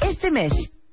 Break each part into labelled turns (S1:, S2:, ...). S1: Este mes,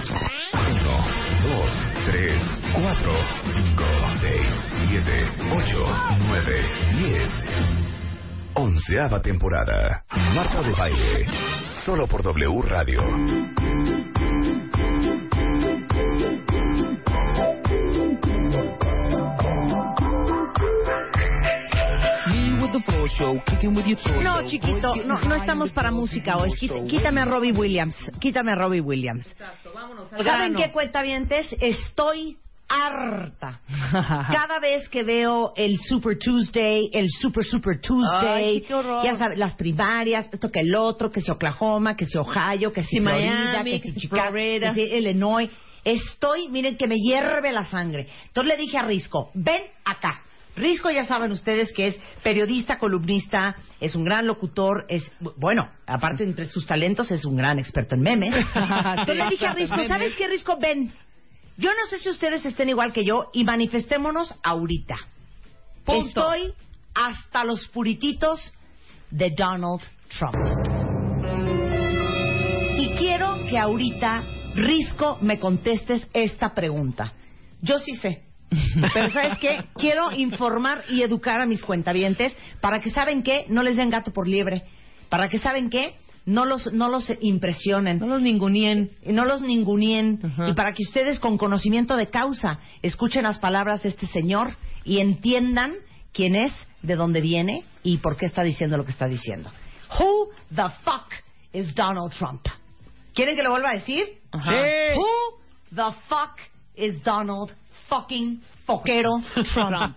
S2: 1, 2, 3, 4, 5, 6, 7, 8, 9, 10. Onceava temporada. Marta de Baile. Solo por W Radio.
S3: No, chiquito, no, no estamos para música hoy. Quí- Quítame a Robbie Williams. Quítame a Robbie Williams. ¿Saben qué cuentavientes? Estoy harta. Cada vez que veo el Super Tuesday, el Super Super Tuesday,
S4: Ay, qué horror.
S3: ya sabes, las primarias, esto que el otro, que si Oklahoma, que si Ohio, que si
S4: Que
S3: Florida,
S4: Miami,
S3: que si
S4: que si
S3: Chicago,
S4: Florida.
S3: que si Illinois. E. Estoy, miren que me hierve la sangre. Entonces le dije a Risco, ven acá. Risco ya saben ustedes que es periodista, columnista, es un gran locutor, es, bueno, aparte entre sus talentos es un gran experto en memes. Entonces le dije a Risco, ¿sabes qué Risco? Ven. Yo no sé si ustedes estén igual que yo y manifestémonos ahorita.
S4: Punto.
S3: Estoy hasta los purititos de Donald Trump. Y quiero que ahorita, Risco, me contestes esta pregunta. Yo sí sé. Pero ¿sabes qué? Quiero informar y educar a mis cuentavientes para que saben que no les den gato por liebre. Para que saben que no los, no los impresionen
S4: No los ningunien.
S3: y no los ningunien
S4: Ajá.
S3: y para que ustedes con conocimiento de causa escuchen las palabras de este señor y entiendan quién es, de dónde viene y por qué está diciendo lo que está diciendo. Who the fuck is Donald Trump? ¿Quieren que lo vuelva a decir?
S4: Ajá.
S3: Sí. Who the fuck is Donald fucking foquero Trump?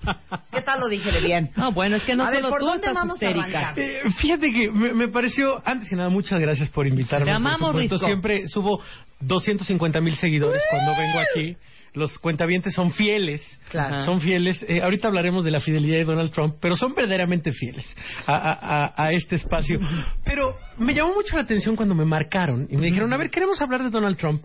S3: ¿Qué tal lo dije de bien?
S4: No, bueno, es que no
S3: a ver,
S4: solo
S3: ¿por
S4: tú
S3: dónde
S4: estás
S3: vamos
S4: histérica.
S3: a arrancar?
S5: Eh, fíjate que me, me pareció, antes que nada, muchas gracias por invitarme.
S4: Te
S5: por
S4: amamos,
S5: supuesto.
S4: Risco.
S5: Siempre subo 250 mil seguidores cuando vengo aquí. Los cuentavientes son fieles.
S4: Claro.
S5: Son fieles. Eh, ahorita hablaremos de la fidelidad de Donald Trump, pero son verdaderamente fieles a, a- a- a este espacio. Pero me llamó mucho la atención cuando me marcaron y me dijeron, a ver, queremos hablar de Donald Trump,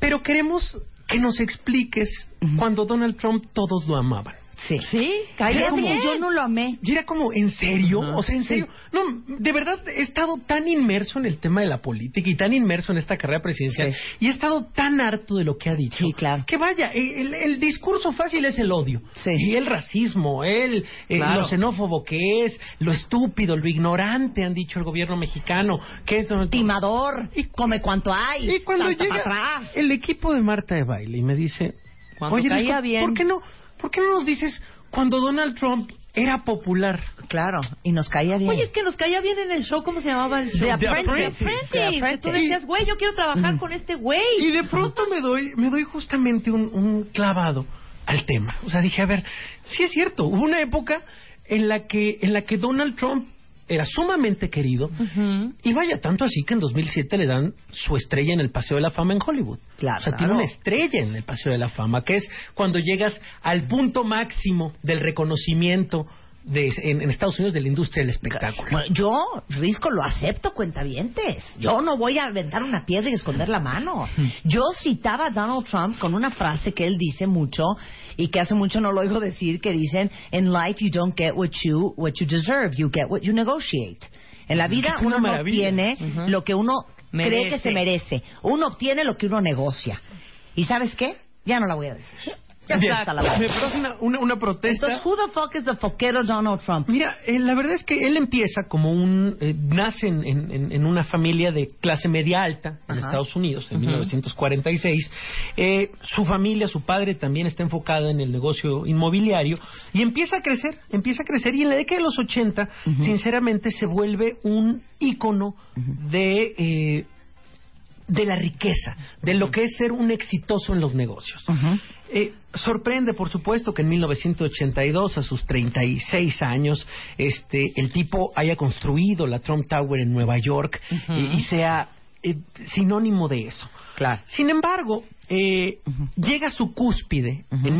S5: pero queremos que nos expliques cuando Donald Trump todos lo amaban.
S3: Sí.
S4: Sí,
S3: Cállate
S5: ¿Cómo?
S3: que yo no lo amé.
S5: Y era como, ¿en serio?
S4: Ajá.
S5: O sea, ¿en serio? No, de verdad he estado tan inmerso en el tema de la política y tan inmerso en esta carrera presidencial
S3: Sí.
S5: y he estado tan harto de lo que ha dicho.
S3: Sí, claro.
S5: Que vaya, el, el discurso fácil es el odio.
S3: Sí.
S5: Y el racismo, el, eh,
S4: Claro.
S5: lo xenófobo que es, lo estúpido, lo ignorante, han dicho el gobierno mexicano, que es Donald Trump.
S3: Timador,
S5: Y-
S3: come cuanto hay.
S5: Y cuando
S3: salta
S5: llega
S3: para atrás.
S5: el equipo de Marta de baile y me dice,
S4: Cuando
S5: oye,
S4: caía
S5: Nico,
S4: bien".
S5: ¿por qué no, por qué no nos dices cuando Donald Trump era popular?
S3: Claro, y nos caía bien.
S4: Oye, es que nos caía bien en el show, ¿cómo se llamaba el show?
S3: The
S5: Apprentice.
S3: The Apprentice.
S4: Que Tú decías, güey, yo quiero trabajar con este
S5: Y
S4: güey.
S5: de pronto me doy, me doy justamente un, un clavado al tema. O sea, dije, a ver, sí es cierto, hubo una época en la que, en la que Donald Trump era sumamente querido
S4: Ujú.
S5: y vaya tanto así que en 2007 le dan su estrella en el Paseo de la Fama en Hollywood.
S3: Claro.
S5: O sea, tiene una estrella en el Paseo de la Fama, que es cuando llegas al punto máximo del reconocimiento de, en, en Estados Unidos de la industria del espectáculo.
S3: Bueno, yo, Risco, lo acepto, cuentavientes. Yo no voy a aventar una piedra y esconder la mano. Yo citaba a Donald Trump con una frase que él dice mucho y que hace mucho no lo oigo decir, que dicen, In life you don't get what you, what you deserve, you get what you negotiate. En la vida
S5: Es una
S3: uno no
S5: maravilla.
S3: obtiene
S4: Ujú.
S3: lo que uno cree que
S4: Merece.
S3: se merece. Uno obtiene lo que uno negocia. ¿Y sabes qué? Ya no la voy a decir. Ya
S5: Bien,
S3: está hasta la
S5: me
S3: madre.
S5: parece una, una- una protesta.
S3: Entonces, who the fuck is the foquero Donald Trump?
S5: Mira, eh, la verdad es que él empieza como un... eh, nace en, en- en- en una familia de clase media alta en
S3: Ajá.
S5: Estados Unidos en 1946. Eh, su familia, su padre también está enfocada en el negocio inmobiliario y empieza a crecer, empieza a crecer y en la década de los 80, sinceramente, se vuelve un ícono de... eh, de la riqueza, de lo que es ser un exitoso en los negocios. Eh, sorprende, por supuesto, que en 1982, a sus 36 años, este, el tipo haya construido la Trump Tower en Nueva York eh, y sea eh, sinónimo de eso.
S3: Claro.
S5: Sin embargo, eh, llega a su cúspide en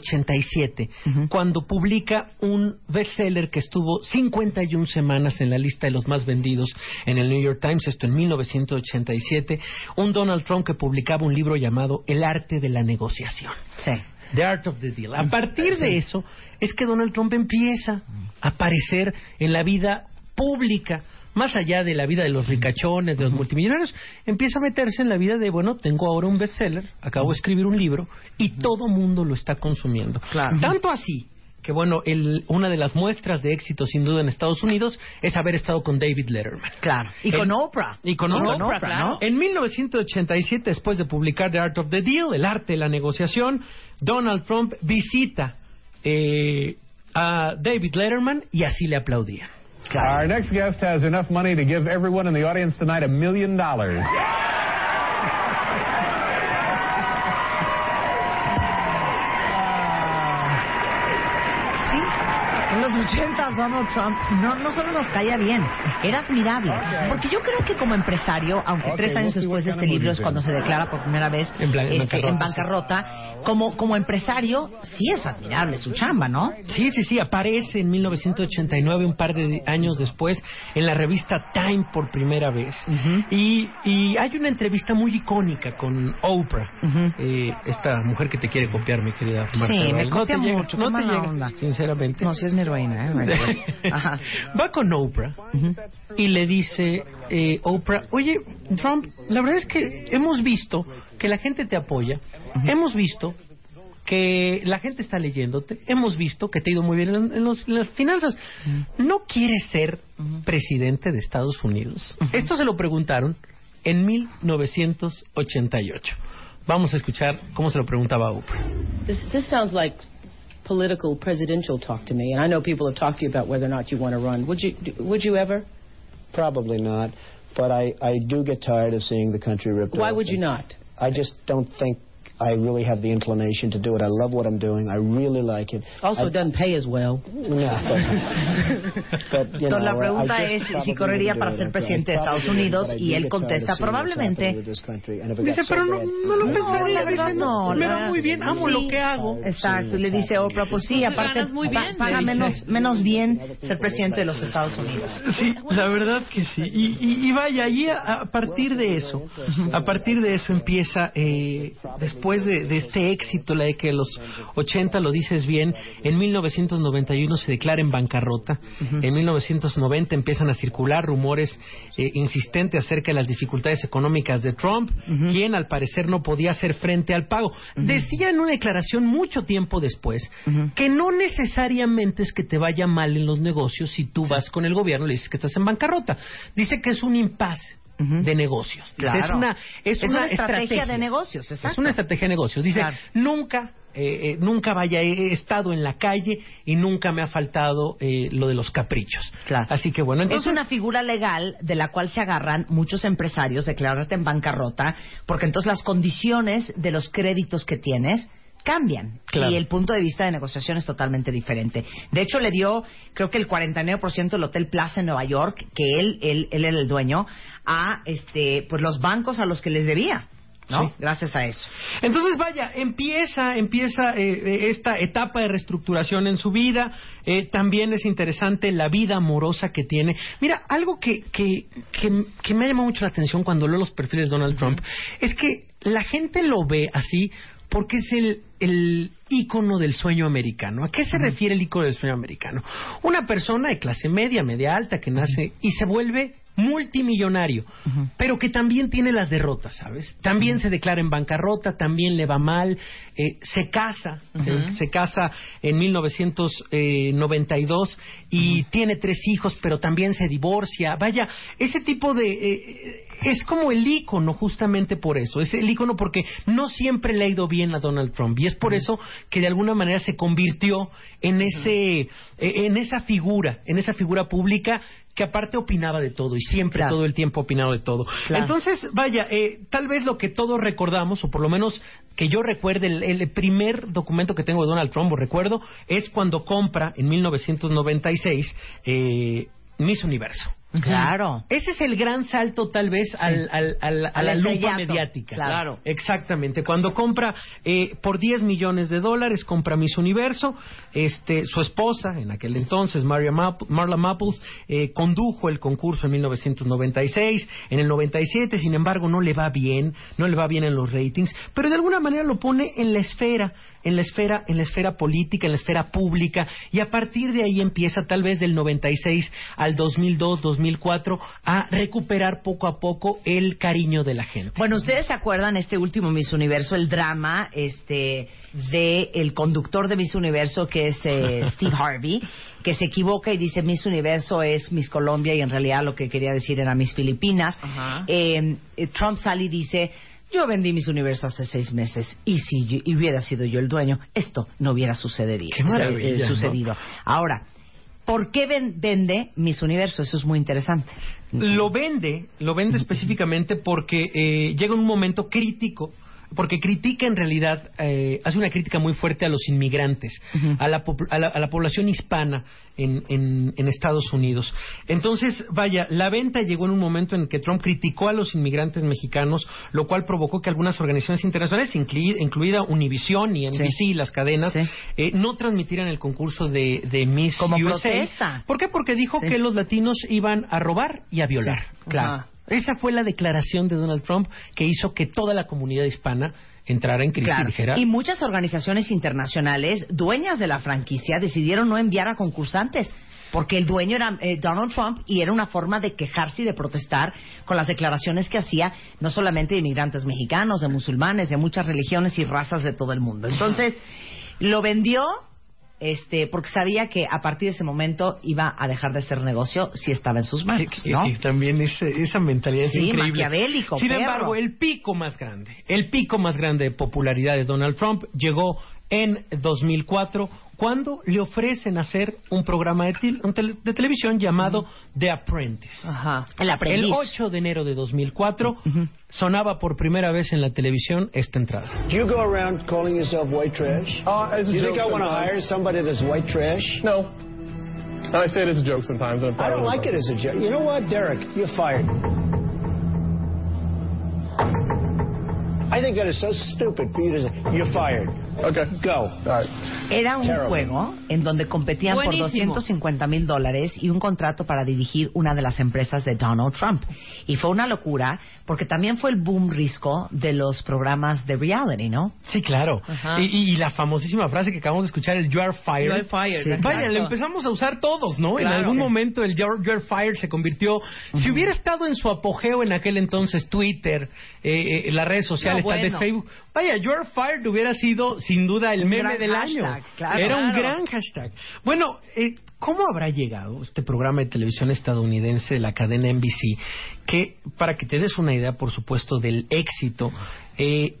S5: 1987, cuando publica un bestseller que estuvo 51 semanas en la lista de los más vendidos en el New York Times, esto en 1987, un Donald Trump que publicaba un libro llamado El arte de la negociación.
S3: Sí.
S5: The Art of the Deal. A partir de eso es que Donald Trump empieza a aparecer en la vida pública, más allá de la vida de los ricachones, de los multimillonarios, empieza a meterse en la vida de, bueno, tengo ahora un bestseller, acabo de escribir un libro y todo mundo lo está consumiendo.
S3: Claro.
S5: Tanto así que, bueno, el- una de las muestras de éxito sin duda en Estados Unidos es haber estado con David Letterman.
S3: Claro. Y
S5: Eh,
S3: con Oprah.
S5: Y con Oprah, ¿no? En 1987, después de publicar The Art of the Deal, El Arte de la Negociación, Donald Trump visita eh, a David Letterman y así le aplaudía.
S6: Our next guest has enough money to give everyone in the audience tonight a million dollars.
S3: Sí. En los 80 Donald Trump no, no solo nos caía bien, era admirable. Porque yo creo que como empresario, aunque
S6: Ok,
S3: tres
S6: we'll
S3: años
S6: see
S3: después de
S6: what
S3: este
S6: kind of
S3: libro es
S6: movies
S3: cuando se declara por primera vez
S5: En blan- en
S3: este, en
S5: bancarrota.
S3: bancarrota, como, como empresario sí es admirable su chamba, ¿no?
S5: Sí, sí, sí, aparece en 1989, un par de años después, en la revista Time por primera vez. y, y hay una entrevista muy icónica con Oprah, eh, esta mujer que te quiere copiar, mi querida Marta.
S3: me
S5: Raúl. No
S3: copia
S5: te llega,
S3: mucho, qué
S5: no te
S3: mala
S5: llega,
S3: onda.
S5: sinceramente.
S3: No, sí es mi heroína, ¿eh? Ajá.
S5: Va con Oprah y le dice eh, Oprah, oye, Trump, la verdad es que hemos visto que la gente te apoya, hemos visto que la gente está leyéndote, hemos visto que te ha ido muy bien en, en los- en las finanzas. ¿No quieres ser presidente de Estados Unidos? Esto se lo preguntaron en 1988. Vamos a escuchar cómo se lo preguntaba Oprah.
S7: This, this sounds like political presidential talk to me, and I know people have talked to you about whether or not you want to run. Would you? Would you ever?
S8: Probably not, but I, I do get tired of seeing the country ripped
S7: Why
S8: off.
S7: would you not?
S8: I just don't think I really have the inclination to do it. I love what I'm doing. I really like it.
S7: Also,
S8: I,
S7: it doesn't pay as well.
S8: No, it doesn't. but, you know,
S3: Entonces la
S8: I
S3: pregunta
S8: just
S3: es si
S8: probably
S3: correría
S8: wouldn't
S3: para
S8: do
S3: ser
S8: it.
S3: presidente de
S8: I probably
S3: Estados Unidos,
S8: wouldn't, but I
S3: y
S8: do get
S3: él
S8: tired of
S3: contesta,
S8: seeing what's happening
S3: probablemente.
S8: with this country, and if it
S5: Dice,
S8: got so
S5: pero no,
S8: bad-
S5: no lo
S3: No,
S5: pensaría.
S3: la verdad
S5: dice,
S3: no,
S5: Me
S3: la
S5: va
S3: verdad.
S5: muy bien, amo
S3: Sí.
S5: lo que hago.
S3: Exacto, y le dice Oprah, pues sí, aparte
S4: ganas muy
S3: pa-
S4: bien,
S3: paga
S4: le dice.
S3: menos, menos bien ser presidente de los Estados Unidos.
S5: Sí, la verdad que sí. Y, y- y vaya, allí a, a partir de eso, a partir de eso empieza, eh, después de, de este éxito, la de que los 80 lo dices bien, en 1991 se declara en bancarrota, en 1990 empiezan a circular rumores eh, insistentes acerca de las dificultades económicas de Trump, quien al parecer no podía hacer frente al pago. Decía en una declaración mucho tiempo después que no necesariamente es que te vaya mal en los negocios si tú vas con el gobierno y le dices que estás en bancarrota. Dice que es un impasse de negocios. Dice,
S3: Claro.
S5: Es una, es
S3: Es
S5: una
S3: una estrategia de negocios,
S5: Es
S3: exacto.
S5: una estrategia de negocios. Dice,
S3: Claro.
S5: nunca... eh, eh, nunca vaya, he estado en la calle y nunca me ha faltado eh, lo de los caprichos.
S3: Claro.
S5: Así que bueno, entonces
S3: es una figura legal de la cual se agarran muchos empresarios declararte en bancarrota, porque entonces las condiciones de los créditos que tienes cambian
S5: Claro.
S3: y el punto de vista de negociación es totalmente diferente. De hecho, le dio, creo que el 49% del Hotel Plaza en Nueva York, que él, él, él era el dueño, a este, pues los bancos a los que les debía, ¿no?
S5: Sí.
S3: Gracias a eso.
S5: Entonces, vaya, empieza, empieza eh, eh, esta etapa de reestructuración en su vida. Eh, también es interesante la vida amorosa que tiene. Mira, algo que, que, que, que me ha llamado mucho la atención cuando leo los perfiles de Donald Trump es que la gente lo ve así porque es el, el ícono del sueño americano. ¿A qué se refiere el ícono del sueño americano? Una persona de clase media, media alta, que nace y se vuelve multimillonario, pero que también tiene las derrotas, ¿sabes? También se declara en bancarrota, también le va mal, eh, se casa, se, se casa en 1992 y tiene tres hijos, pero también se divorcia. Vaya, ese tipo de... eh, es como el ícono justamente por eso, es el ícono porque no siempre le ha ido bien a Donald Trump y es por eso que de alguna manera se convirtió en ese eh, en esa figura, en esa figura pública que aparte opinaba de todo y siempre
S3: Claro.
S5: todo el tiempo opinaba de todo.
S3: Claro.
S5: Entonces, vaya, eh, tal vez lo que todos recordamos, o por lo menos que yo recuerde, el, el primer documento que tengo de Donald Trump, o recuerdo, es cuando compra en 1996 eh, Miss Universo.
S3: Claro.
S5: Ese es el gran salto, tal vez, al, al- al- a
S3: Al
S5: la lupa
S3: estrellato.
S5: mediática.
S3: Claro.
S5: Exactamente. Cuando compra eh, por 10 millones de dólares, compra Miss Universo. Este, su esposa, en aquel entonces, Maria Map- Marla Maples, eh, condujo el concurso en 1996. En el 97, sin embargo, no le va bien. No le va bien en los ratings. Pero de alguna manera lo pone en la esfera. En la esfera, en la esfera política, en la esfera pública. Y a partir de ahí empieza, tal vez del 96 al 2002, 2004, a recuperar poco a poco el cariño de la gente.
S3: Bueno, ustedes se acuerdan este último Miss Universo, el drama este de el conductor de Miss Universo que es eh, Steve Harvey, que se equivoca y dice Miss Universo es Miss Colombia y en realidad lo que quería decir era Miss Filipinas. Eh, eh, Trump sale y dice yo vendí Miss Universo hace seis meses y si yo- hubiera sido yo el dueño esto no hubiera sucedería,
S5: Qué
S3: O sea,
S5: maravilla,
S3: eh,
S5: ¿no?
S3: sucedido. Ahora, ¿por qué ven- vende Miss Universo? Eso es muy interesante.
S5: Lo vende, lo vende específicamente porque eh, llega un momento crítico, porque critica en realidad, eh, hace una crítica muy fuerte a los inmigrantes, a, la, popu- a la- a la población hispana en, en- en Estados Unidos. Entonces, vaya, la venta llegó en un momento en que Trump criticó a los inmigrantes mexicanos, lo cual provocó que algunas organizaciones internacionales, inclui- incluida Univision y NBC, y las cadenas,
S3: Sí.
S5: eh, no transmitieran el concurso de, de Miss
S3: Como
S5: USA.
S3: protesta.
S5: ¿Por qué? Porque dijo
S3: Sí.
S5: que los latinos iban a robar y a violar.
S3: Sí, claro.
S5: Ajá. Esa fue la declaración de Donald Trump que hizo que toda la comunidad hispana entrara en crisis
S3: Claro.
S5: y dijera...
S3: Y muchas organizaciones internacionales, dueñas de la franquicia, decidieron no enviar a concursantes. Porque el dueño era eh, Donald Trump y era una forma de quejarse y de protestar con las declaraciones que hacía, no solamente de inmigrantes mexicanos, de musulmanes, de muchas religiones y razas de todo el mundo. Entonces, lo vendió este, porque sabía que a partir de ese momento iba a dejar de ser negocio si estaba en sus manos.
S5: Y-
S3: ¿no?
S5: y, también ese- esa mentalidad
S3: Sí,
S5: es increíble.
S3: maquiavélico,
S5: Sin
S3: perro.
S5: embargo, el pico más grande, el pico más grande de popularidad de Donald Trump llegó en 2004 cuando le ofrecen hacer un programa de, tel- un tele- de televisión llamado The Apprentice.
S3: Ajá. El aprendiz.
S5: El 8 de enero de 2004 sonaba por primera vez en la televisión esta entrada.
S8: Do you go around calling yourself white trash?
S6: Uh, it's a
S8: Do you
S6: joke
S8: think I want to hire
S6: sometimes.
S8: somebody that's white trash?
S6: No. I say it as a joke sometimes. And I'm
S8: I
S6: proud of
S8: don't like it as a joke. You know what, Derek? You're fired. I think that is so stupid for you to say, you're fired.
S6: Okay.
S8: Go.
S6: All right.
S3: Era un
S8: Terrible.
S3: juego en donde competían
S4: Buenísimo.
S3: por 250 mil dólares y un contrato para dirigir una de las empresas de Donald Trump. Y fue una locura porque también fue el boom risco de los programas de reality, ¿no?
S5: Sí, claro.
S4: Ajá.
S5: Y, y- y la famosísima frase que acabamos de escuchar, el You are fired.
S4: You are fired,
S5: Sí.
S4: exacto.
S5: Vaya, lo empezamos a usar todos, ¿no? en
S4: Claro.
S5: algún
S4: Sí.
S5: momento el You are, You are fired se convirtió... Si hubiera estado en su apogeo en aquel entonces Twitter, eh, eh, las redes sociales,
S4: No,
S5: tal vez
S4: bueno.
S5: Facebook... Vaya, You are fired hubiera sido sin duda el
S3: Un
S5: meme
S3: gran
S5: del
S3: hashtag,
S5: año.
S3: claro.
S5: Era un
S4: Claro.
S5: gran hashtag. Bueno, eh, ¿cómo habrá llegado este programa de televisión estadounidense de la cadena NBC? Que, para que te des una idea, por supuesto, del éxito... Eh,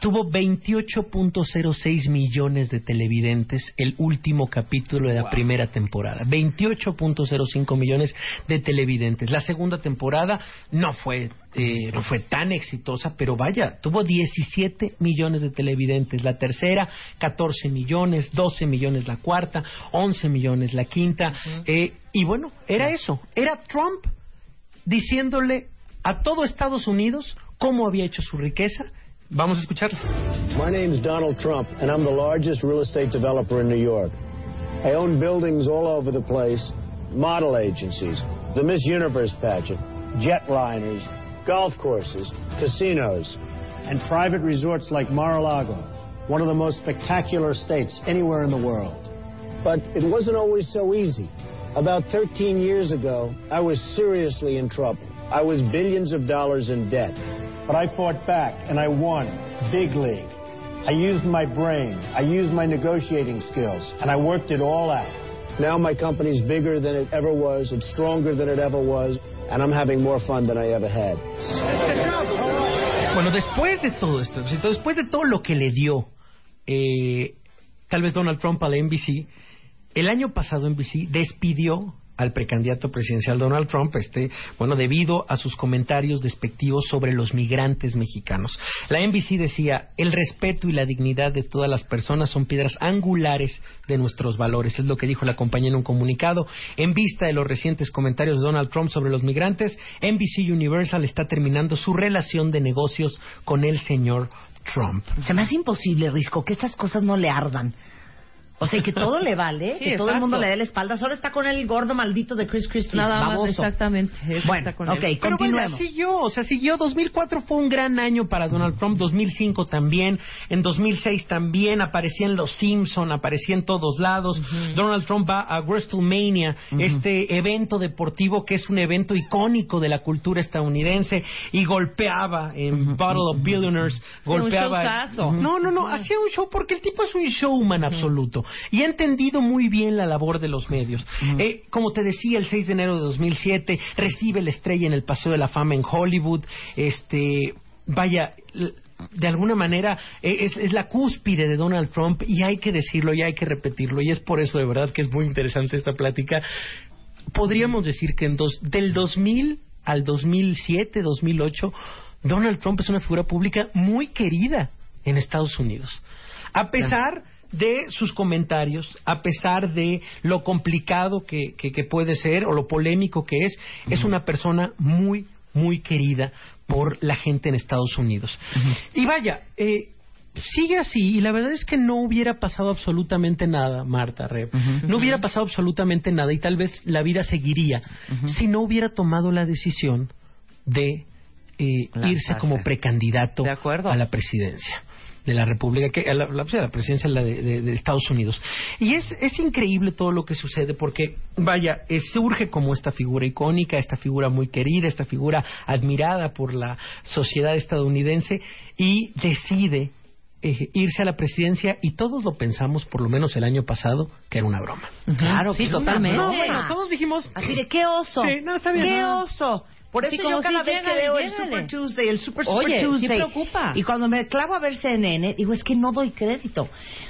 S5: tuvo 28.06 millones de televidentes el último capítulo de la primera temporada. 28.05 millones de televidentes. La segunda temporada no fue, eh, no fue tan exitosa, pero vaya, tuvo 17 millones de televidentes. La tercera, 14 millones, 12 millones la cuarta, 11 millones la quinta. Eh, y bueno, era eso. Era Trump diciéndole a todo Estados Unidos cómo había hecho su riqueza. Vamos a escucharla.
S8: My name's Donald Trump, and I'm the largest real estate developer in New York. I own buildings all over the place, model agencies, the Miss Universe pageant, jetliners, golf courses, casinos, and private resorts like Mar-a-Lago, one of the most spectacular states anywhere in the world. But it wasn't always so easy. About 13 years ago, I was seriously in trouble. I was billions of dollars in debt. But I fought back and I won. Big league. I used my brain, I used my negotiating skills, and I worked it all out. Now my company's bigger than it ever was, it's stronger than it ever was, and I'm having more fun than I ever had.
S5: Bueno, después de todo esto, después de todo lo que le dio eh, tal vez Donald Trump a la NBC, el año pasado NBC despidió al precandidato presidencial Donald Trump, este, bueno, debido a sus comentarios despectivos sobre los migrantes mexicanos. La NBC decía, el respeto y la dignidad de todas las personas son piedras angulares de nuestros valores, es lo que dijo la compañía en un comunicado. En vista de los recientes comentarios de Donald Trump sobre los migrantes, NBC Universal está terminando su relación de negocios con el señor Trump.
S3: Se me hace imposible, Risco, que estas cosas no le ardan. O sea, que todo le vale,
S4: Sí,
S3: que todo el
S4: exacto.
S3: mundo le dé la espalda. Solo está con el gordo maldito de Chris Christie.
S4: Nada más,
S3: baboso.
S4: exactamente. eso
S3: Bueno,
S4: está con
S3: ok,
S4: él.
S5: Pero bueno,
S3: continuemos.
S5: siguió, o sea, siguió. 2004 fue un gran año para Donald Trump, 2005 también, en 2006 también aparecía en Los Simpson, aparecía en todos lados. Donald Trump va a WrestleMania, este evento deportivo que es un evento icónico de la cultura estadounidense y golpeaba en Battle of Billionaires,
S4: un
S5: golpeaba.
S4: showzazo.
S5: No, no, no, hacía un show porque el tipo es un showman absoluto y ha entendido muy bien la labor de los medios. Eh, como te decía, el 6 de enero de 2007 recibe la estrella en el Paseo de la Fama en Hollywood. Este, vaya, l- de alguna manera eh, es, es la cúspide de Donald Trump y hay que decirlo y hay que repetirlo y es por eso de verdad que es muy interesante esta plática. Podríamos decir que en dos- del 2000 al 2007, 2008, Donald Trump es una figura pública muy querida en Estados Unidos. A pesar de sus comentarios, a pesar de lo complicado que, que- que puede ser o lo polémico que es, es una persona muy, muy querida por la gente en Estados Unidos. Y vaya, eh, sigue así y la verdad es que no hubiera pasado absolutamente nada, Marta Rep. No hubiera pasado absolutamente nada y tal vez la vida seguiría si no hubiera tomado la decisión de eh, irse como precandidato
S1: De acuerdo.
S5: a la presidencia de la República, que a la, la- o sea, la presidencia de, la de- de- de Estados Unidos. Y es, es increíble todo lo que sucede porque, vaya, eh, surge como esta figura icónica, esta figura muy querida, esta figura admirada por la sociedad estadounidense y decide eh, irse a la presidencia y todos lo pensamos, por lo menos el año pasado, que era una broma.
S1: Claro, que
S4: Sí,
S1: es una
S4: totalmente.
S1: broma.
S4: No, bueno,
S5: todos dijimos...
S3: pues, Así de, qué oso.
S5: Sí, no, está bien.
S3: Qué
S5: No.
S3: oso. Por eso
S4: Sí,
S3: yo
S4: como
S3: cada
S4: si
S3: vez que
S4: llégale,
S3: leo el
S4: llégale.
S3: Super Tuesday, el Super Super
S4: Oye, sí
S3: Pues, Tuesday.
S4: preocupa.
S3: Y cuando me clavo a ver CNN, digo, es que no doy crédito.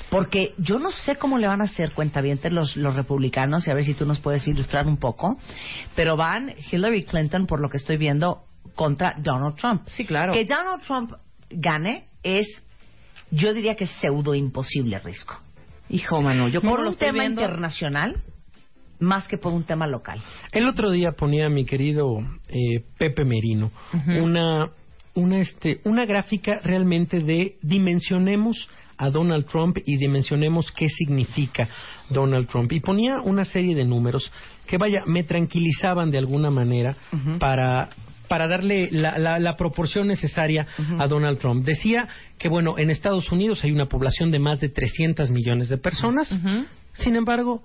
S3: Porque yo no sé cómo le van a hacer cuentavientes los, los republicanos, y a ver si tú nos puedes ilustrar un poco. Pero van Hillary Clinton, por lo que estoy viendo, contra Donald Trump.
S4: Sí, claro.
S3: Que Donald Trump gane es, yo diría que es pseudo imposible riesgo.
S4: Hijo, mano, yo como
S3: Por
S4: lo
S3: un
S4: estoy
S3: tema
S4: viendo-
S3: internacional, más que por un tema local.
S5: El otro día ponía mi querido eh, Pepe Merino una una este una gráfica realmente de dimensionemos a Donald Trump y dimensionemos qué significa Donald Trump y ponía una serie de números que vaya me tranquilizaban de alguna manera para para darle la, la- la proporción necesaria a Donald Trump. Decía que, bueno, en Estados Unidos hay una población de más de 300 millones de personas.
S4: Ujú.
S5: Sin embargo,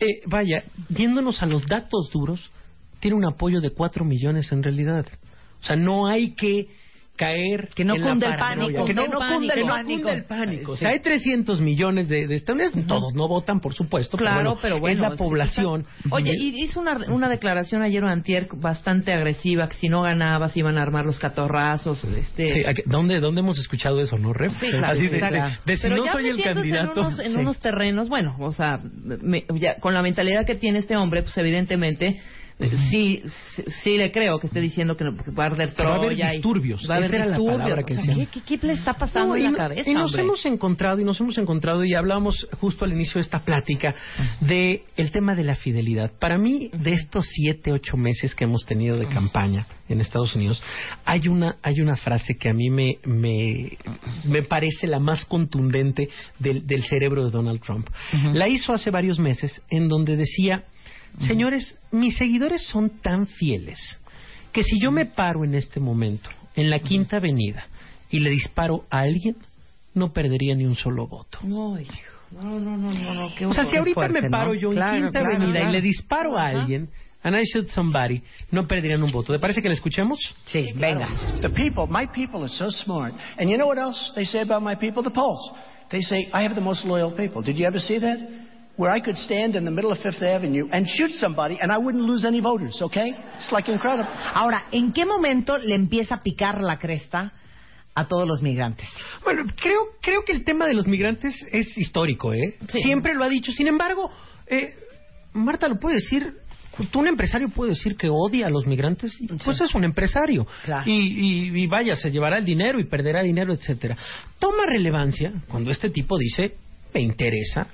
S5: eh, vaya, yéndonos a los datos duros, tiene un apoyo de 4 millones en realidad. O sea, no hay que caer
S3: Que no
S5: en la
S3: cunde el
S5: paranoia,
S3: pánico,
S5: que no,
S4: que no
S5: cunde el
S4: que no
S5: pánico.
S3: cunde el pánico.
S5: O sea, hay 300 millones de, de estadounidenses, todos no votan, por supuesto,
S4: Claro, pero bueno.
S5: es la
S4: sí,
S5: población.
S4: está- Oye, y hizo una, una declaración ayer o antier bastante agresiva, que si no ganaba se iban a armar los catorrazos, este...
S5: Sí, ¿a qué- ¿Dónde, ¿Dónde hemos escuchado eso, no, Ref?
S4: Sí, claro,
S5: Así de,
S4: exacto.
S5: de- de si
S4: Pero
S5: no
S4: ya
S5: soy el
S4: metiéndose
S5: candidato.
S4: En, unos, en
S5: Sí.
S4: unos terrenos, bueno, o sea, me- ya, con la mentalidad que tiene este hombre, pues evidentemente. eh, Sí, sí, sí le creo que esté diciendo que, no- que va a arder
S5: Pero va a haber
S4: Troya y-
S5: disturbios.
S4: Va a haber
S5: Esa era la
S4: disturbios.
S5: palabra que
S4: O sea,
S5: decían.
S4: ¿qué, qué, qué le está pasando
S5: No, y
S4: en la
S5: no-
S4: cabeza?
S5: y nos
S4: hombre?
S5: hemos encontrado y nos hemos encontrado y hablamos justo al inicio de esta plática de el tema de la fidelidad. Para mí, de estos siete, ocho meses que hemos tenido de campaña en Estados Unidos, hay una, hay una frase que a mí me, me, me parece la más contundente del, del cerebro de Donald Trump. La hizo hace varios meses en donde decía, señores, mis seguidores son tan fieles que si yo me paro en este momento, en la quinta avenida, y le disparo a alguien, no perdería ni un solo voto.
S4: No, hijo. No, no, no, no, no, qué
S5: O sea,
S4: horror.
S5: si ahorita
S4: Fuerte,
S5: me
S4: ¿no?
S5: paro yo en
S4: Claro,
S5: Quinta
S4: claro,
S5: Avenida
S4: claro.
S5: y le disparo a alguien, and I shoot somebody, no perderían un voto. ¿Te parece que le escuchemos?
S3: Sí, venga.
S9: The people, my people are so smart. And you know what else they say about my people? The polls. They say, I have the most loyal people. Did you ever see that? Where I could stand in the middle of Fifth Avenue and shoot somebody and I wouldn't lose any voters, okay? It's like incredible.
S3: Ahora, ¿en qué momento le empieza a picar la cresta a todos los migrantes?
S5: Bueno, creo, creo que el tema de los migrantes es histórico, ¿eh? Siempre lo ha dicho. Sin embargo, eh, Marta lo puede decir. Tú, un empresario, puede decir que odia a los migrantes. y, Pues es un empresario.
S3: Claro.
S5: Y, y- y vaya, se llevará el dinero y perderá dinero, etcétera. Toma relevancia cuando este tipo dice: Me interesa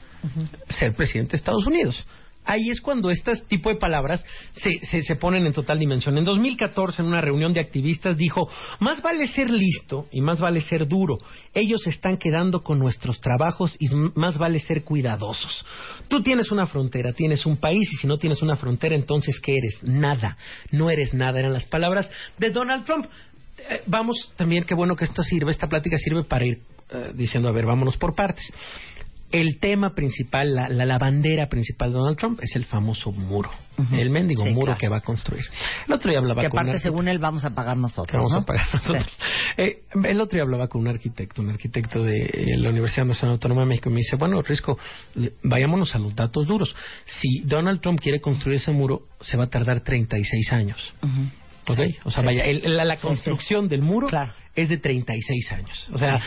S5: ser presidente de Estados Unidos. Ahí es cuando este tipo de palabras se, se, se ponen en total dimensión. En 2014, en una reunión de activistas, dijo, más vale ser listo y más vale ser duro. Ellos se están quedando con nuestros trabajos y m- más vale ser cuidadosos. Tú tienes una frontera, tienes un país y si no tienes una frontera, entonces ¿qué eres? Nada. No eres nada. Eran las palabras de Donald Trump. Eh, vamos también, qué bueno que esto sirve, esta plática sirve para ir eh, diciendo, a ver, vámonos por partes el tema principal, la, la, la bandera principal de Donald Trump es el famoso muro, el mendigo
S3: Sí,
S5: muro
S3: claro.
S5: que va a construir. El otro día hablaba
S3: Que
S5: con un
S3: aparte,
S5: arquitecto-
S3: según él, vamos a pagar nosotros.
S5: que vamos
S3: ¿no?
S5: a pagar nosotros. Eh, el otro día hablaba con un arquitecto, un arquitecto de eh, la Universidad Nacional Autónoma de México, y me dice, bueno, Risco, le- vayámonos a los datos duros. Si Donald Trump quiere construir ese muro, se va a tardar 36 años. ¿Ok? O sea, vaya, el- la, la construcción del muro es de 36 años. O sea... eh,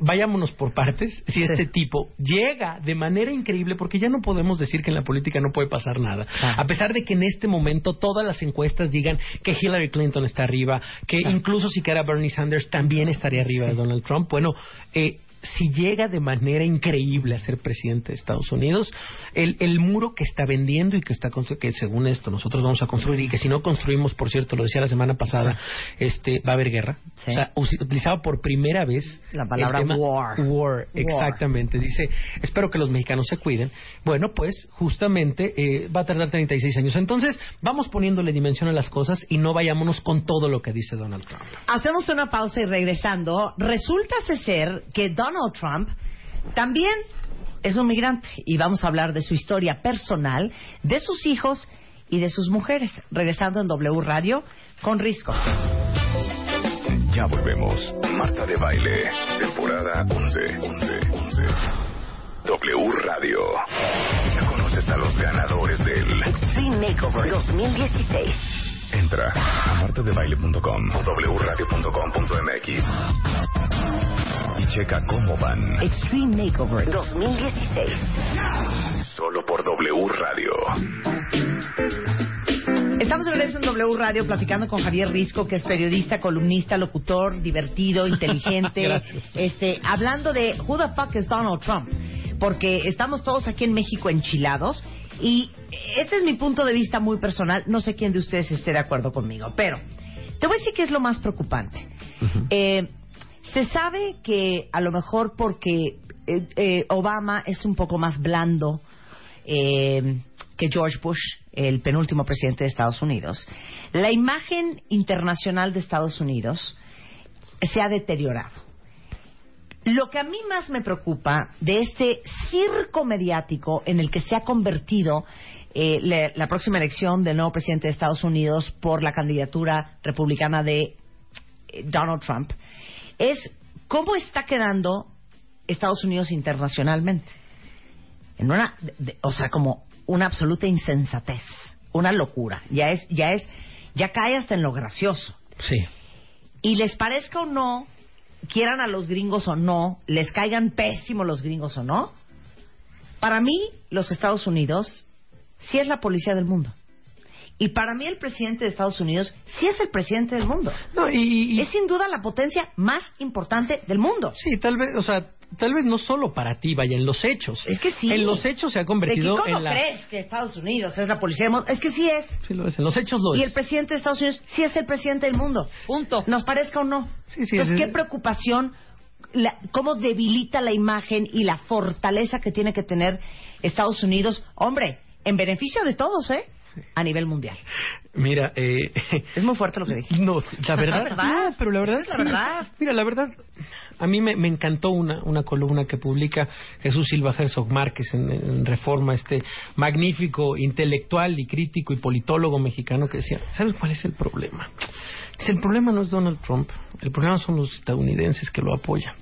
S5: Vayámonos por partes. Si este tipo llega de manera increíble, porque ya no podemos decir que en la política no puede pasar nada. A pesar de que en este momento todas las encuestas digan que Hillary Clinton está arriba, que incluso si cara Bernie Sanders también estaría arriba de Donald Trump. Bueno, eh, si llega de manera increíble a ser presidente de Estados Unidos, el, el muro que está vendiendo y que está constru- que según esto nosotros vamos a construir y que si no construimos, por cierto, lo decía la semana pasada, este va a haber guerra.
S3: Sí.
S5: O sea, usi- utilizaba por primera vez
S3: La palabra
S5: el tema
S3: war.
S5: War, exactamente. Dice, espero que los mexicanos se cuiden. Bueno, pues justamente eh, va a tardar 36 años. Entonces, vamos poniéndole dimensión a las cosas y no vayámonos con todo lo que dice Donald Trump.
S3: Hacemos una pausa y regresando, resulta ser que Donald Trump también es un migrante y vamos a hablar de su historia personal, de sus hijos y de sus mujeres. Regresando en W Radio con Risco.
S2: Ya volvemos. Marta de Baile, temporada 11. 11, 11. W Radio. Ya conoces a los ganadores del
S1: Extreme Makeover 2016.
S2: Entra a martadebaile.com o wradio.com.mx y checa cómo van
S1: Extreme Makeover 2016.
S2: solo por W Radio.
S3: Estamos de regreso en W Radio platicando con Javier Risco, que es periodista, columnista, locutor, divertido, inteligente.
S5: Gracias.
S3: este, hablando de who the fuck is Donald Trump, porque estamos todos aquí en México enchilados y este es mi punto de vista muy personal. No sé quién de ustedes esté de acuerdo conmigo, pero te voy a decir que es lo más preocupante. Eh, se sabe que a lo mejor porque eh, eh, Obama es un poco más blando eh, que George Bush, el penúltimo presidente de Estados Unidos, la imagen internacional de Estados Unidos se ha deteriorado. Lo que a mí más me preocupa de este circo mediático en el que se ha convertido eh, la, la próxima elección del nuevo presidente de Estados Unidos por la candidatura republicana de eh, Donald Trump es cómo está quedando Estados Unidos internacionalmente. En una, de- de- o sea, como una absoluta insensatez, una locura. Ya es, ya es, ya cae hasta en lo gracioso
S5: Sí.
S3: y les parezca o no, quieran a los gringos o no, les caigan pésimo los gringos o no, para mí los Estados Unidos sí es la policía del mundo. Y para mí el presidente de Estados Unidos sí es el presidente del mundo.
S5: No, y, y-
S3: Es sin duda la potencia más importante del mundo.
S5: Sí, tal vez, o sea, tal vez no solo para ti, vaya, en los hechos.
S3: Es que sí.
S5: En los hechos se ha convertido
S3: ¿De que ¿Cómo
S5: en la...
S3: crees que Estados Unidos es la policía del mundo? Es que sí es.
S5: Sí, lo es, en los hechos lo
S3: Y
S5: es.
S3: el presidente de Estados Unidos sí es el presidente del mundo.
S4: Punto.
S3: nos parezca o no.
S5: Sí, sí,
S3: Entonces,
S5: sí,
S3: qué
S5: sí.
S3: preocupación, la- cómo debilita la imagen y la fortaleza que tiene que tener Estados Unidos, hombre, en beneficio de todos, ¿eh? a nivel mundial.
S5: Mira, eh,
S4: es muy fuerte lo que dije.
S5: No, la verdad,
S3: La verdad.
S5: no, pero la verdad,
S3: Es la
S5: sí.
S3: verdad.
S5: Mira, la verdad, a mí me, me encantó una, una columna que publica Jesús Silva Herzog Márquez en, en Reforma, este magnífico intelectual y crítico y politólogo mexicano que decía, ¿sabes cuál es el problema? Dice, el problema no es Donald Trump, el problema son los estadounidenses que lo apoyan.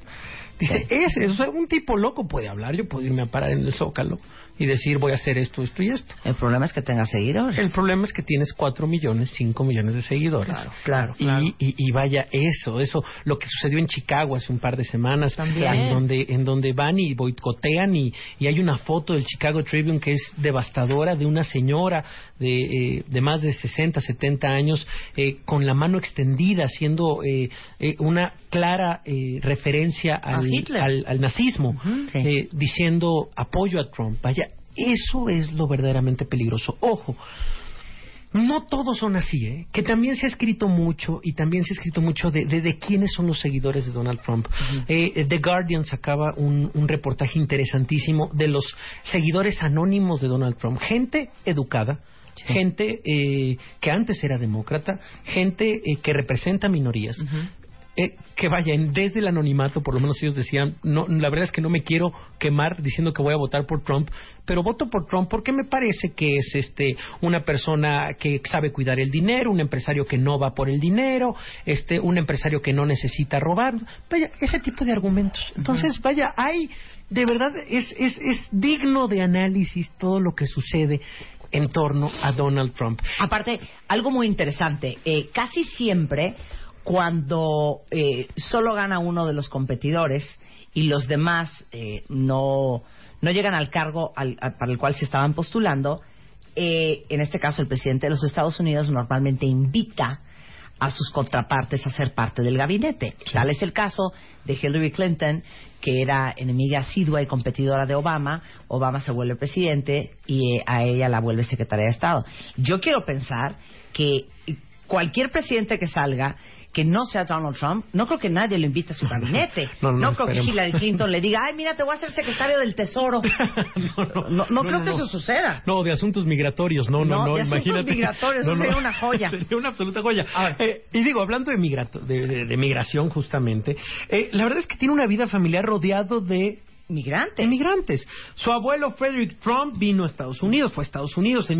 S5: Dice, ese, o sea, un tipo loco puede hablar, yo puedo irme a parar en el zócalo y decir voy a hacer esto, esto y esto.
S1: El problema es que tenga seguidores.
S5: El problema es que tienes 4 millones, 5 millones de seguidores.
S1: Claro, claro,
S5: Y,
S1: claro.
S5: y- y vaya eso, eso, lo que sucedió en Chicago hace un par de semanas,
S4: También.
S5: en donde en donde van y boicotean y, y hay una foto del Chicago Tribune que es devastadora de una señora de, eh, de más de 60, 70 años eh, con la mano extendida haciendo eh, eh, una clara eh, referencia al,
S4: Hitler.
S5: al, al nazismo,
S1: sí.
S5: eh, diciendo apoyo a Trump. Vaya, eso es lo verdaderamente peligroso. Ojo, no todos son así, ¿eh? Que también se ha escrito mucho y también se ha escrito mucho de, de, de quiénes son los seguidores de Donald Trump. Eh, eh, The Guardian sacaba un, un reportaje interesantísimo de los seguidores anónimos de Donald Trump. Gente educada, gente eh, que antes era demócrata, gente eh, que representa minorías. Eh, que vayan desde el anonimato, por lo menos ellos decían, no, la verdad es que no me quiero quemar diciendo que voy a votar por Trump, pero voto por Trump porque me parece que es este una persona que sabe cuidar el dinero, un empresario que no va por el dinero, este un empresario que no necesita robar, vaya, ese tipo de argumentos. Entonces, vaya, hay de verdad es es es digno de análisis todo lo que sucede en torno a Donald Trump.
S3: Aparte, algo muy interesante, eh, casi siempre cuando eh, solo gana uno de los competidores y los demás eh, no, no llegan al cargo al- a- para el cual se estaban postulando, eh, en este caso el presidente de los Estados Unidos normalmente invita a sus contrapartes a ser parte del gabinete. Tal es el caso de Hillary Clinton, que era enemiga asidua y competidora de Obama. Obama se vuelve presidente y eh, a ella la vuelve secretaria de Estado. Yo quiero pensar que cualquier presidente que salga que no sea Donald Trump, no creo que nadie lo invite a su gabinete.
S5: No, no, no,
S3: creo que
S5: esperemos.
S3: Hillary Clinton le diga, ay, mira, te voy a ser secretario del Tesoro.
S5: No, no,
S3: No, no creo que eso suceda.
S5: No, de asuntos migratorios, no, no,
S3: No,
S5: no,
S3: de asuntos
S5: imagínate.
S3: migratorios, eso sería una joya.
S5: Sería una absoluta joya. Eh, y digo, hablando de, migrato- de, de- de migración justamente, eh, la verdad es que tiene una vida familiar rodeado de
S3: Migrante.
S5: de migrantes. Su abuelo Frederick Trump vino a Estados Unidos, fue a Estados Unidos en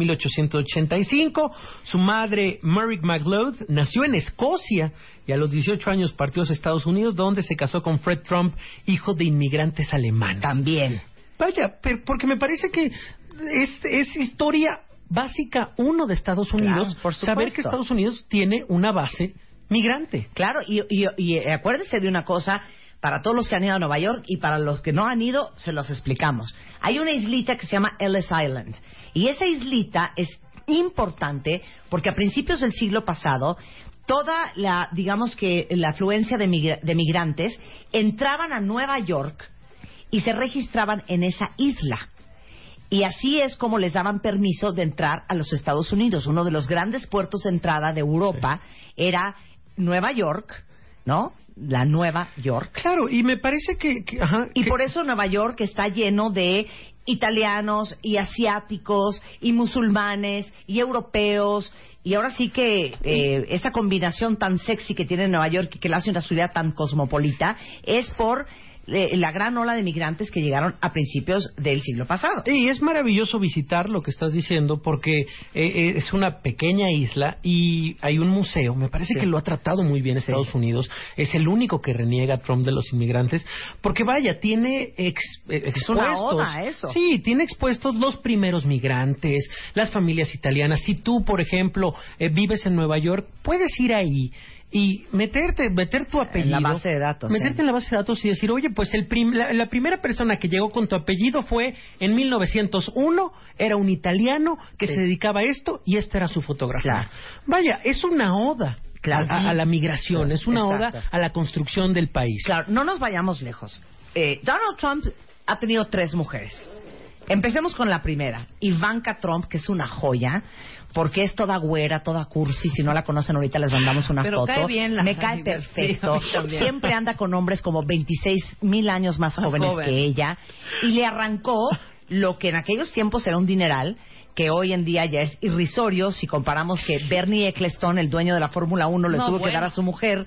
S5: 1885. Su madre Mary McLeod nació en Escocia y a los 18 años partió a Estados Unidos, donde se casó con Fred Trump, hijo de inmigrantes alemanes.
S3: También.
S5: Vaya, per- porque me parece que es, es historia básica uno de Estados Unidos
S3: Claro, por
S5: saber
S3: supuesto.
S5: que Estados Unidos tiene una base migrante.
S3: Claro, y, y, y, eh, acuérdese de una cosa, para todos los que han ido a Nueva York y para los que no han ido, se los explicamos. Hay una islita que se llama Ellis Island, y esa islita es importante porque a principios del siglo pasado, toda la, digamos que la afluencia de, migra- de migrantes entraban a Nueva York y se registraban en esa isla. Y así es como les daban permiso de entrar a los Estados Unidos. Uno de los grandes puertos de entrada de Europa era Nueva York, ¿no? La Nueva York.
S5: Claro, y me parece que... que- ajá,
S3: Y
S5: que-
S3: por eso Nueva York está lleno de italianos y asiáticos y musulmanes y europeos. Y ahora sí que eh, esa combinación tan sexy que tiene Nueva York y que la hace una ciudad tan cosmopolita es por eh, la gran ola de migrantes que llegaron a principios del siglo pasado.
S5: Y es maravilloso visitar lo que estás diciendo porque eh, eh, es una pequeña isla y hay un museo. Me parece que lo ha tratado muy bien Estados Unidos. Es el único que reniega Trump de los inmigrantes porque vaya, tiene ex- eh, expuestos.
S3: una oda a eso.
S5: Sí, tiene expuestos los primeros migrantes, las familias italianas. Si tú, por ejemplo, eh, vives en Nueva York, puedes ir ahí y meterte, meter tu apellido.
S3: base de datos,
S5: Meterte
S3: sí.
S5: en la base de datos y decir, oye, pues el prim- la, la primera persona que llegó con tu apellido fue en 1901, era un italiano que
S3: Sí.
S5: se dedicaba a esto y esta era su fotografía.
S3: Claro.
S5: Vaya, es una oda
S3: Claro.
S5: a, a- a la migración, es una
S3: Exacto.
S5: oda a la construcción del país.
S3: Claro, no nos vayamos lejos. Eh, Donald Trump ha tenido tres mujeres. Empecemos con la primera, Ivanka Trump, que es una joya, porque es toda güera, toda cursi. Si no la conocen ahorita les mandamos una
S4: Pero
S3: foto.
S4: cae bien la-
S3: Me cae
S4: sí,
S3: perfecto.
S4: a mí también.
S3: Siempre anda con hombres como 26 mil años más
S4: Más
S3: jóvenes
S4: joven.
S3: que ella. Y le arrancó lo que en aquellos tiempos era un dineral, que hoy en día ya es irrisorio si comparamos que Bernie Eccleston, el dueño de la Fórmula 1, le
S4: No,
S3: tuvo que
S4: bueno.
S3: dar a su mujer,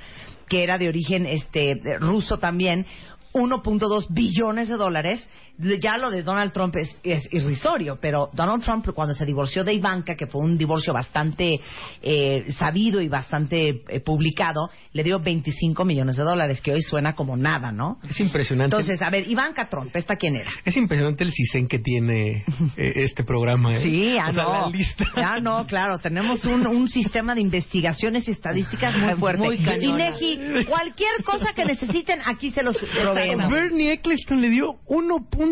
S3: que era de origen este ruso también, 1.2 billones de dólares. Ya lo de Donald Trump es, es irrisorio, pero Donald Trump cuando se divorció de Ivanka, que fue un divorcio bastante eh, sabido y bastante eh, publicado, le dio 25 millones de dólares, que hoy suena como nada, ¿no?
S5: Es impresionante.
S3: Entonces, a ver, Ivanka Trump, ¿esta quién era?
S5: es impresionante el CISEN que tiene eh, este programa. ¿eh?
S3: Sí, ah,
S5: o sea,
S3: no.
S5: la lista.
S3: Ah, no, claro. Tenemos un, un sistema de investigaciones y estadísticas muy fuerte.
S4: Muy cañona.
S3: Inegi, cualquier cosa que necesiten, aquí se los proveemos.
S5: Bernie Eccleston le dio 1.2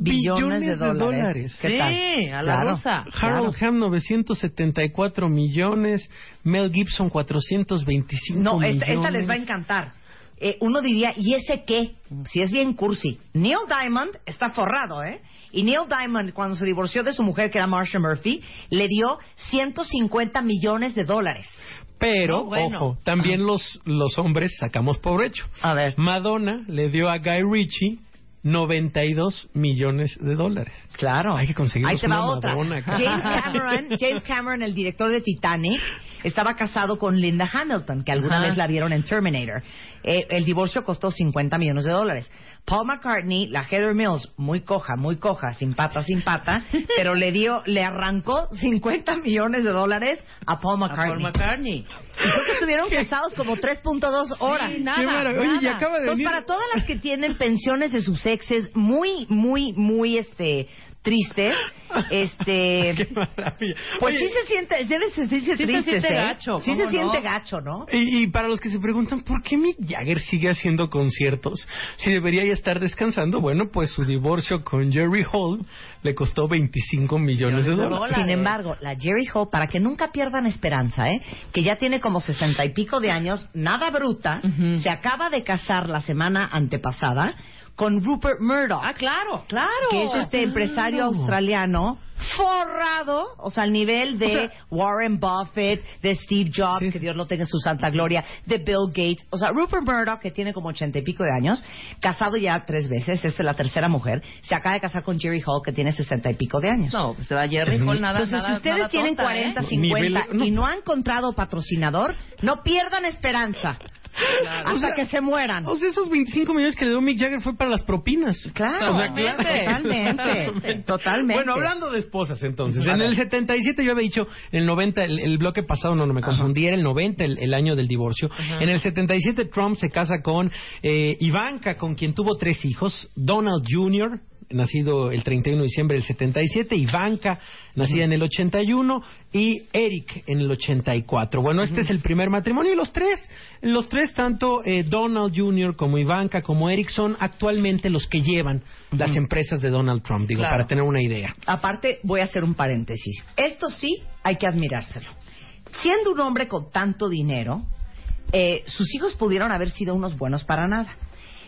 S5: billones, de dólares.
S3: ¿Qué tal?
S4: Sí, a la
S3: Claro.
S4: rosa.
S5: Harold Ham 974 millones, Mel Gibson 425
S3: No,
S5: millones.
S3: esta, esta les va a encantar. Eh, uno diría, ¿y ese qué? Si es bien cursi. Neil Diamond está forrado, ¿eh? Y Neil Diamond, cuando se divorció de su mujer, que era Marsha Murphy, le dio 150 millones de dólares.
S5: Pero,
S3: Oh,
S4: No, bueno.
S5: ojo, también los, los hombres sacamos por hecho.
S3: Ah. A ver.
S5: Madonna le dio a Guy Ritchie 92 millones de dólares.
S3: Claro.
S5: Hay que conseguirnos
S3: Ahí te va
S5: una
S3: otra.
S5: Madonna, cara.
S3: James Cameron, James Cameron, el director de Titanic, estaba casado con Linda Hamilton, que alguna
S4: Ajá.
S3: vez la vieron en Terminator. Eh, el divorcio costó 50 millones de dólares. Paul McCartney, la Heather Mills, muy coja, muy coja, sin pata, sin pata, pero le dio, le arrancó 50 millones de dólares a Paul
S4: A Paul
S3: McCartney.
S4: McCartney.
S3: Y creo que estuvieron casados como 3.2 horas.
S4: Sí, nada,
S5: Qué maravilla. Oye, y
S4: nada.
S5: acaba de
S3: Entonces,
S5: venir-
S3: para todas las que tienen pensiones de sus exes muy, muy, muy, este, tristes,
S5: Qué
S3: este...
S5: maravilla.
S3: Pues
S5: Oye,
S3: sí se siente, debe
S4: Sí
S3: sentirse
S4: se
S3: triste.
S4: siente gacho,
S3: Sí se
S4: ¿cómo no?
S3: siente gacho, ¿no?
S5: Y, y para los que se preguntan, ¿por qué Mick Jagger sigue haciendo conciertos? Si debería ya estar descansando, bueno, pues su divorcio con Jerry Hall le costó 25 millones de dólares.
S3: Sin embargo, la Jerry Hall, para que nunca pierdan esperanza, ¿eh? que ya tiene como sesenta y pico de años, nada bruta,
S4: Ujú.
S3: se acaba de casar la semana antepasada con Rupert Murdoch.
S4: Ah, claro, claro.
S3: que es este empresario australiano forrado, o sea, al nivel de Warren Buffett, de Steve Jobs, que Dios lo tenga en su santa gloria, de Bill Gates, o sea, Rupert Murdoch, que tiene como ochenta y pico de años, casado ya tres veces, esta es la tercera mujer, se acaba de casar con Jerry Hall, que tiene sesenta y pico de años.
S4: No, pues se va Jerry Hall, nada,
S3: Entonces,
S4: nada,
S3: si ustedes
S4: nada
S3: tienen
S4: tonta, ¿eh?
S3: 40,
S5: Nivel-
S3: 50 y no han encontrado patrocinador, no pierdan esperanza hasta
S5: O sea,
S3: que se mueran.
S5: O sea, esos 25 millones que le dio Mick Jagger fue para las propinas.
S3: Claro,
S5: O sea, claro.
S3: totalmente, totalmente.
S5: Bueno, hablando de esposas entonces,
S3: A
S5: en
S3: ver.
S5: el 77 yo había dicho, en el 90, el, el bloque pasado, no, no me confundí, era el 90, el, el año del divorcio. En el 77 Trump se casa con eh, Ivanka, con quien tuvo tres hijos, Donald Jr., nacido el 31 de diciembre del 77, Ivanka, nacida en el 81, y Eric en el 84. Bueno, este es el primer matrimonio y los tres, los tres, tanto eh, Donald Jr. como Ivanka, como Eric, son actualmente los que llevan las empresas de Donald Trump, digo,
S4: Claro.
S5: para tener una idea.
S3: Aparte, voy a hacer un paréntesis. Esto sí hay que admirárselo. Siendo un hombre con tanto dinero, eh, sus hijos pudieron haber sido unos buenos para nada.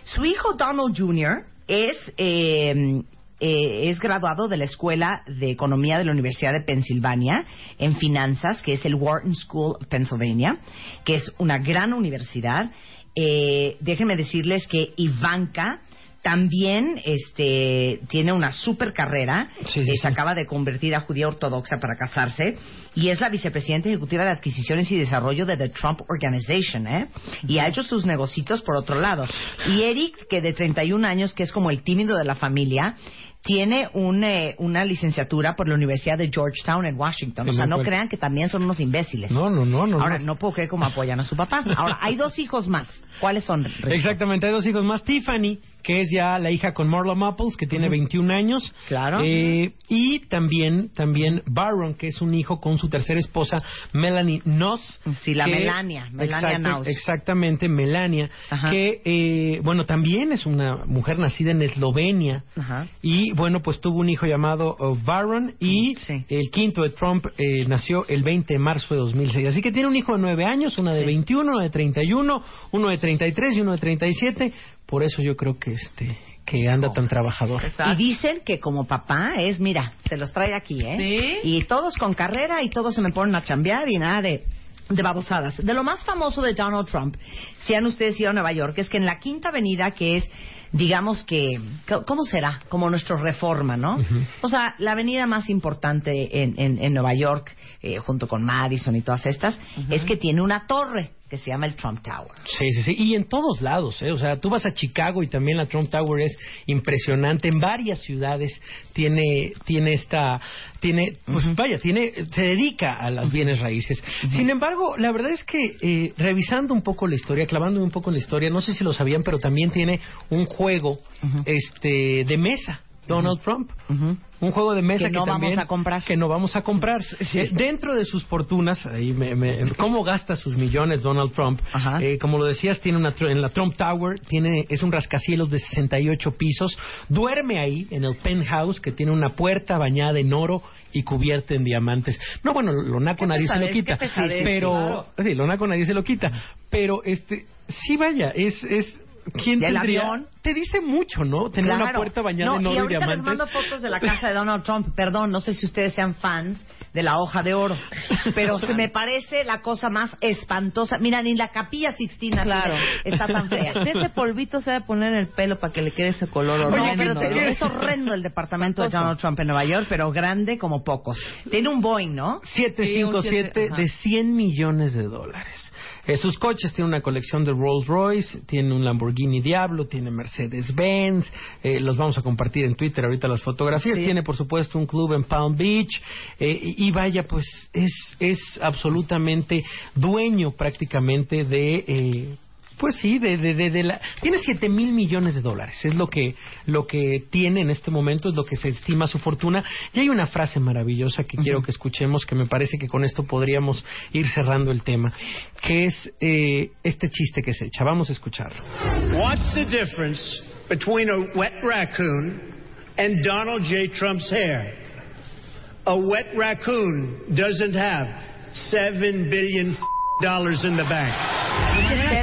S3: Su hijo Donald Jr. es, eh, eh, es graduado de la Escuela de Economía de la Universidad de Pensilvania en Finanzas, que es el Wharton School of Pennsylvania, que es una gran universidad. Eh, déjenme decirles que Ivanka también este, tiene una super carrera.
S5: Sí, sí,
S3: Eh,
S5: sí.
S3: se acaba de convertir a judía ortodoxa para casarse y es la vicepresidenta ejecutiva de adquisiciones y desarrollo de The Trump Organization, ¿eh? Y ha hecho sus negocitos por otro lado. Y Eric, que de 31 años, que es como el tímido de la familia, tiene un, eh, una licenciatura por la Universidad de Georgetown en Washington.
S5: Sí,
S3: o sea,
S5: me
S3: no
S5: acuerdo.
S3: crean que también son unos imbéciles.
S5: No, no, no, no.
S3: Ahora, no puedo creer cómo apoyan a su papá. Ahora, hay dos hijos más. ¿Cuáles son? Rick?
S5: Exactamente, hay dos hijos más. Tiffany, que es ya la hija con Marla Maples, que tiene 21 años.
S3: Claro.
S5: Eh, y también, también Barron, que es un hijo con su tercera esposa, Melanie Noss.
S3: Sí, la
S5: que-
S3: Melania, Melania Noss.
S5: Exactamente, Melania.
S3: Ajá.
S5: Que, eh, bueno, también es una mujer nacida en Eslovenia.
S3: Ajá.
S5: Y bueno, pues tuvo un hijo llamado uh, Barron y
S3: Mm, Sí.
S5: el quinto de Trump eh, nació el 20 de marzo de 2006. Así que tiene un hijo de 9 años, una de 21, una de 31, uno de 33 y uno de 37. Por eso yo creo que este que anda
S3: Oh.
S5: tan trabajador.
S3: Y dicen que como papá es, mira, se los trae aquí, ¿eh?
S4: Sí.
S3: Y todos con carrera y todos se me ponen a chambear y nada de de babosadas. De lo más famoso de Donald Trump, si han ustedes ido a Nueva York, es que en la Quinta Avenida, que es, digamos que, co- ¿cómo será? Como nuestro Reforma, ¿no? O sea, la avenida más importante en, en- en Nueva York, eh, junto con Madison y todas estas, es que tiene una torre que se llama el Trump Tower.
S5: Sí, sí, sí. Y en todos lados, ¿eh? O sea, tú vas a Chicago y también la Trump Tower es impresionante. En varias ciudades tiene, tiene esta, tiene, pues vaya, tiene, se dedica a las bienes raíces. Sin embargo, la verdad es que eh, revisando un poco la historia, clavándome un poco en la historia, no sé si lo sabían, pero también tiene un juego, este, de mesa. Donald Trump, un juego de mesa
S3: Que
S5: que,
S3: no vamos
S5: también-
S3: a comprar.
S5: que no vamos a comprar. Eh, dentro de sus fortunas, ahí me- me- cómo gasta sus millones Donald Trump. Eh, como lo decías, tiene una tr- en la Trump Tower tiene es un rascacielos de 68 pisos. Duerme ahí en el penthouse que tiene una puerta bañada en oro y cubierta en diamantes. No, bueno, lo naco
S4: Qué
S5: nadie se lo
S4: pesadez,
S5: quita,
S4: qué pesadez,
S5: pero
S4: claro.
S5: sí, lo naco nadie se lo quita. Pero este sí vaya, es es quién
S3: Y el
S5: tendría-
S3: avión.
S5: te dice mucho, ¿no? Tener una
S3: Claro.
S5: puerta bañada
S3: No,
S5: en
S3: y
S5: oro y,
S3: ahorita les
S5: diamantes.
S3: mando fotos de la casa de Donald Trump. Perdón, no sé si ustedes sean fans de la hoja de oro, pero se me parece la cosa más espantosa. Mira, ni la capilla Sixtina
S4: Claro.
S3: tiene- está tan fea.
S4: De ese polvito se debe poner en el pelo para que le quede ese color
S3: No,
S4: horrendo.
S3: pero te
S4: ¿no?
S3: digo, es horrendo el departamento de
S4: Espantoso.
S3: Donald Trump en Nueva York, pero grande como pocos. Tiene un Boeing, ¿no?
S4: Sí,
S5: 757
S4: un siete,
S5: de
S4: ajá.
S5: 100 millones de dólares. Eh, sus coches tiene una colección de Rolls Royce, tiene un Lamborghini Diablo, tiene Mercedes Benz, eh, los vamos a compartir en Twitter ahorita las fotografías.
S3: Sí.
S5: Tiene por supuesto un club en Palm Beach eh, y y vaya pues es es absolutamente dueño prácticamente de eh, pues sí, de, de, de, de la... tiene 7 mil millones de dólares, es lo que, lo que tiene en este momento, es lo que se estima su fortuna. Y hay una frase maravillosa que quiero que escuchemos, que me parece que con esto podríamos ir cerrando el tema, que es eh, este chiste que se echa. Vamos a escucharlo.
S10: What's the difference between a wet raccoon and Donald J. Trump's hair? A wet raccoon doesn't have seven billion dollars in the bank.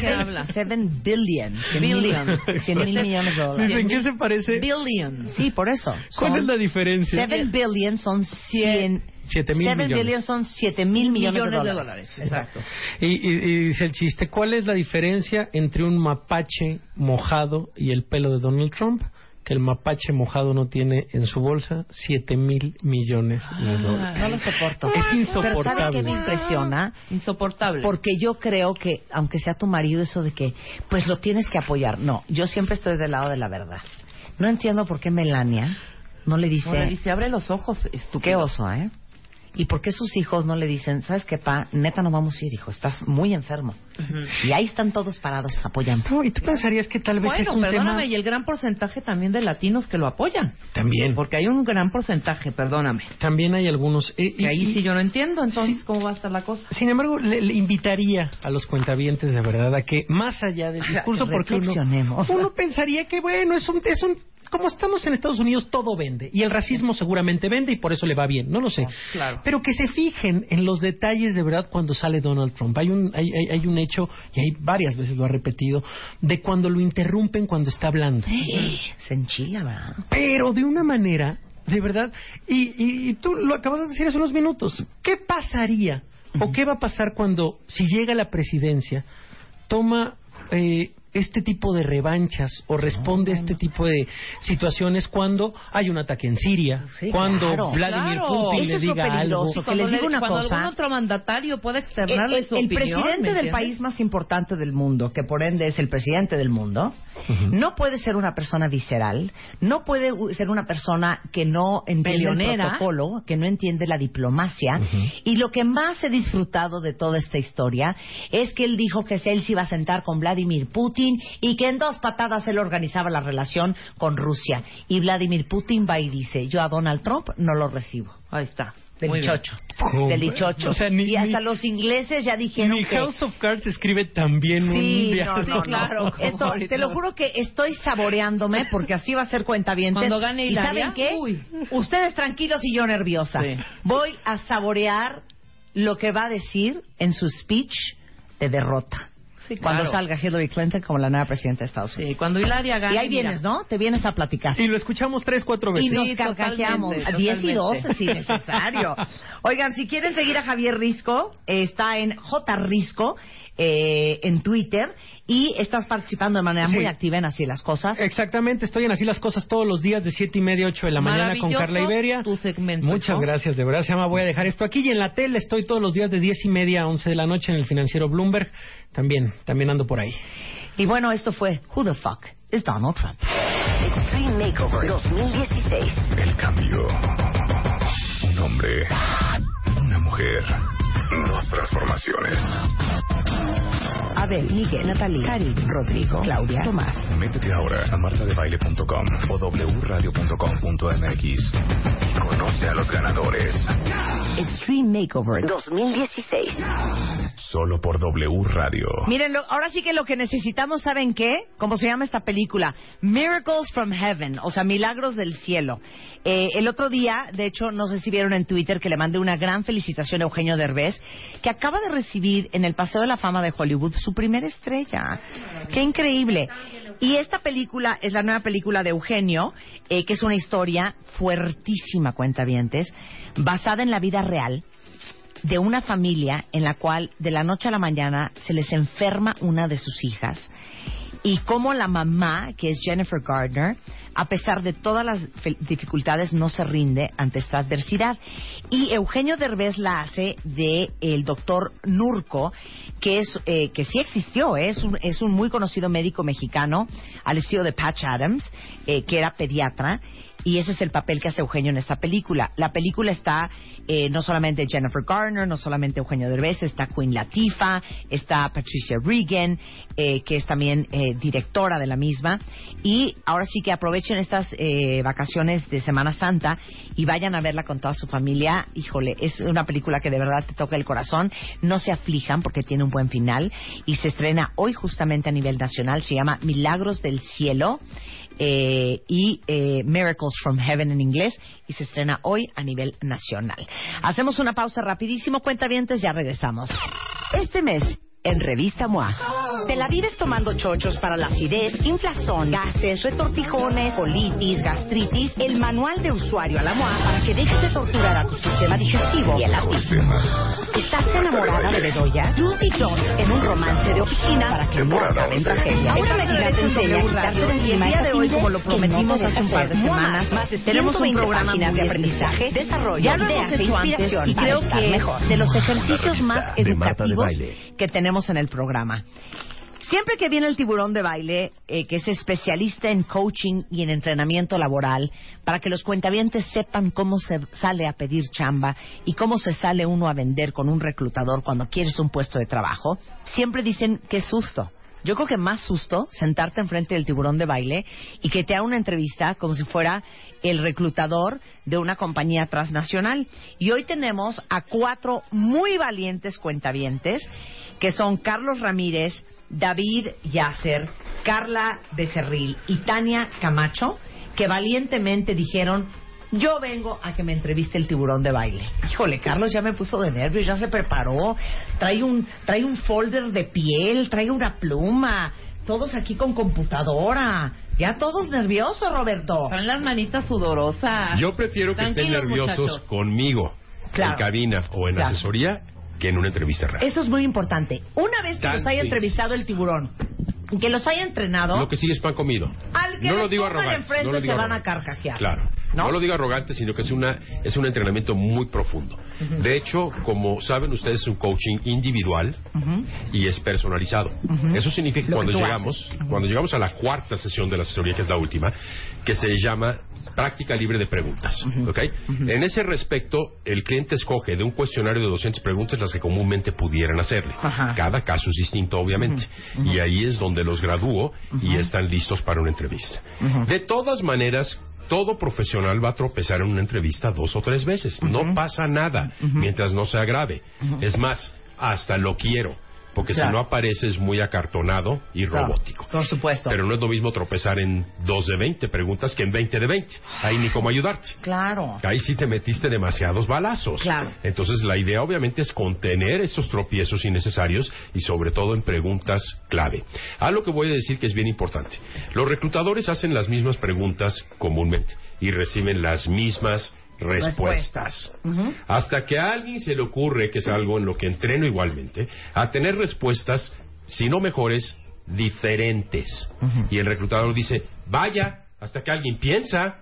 S3: Seven, seven billion. Cien mil-
S4: Billion.
S3: cien mil millones de dólares.
S5: ¿En qué se parece?
S4: Billions.
S3: Sí, por eso.
S5: ¿Cuál
S3: Son-
S5: es la diferencia?
S3: 7 billion son 100.
S5: Siete mil
S3: 7
S5: millones.
S3: billion son 7 mil millones,
S4: Millones
S3: de
S4: de
S3: dólares.
S4: dólares,
S3: Exacto.
S5: Y, y- y dice el chiste, ¿cuál es la diferencia entre un mapache mojado y el pelo de Donald Trump? Que el mapache mojado no tiene en su bolsa 7 mil millones de
S4: Ah,
S5: dólares.
S3: No lo soporto.
S5: Es
S3: Pero ¿sabe qué
S5: insoportable.
S3: me impresiona?
S4: Insoportable.
S3: Porque yo creo que, aunque sea tu marido, eso de que, pues lo tienes que apoyar. No, yo siempre estoy del lado de la verdad. No entiendo por qué Melania no le dice,
S4: No, le dice, abre los ojos, estúpido.
S3: qué oso, ¿eh? Y por qué sus hijos no le dicen, ¿sabes qué, pa? Neta, no vamos a ir, hijo, estás muy enfermo. Y ahí están todos parados apoyando.
S5: No, y tú pensarías que tal vez es
S4: Bueno,
S5: un
S4: perdóname,
S5: tema...
S4: y el gran porcentaje también de latinos que lo apoyan.
S5: También,
S4: Porque hay un gran porcentaje, perdóname.
S5: también hay algunos... eh, y-
S4: Que ahí
S5: y-
S4: sí yo no entiendo, entonces, ¿cómo va a estar la cosa?
S5: Sin embargo, le, le invitaría a los cuentavientes de verdad a que más allá del
S3: que
S5: discurso, porque uno,
S3: reflexionemos.
S5: uno pensaría que bueno, es un, es un, como estamos en Estados Unidos todo vende y el racismo seguramente vende y por eso le va bien, no lo
S3: Ah,
S5: sé.
S4: Claro.
S5: Pero que se fijen en los detalles de verdad cuando sale Donald Trump. Hay un, hay, hay- hay un hecho y hay varias veces lo ha repetido de cuando lo interrumpen cuando está hablando
S3: Se enchila, ¿verdad?
S5: pero de una manera, de verdad, y, y- y tú lo acabas de decir hace unos minutos, ¿qué pasaría o qué va a pasar cuando, si llega a la presidencia, toma eh, este tipo de revanchas o responde a este tipo de situaciones cuando hay un ataque en Siria,
S3: Sí,
S5: cuando
S3: claro.
S5: Vladimir
S4: Claro.
S5: Putin
S3: Eso
S5: le
S3: es lo
S5: diga algo?
S3: peligroso. que
S4: Cuando
S3: les
S4: le-
S3: digo una
S4: cuando
S3: cosa.
S4: algún otro mandatario pueda
S3: El,
S4: externarle
S3: Eh, el-
S4: su
S3: el
S4: opinión, ¿me
S3: presidente del
S4: entiendes?
S3: país más importante del mundo, que por ende es el presidente del mundo, no puede ser una persona visceral, no puede u- ser una persona que no entiende
S4: Peleonera.
S3: el protocolo, que no entiende la diplomacia. Y lo que más he disfrutado de toda esta historia es que él dijo que él se iba a sentar con Vladimir Putin y que en dos patadas él organizaba la relación con Rusia. Y Vladimir Putin va y dice, yo a Donald Trump no lo recibo.
S4: Ahí está.
S3: Del
S4: Muy bien.
S3: chocho.
S5: Oh,
S3: Del ichocho.
S5: o sea, ni-
S3: y hasta
S5: ni-
S3: los ingleses ya dijeron
S5: Mi
S3: que...
S5: House of Cards escribe también un
S3: Sí, no,
S5: diálogo.
S3: no, no.
S4: claro, como
S3: Esto,
S4: ahorita.
S3: te lo juro que estoy saboreándome porque así va a ser cuenta bien.
S4: Cuando gane
S3: ¿Y
S4: Hilaria,
S3: saben qué?
S4: uy.
S3: Ustedes tranquilos y yo nerviosa.
S4: Sí.
S3: Voy a saborear lo que va a decir en su speech de derrota. Cuando
S4: claro.
S3: salga Hillary Clinton como la nueva presidenta de Estados Unidos.
S4: cuando Hilaria gane,
S3: Y ahí
S4: mira.
S3: vienes, ¿no? Te vienes a platicar.
S5: Y lo escuchamos tres, cuatro veces.
S3: Y nos carcajeamos a 10 y 12 si necesario. Oigan, si quieren seguir a Javier Risco, eh, está en JRisco eh, en Twitter y estás participando de manera
S5: Sí.
S3: muy activa en Así las Cosas.
S5: Exactamente, estoy en Así las Cosas todos los días de 7 y media, 8 de la mañana con Carla Iberia.
S4: Tu segmento,
S5: Muchas
S4: ¿no?
S5: gracias, de verdad, Sama. Voy a dejar esto aquí y en la tele estoy todos los días de 10 y media a 11 de la noche en el financiero Bloomberg. También, también ando por ahí.
S3: Y bueno, esto fue Who the Fuck is Donald Trump.
S2: Extreme Makeover 2016. El cambio. Un hombre. Una mujer. Dos transformaciones.
S3: Abel, Miguel, Natalie, Karin, Rodrigo, Claudia, Tomás.
S2: Métete ahora a martadebaile.com o wradio.com.mx y conoce a los ganadores.
S3: Extreme Makeover
S2: 2016. Solo por W Radio.
S3: Miren, lo- ahora sí que lo que necesitamos, ¿saben qué? ¿Cómo se llama esta película? Miracles from Heaven, o sea, Milagros del Cielo. Eh, el otro día, de hecho, no sé si vieron en Twitter que le mandé una gran felicitación a Eugenio Derbez, que acaba de recibir en el Paseo de la Fama de Hollywood su primera estrella. ¡Qué increíble! Y esta película es la nueva película de Eugenio, eh, que es una historia fuertísima, cuentavientes, basada en la vida real de una familia en la cual de la noche a la mañana se les enferma una de sus hijas y cómo la mamá, que es Jennifer Gardner, a pesar de todas las fel- dificultades no se rinde ante esta adversidad. Y Eugenio Derbez la hace de el doctor Nurco, que es eh, que sí existió, ¿eh? es, un, es un muy conocido médico mexicano, al estilo de Patch Adams, eh, que era pediatra. Y ese es el papel que hace Eugenio en esta película. La película está eh, no solamente Jennifer Garner, no solamente Eugenio Derbez, está Queen Latifah, está Patricia Regan, eh, que es también eh, directora de la misma. Y ahora sí que aprovechen estas eh, vacaciones de Semana Santa y vayan a verla con toda su familia. Híjole, es una película que de verdad te toca el corazón. No se aflijan porque tiene un buen final y se estrena hoy justamente a nivel nacional. Se llama Milagros del Cielo eh, y eh, Miracles from Heaven en inglés y se estrena hoy a nivel nacional. Hacemos una pausa rapidísimo, cuentavientes, ya regresamos. Este mes en Revista MOA.
S11: Te la vives tomando chochos para la acidez, inflazón, gases, retortijones, colitis, gastritis.
S3: El manual de usuario a la MOA para que dejes de torturar a tu sistema digestivo y el apetito. ¿Estás enamorada de Bedoya? Judy Jones en un romance de oficina para que no acabe en tragedia.
S11: Ahora
S3: Ahora
S11: me digas en serio, quitarte de
S3: y el
S11: encima
S3: día de
S11: esas
S3: hoy,
S11: ideas
S3: como lo
S11: que no
S3: prometimos
S11: debes
S3: hace un par de
S11: hacer.
S3: semanas,
S11: Más de
S3: tenemos un
S11: 120
S3: programa
S11: páginas
S3: de
S11: de
S3: aprendizaje,
S11: aprendizaje,
S3: desarrollo,
S11: este. ya lo hemos
S3: ideas de
S11: hecho antes
S3: inspiración
S11: y
S3: para
S11: creo
S3: estar
S11: que
S3: mejor.
S11: de los
S3: ejercicios más
S11: de Marta de
S3: educativos
S11: Baile.
S3: que tenemos en el programa. Siempre que viene el tiburón de baile, eh, que es especialista en coaching y en entrenamiento laboral, para que los cuentavientes sepan cómo se sale a pedir chamba y cómo se sale uno a vender con un reclutador cuando quieres un puesto de trabajo, siempre dicen qué susto. Yo creo que más susto sentarte enfrente del tiburón de baile y que te haga una entrevista como si fuera el reclutador de una compañía transnacional. Y hoy tenemos a cuatro muy valientes cuentavientes que son Carlos Ramírez, David Yasser, Carla Becerril y Tania Camacho, que valientemente dijeron, yo vengo a que me entreviste el tiburón de baile. Híjole, Carlos ya me puso de nervios, ya se preparó, trae un, trae un folder de piel, trae una pluma, todos aquí con computadora. Ya todos nerviosos, Roberto.
S4: Son las manitas sudorosas.
S12: Yo prefiero que estén
S4: Tranquilos,
S12: nerviosos
S4: muchachos.
S12: conmigo,
S3: Claro.
S12: en cabina o en
S3: Claro.
S12: asesoría, que en una entrevista real.
S3: Eso es muy importante. Una vez que
S12: Tan
S3: los haya
S12: sencillo.
S3: entrevistado el tiburón, que los haya entrenado,
S12: Lo que sí es pan comido.
S3: al que
S12: no
S3: les
S12: lo digo
S3: pongan
S12: arrogante.
S3: enfrente
S12: no lo digo
S3: se van a
S12: arrogante.
S3: carcajear.
S12: Claro. ¿No? lo digo arrogante, sino que es una es un entrenamiento muy profundo. De hecho, como saben ustedes, es un coaching individual y es personalizado.
S2: Ujú.
S12: Eso significa que
S2: Lo
S12: cuando
S2: que tú
S12: llegamos, cuando llegamos a la cuarta sesión de la asesoría, que es la última, que se llama práctica libre de preguntas. ¿ok? En ese respecto, el cliente escoge de un cuestionario de 200 preguntas las que comúnmente pudieran hacerle. Cada caso es distinto, obviamente. Y ahí es donde los gradúo y están listos para una entrevista. De todas maneras, todo profesional va a tropezar en una entrevista dos o tres veces. No pasa nada mientras no sea grave. Es más, hasta lo quiero. Porque
S3: Claro.
S12: si no apareces muy acartonado y
S3: Claro,
S12: robótico.
S3: Por supuesto.
S12: Pero no es lo mismo tropezar en 2 de 20 preguntas que en 20 de 20. Ahí ni cómo ayudarte.
S3: Claro.
S12: Ahí sí te metiste demasiados balazos.
S3: Claro.
S12: Entonces la idea obviamente es contener esos tropiezos innecesarios y sobre todo en preguntas clave. A lo que voy a decir que es bien importante. Los reclutadores hacen las mismas preguntas comúnmente y reciben las mismas respuestas.
S13: Ujú.
S12: Hasta que a alguien se le ocurre, que es algo en lo que entreno igualmente, a tener respuestas, si no mejores, diferentes. Y el reclutador dice, vaya, hasta que alguien piensa.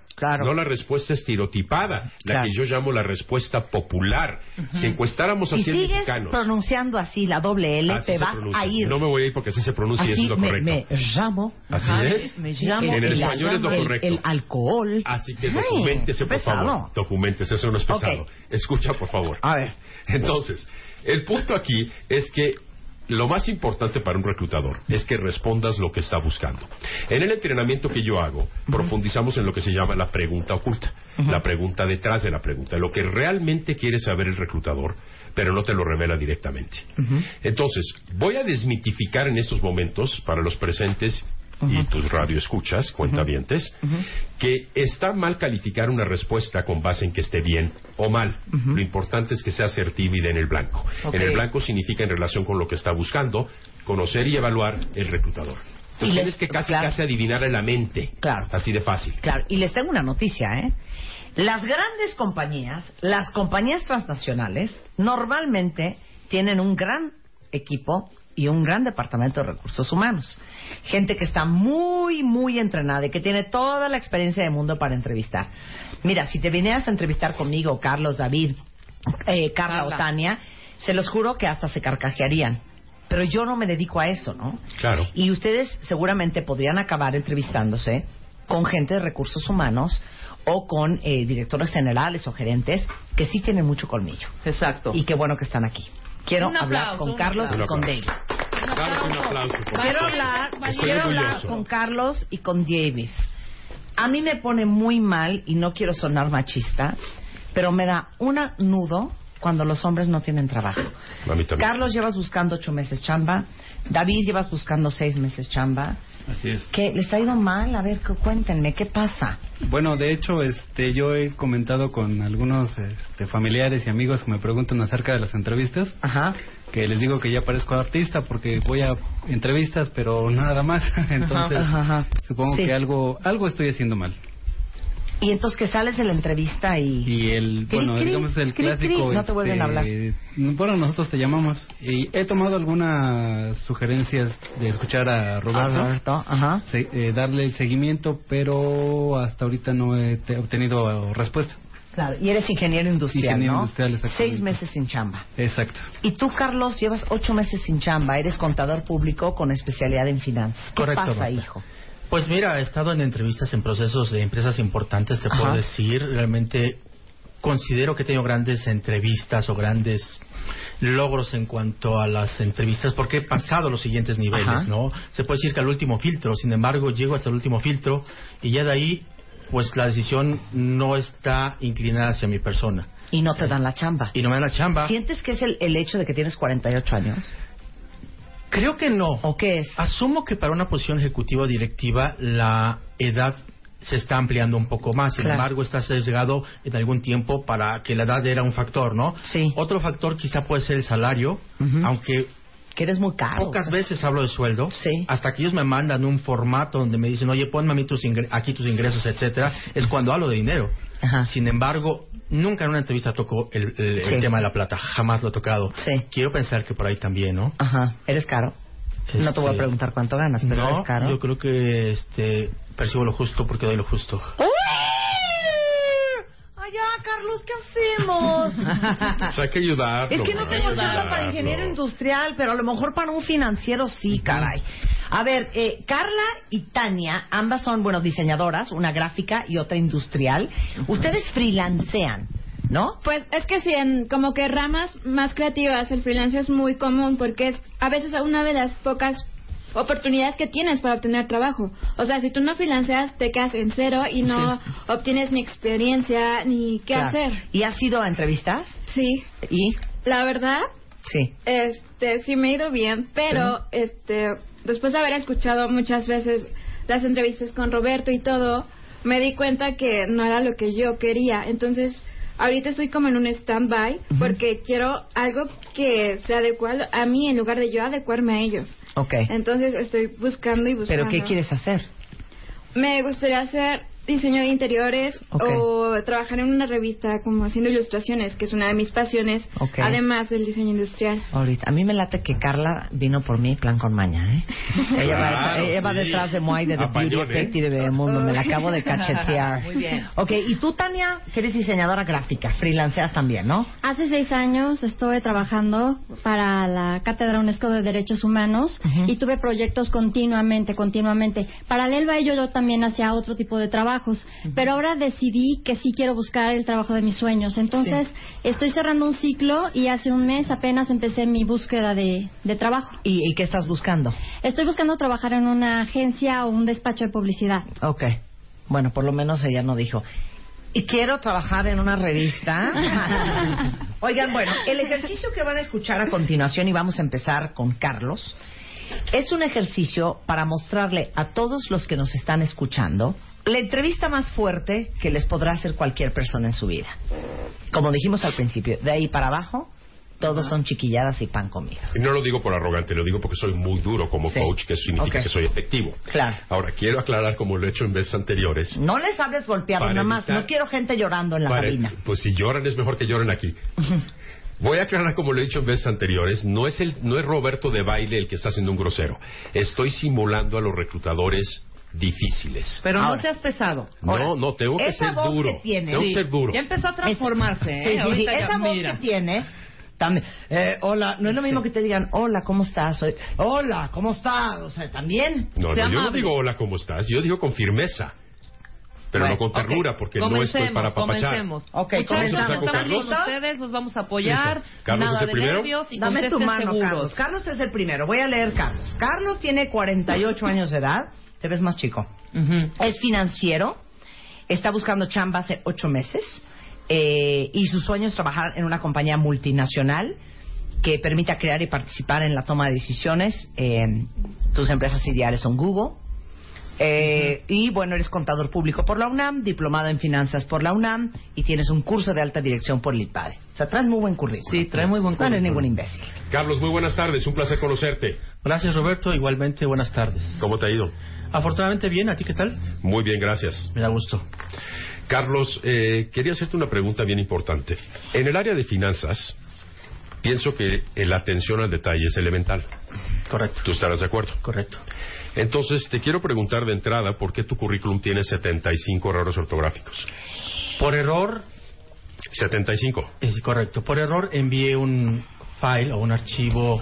S12: No la respuesta estereotipada, la que yo llamo la respuesta popular. Si encuestáramos a
S3: Si
S12: 100
S3: sigues
S12: mexicanos,
S3: pronunciando así la doble L,
S12: así
S3: te
S12: se
S3: vas
S12: pronuncia.
S3: a ir.
S12: No me voy a ir porque así se pronuncia y eso
S3: así
S12: es lo
S3: me,
S12: correcto.
S3: me llamo.
S12: Así
S3: ajá,
S12: es.
S3: Me llamo.
S12: en el
S3: y la
S12: español es lo
S3: llamo el-
S12: correcto.
S3: El, alcohol.
S12: Así que
S3: Ay,
S12: documentese, por
S3: pesado.
S12: favor. Documentese, eso no es pesado.
S3: Ok.
S12: Escucha, por favor.
S3: A ver.
S12: Entonces, el punto aquí es que lo más importante para un reclutador es que respondas lo que está buscando. En el entrenamiento que yo hago, profundizamos en lo que se llama la pregunta oculta, la pregunta detrás de la pregunta, lo que realmente quiere saber el reclutador, pero no te lo revela directamente. Entonces, voy a desmitificar en estos momentos, para los presentes y tus radioescuchas, cuentavientes, que está mal calificar una respuesta con base en que esté bien o mal. Lo importante es que sea asertiva y dé en el blanco.
S13: Ok.
S12: En el blanco significa en relación con lo que está buscando, conocer y evaluar el reclutador. Entonces
S3: les-
S12: tienes que casi, casi adivinar en la mente. Así de fácil.
S3: Claro, y les tengo una noticia, ¿eh? Las grandes compañías, las compañías transnacionales, normalmente tienen un gran equipo y un gran departamento de recursos humanos. Gente que está muy, muy entrenada y que tiene toda la experiencia del mundo para entrevistar. Mira, si te vinieras a entrevistar conmigo, Carlos, David, eh, Carla o Tania, se los juro que hasta se carcajearían. Pero yo no me dedico a eso, ¿no?
S12: Claro.
S3: Y ustedes seguramente podrían acabar entrevistándose con gente de recursos humanos o con eh, directores generales o gerentes que sí tienen mucho colmillo. Exacto. Y qué bueno que están aquí. Quiero
S1: Un
S3: hablar
S1: aplauso,
S3: con
S1: un
S3: Carlos y
S1: aplauso.
S3: con
S1: Un
S3: David.
S1: aplauso.
S12: Claro, un aplauso. por
S3: Quiero
S12: favor.
S3: hablar,
S12: Estoy
S3: quiero hablar
S12: orgulloso.
S3: con Carlos y con Davis. A mí me pone muy mal, y no quiero sonar machista, pero me da un nudo cuando los hombres no tienen trabajo.
S12: A mí también.
S3: Carlos, llevas buscando ocho meses chamba. David, llevas buscando seis meses chamba.
S14: Así es.
S3: ¿Qué? ¿Les ha ido mal? A ver, cu- cuéntenme, ¿qué pasa?
S14: Bueno, de hecho, este, yo he comentado con algunos este, familiares y amigos que me preguntan acerca de las entrevistas, que les digo que ya parezco artista porque voy a entrevistas, pero nada más. Entonces,
S3: Ajá, ajá, ajá.
S14: supongo
S3: Sí.
S14: que algo, algo estoy haciendo mal.
S3: Y entonces que sales de la entrevista y...
S14: Y el,
S3: Cri,
S14: bueno,
S3: cri,
S14: digamos el
S3: cri, cri,
S14: clásico. este,
S3: no te vuelven a hablar.
S14: Bueno, nosotros te llamamos. Y he tomado algunas sugerencias de escuchar a Roberto.
S3: A Roberto, ajá.
S14: Se- eh, darle el seguimiento, pero hasta ahorita no he te- obtenido respuesta.
S3: Claro, y eres ingeniero industrial,
S14: Ingeniero
S3: ¿no?
S14: industrial, exactamente.
S3: Seis meses sin chamba.
S14: Exacto.
S3: Y tú, Carlos, llevas ocho meses sin chamba. Eres contador público con especialidad en finanzas. ¿Qué
S15: Correcto,
S3: pasa,
S15: Marta.
S3: hijo?
S15: Pues mira, he estado en entrevistas en procesos de empresas importantes, te puedo
S3: Ajá.
S15: decir, realmente considero que he tenido grandes entrevistas o grandes logros en cuanto a las entrevistas porque he pasado los siguientes niveles,
S11: Ajá.
S15: ¿no? Se puede decir que al último filtro, sin embargo, llego hasta el último filtro y ya de ahí pues la decisión no está inclinada hacia mi persona.
S3: Y no te dan la chamba.
S15: Y no me dan la chamba.
S3: ¿Sientes que es el, el hecho de que tienes 48 años?
S15: Creo que no.
S3: ¿O qué es?
S15: Asumo que para una posición ejecutiva o directiva la edad se está ampliando un poco más. Sin
S11: Claro.
S15: embargo, está sesgado en algún tiempo para que la edad era un factor, ¿no?
S3: Sí.
S15: Otro factor quizá puede ser el salario, aunque
S3: que eres muy caro.
S15: Pocas veces hablo de sueldo. Hasta que ellos me mandan un formato donde me dicen, oye, ponme a mí tus ingre- aquí tus ingresos, etcétera. Es cuando hablo de dinero. Sin embargo, nunca en una entrevista toco el, el- el
S3: Sí.
S15: tema de la plata. Jamás lo he tocado. Quiero pensar que por ahí también, ¿no?
S3: Ajá. ¿Eres caro? No te voy a
S15: Este,
S3: preguntar cuánto ganas, pero
S15: no,
S3: eres caro.
S15: yo creo que este, percibo lo justo porque doy lo justo.
S3: Allá, Carlos, ¿qué hacemos?
S12: O sea, hay que ayudarlo.
S3: Es que no
S12: man,
S3: tengo
S12: hay que
S3: chamba para
S12: ayudarlo.
S3: ingeniero industrial, pero a lo mejor para un financiero sí, caray. A ver, eh, Carla y Tania, ambas son, bueno, diseñadoras, una gráfica y otra industrial. Ustedes freelancean, ¿no?
S16: Pues es que sí, en como que ramas más creativas, el freelance es muy común porque es a veces una de las pocas oportunidades que tienes para obtener trabajo. O sea, si tú no freelanceas, te quedas en cero y no obtienes ni experiencia ni qué
S3: Claro.
S16: hacer.
S3: ¿Y has ido a entrevistas?
S16: Sí.
S3: ¿Y?
S16: La verdad,
S3: Sí.
S16: Este, sí me he ido bien, pero este, después de haber escuchado muchas veces las entrevistas con Roberto y todo, me di cuenta que no era lo que yo quería. Entonces, ahorita estoy como en un stand-by porque quiero algo que se adecue a lo- a mí en lugar de yo adecuarme a ellos.
S3: Ok.
S16: Entonces, estoy buscando y buscando.
S3: ¿Pero qué quieres hacer?
S16: Me gustaría hacer diseño de interiores
S3: Ok.
S16: o trabajar en una revista como haciendo ilustraciones, que es una de mis pasiones,
S3: Ok.
S16: además del diseño industrial.
S3: Ahorita, a mí me late que Carla vino por mí, plan con maña, ¿eh? ella va,
S17: Claro,
S3: ella va
S17: sí.
S3: detrás de Moai, de The
S17: Apañón,
S3: Beauty
S17: ¿eh?
S3: Effect y de Bebemundo. Me la acabo de cachetear.
S17: Muy bien.
S3: Ok, y tú, Tania, que eres diseñadora gráfica, freelanceas también, ¿no?
S13: Hace seis años estuve trabajando para la Cátedra UNESCO de Derechos Humanos y tuve proyectos continuamente, continuamente. Paralelo a ello, yo también hacía otro tipo de trabajos, pero ahora decidí que sí quiero buscar el trabajo de mis sueños. Entonces, estoy cerrando un ciclo y hace un mes apenas empecé mi búsqueda de, de trabajo.
S3: ¿Y, y qué estás buscando?
S13: Estoy buscando trabajar en una agencia o un despacho de publicidad.
S3: Ok. Bueno, por lo menos ella no dijo. Y quiero trabajar en una revista. Oigan, bueno, el ejercicio que van a escuchar a continuación, y vamos a empezar con Carlos, es un ejercicio para mostrarle a todos los que nos están escuchando la entrevista más fuerte que les podrá hacer cualquier persona en su vida. Como dijimos al principio, de ahí para abajo, todos son chiquilladas y pan comido.
S12: Y no lo digo por arrogante, lo digo porque soy muy duro como coach, que eso significa
S3: Ok.
S12: que soy efectivo.
S3: Claro.
S12: Ahora, quiero aclarar, como lo he hecho en veces anteriores,
S3: No les hables golpeado
S12: Para
S3: nada más,
S12: evitar-
S3: no quiero gente llorando en la
S12: Para-
S3: cabina.
S12: Pues si lloran es mejor que lloren aquí. Voy a aclarar como lo he dicho en veces anteriores, no es el, no es Roberto de baile el que está haciendo un grosero. Estoy simulando a los reclutadores difíciles.
S4: Pero
S12: Ahora,
S4: no seas pesado.
S12: no, no, tengo que ser duro. tengo que ser duro.
S4: Ya empezó a transformarse.
S3: Sí,
S4: ¿eh?
S3: sí, sí.
S4: Ahorita ya,
S3: Esa voz
S4: mira.
S3: que tienes. También, eh, hola, no es lo mismo que te digan, hola, ¿cómo estás? Soy- hola, ¿cómo estás? O sea, también.
S12: No, no, yo no digo hola, ¿cómo estás? Yo digo con firmeza. Pero no con ternura, porque no estoy
S4: Comencemos,
S12: para papachar.
S4: Comencemos.
S3: Ok,
S4: Muchachos,
S12: comenzamos.
S4: estamos
S12: Carlos.
S4: con ustedes, los vamos a apoyar.
S12: Carlos
S4: nada
S12: es el
S4: de
S12: primero.
S4: nervios y
S3: Dame tu
S4: contesten
S3: mano,
S4: seguros.
S3: Carlos. Carlos es el primero. Voy a leer Carlos. Carlos tiene 48 años de edad. Te ves más chico. Es financiero. Está buscando chamba hace ocho meses. eh, y su sueño es trabajar en una compañía multinacional que permita crear y participar en la toma de decisiones. eh, tus empresas ideales son Google. eh, Y bueno, eres contador público por la UNAM, diplomado en finanzas por la UNAM y tienes un curso de alta dirección por el IPADE. O sea, traes muy buen currículum. Sí, traes muy buen currículum. No eres ningún imbécil.
S12: Carlos, muy buenas tardes, un placer conocerte.
S15: Gracias, Roberto. Igualmente, buenas tardes.
S12: ¿Cómo te ha ido?
S15: Afortunadamente bien, ¿a ti qué tal?
S12: Muy bien, gracias.
S15: Me da gusto.
S12: Carlos, eh, quería hacerte una pregunta bien importante. En el área de finanzas, pienso que eh, la atención al detalle es elemental.
S15: Correcto.
S12: ¿Tú estarás de acuerdo?
S15: Correcto.
S12: Entonces, te quiero preguntar de entrada por qué tu currículum tiene 75 errores ortográficos.
S15: Por error,
S12: 75.
S15: Es correcto. Por error envié un file o un archivo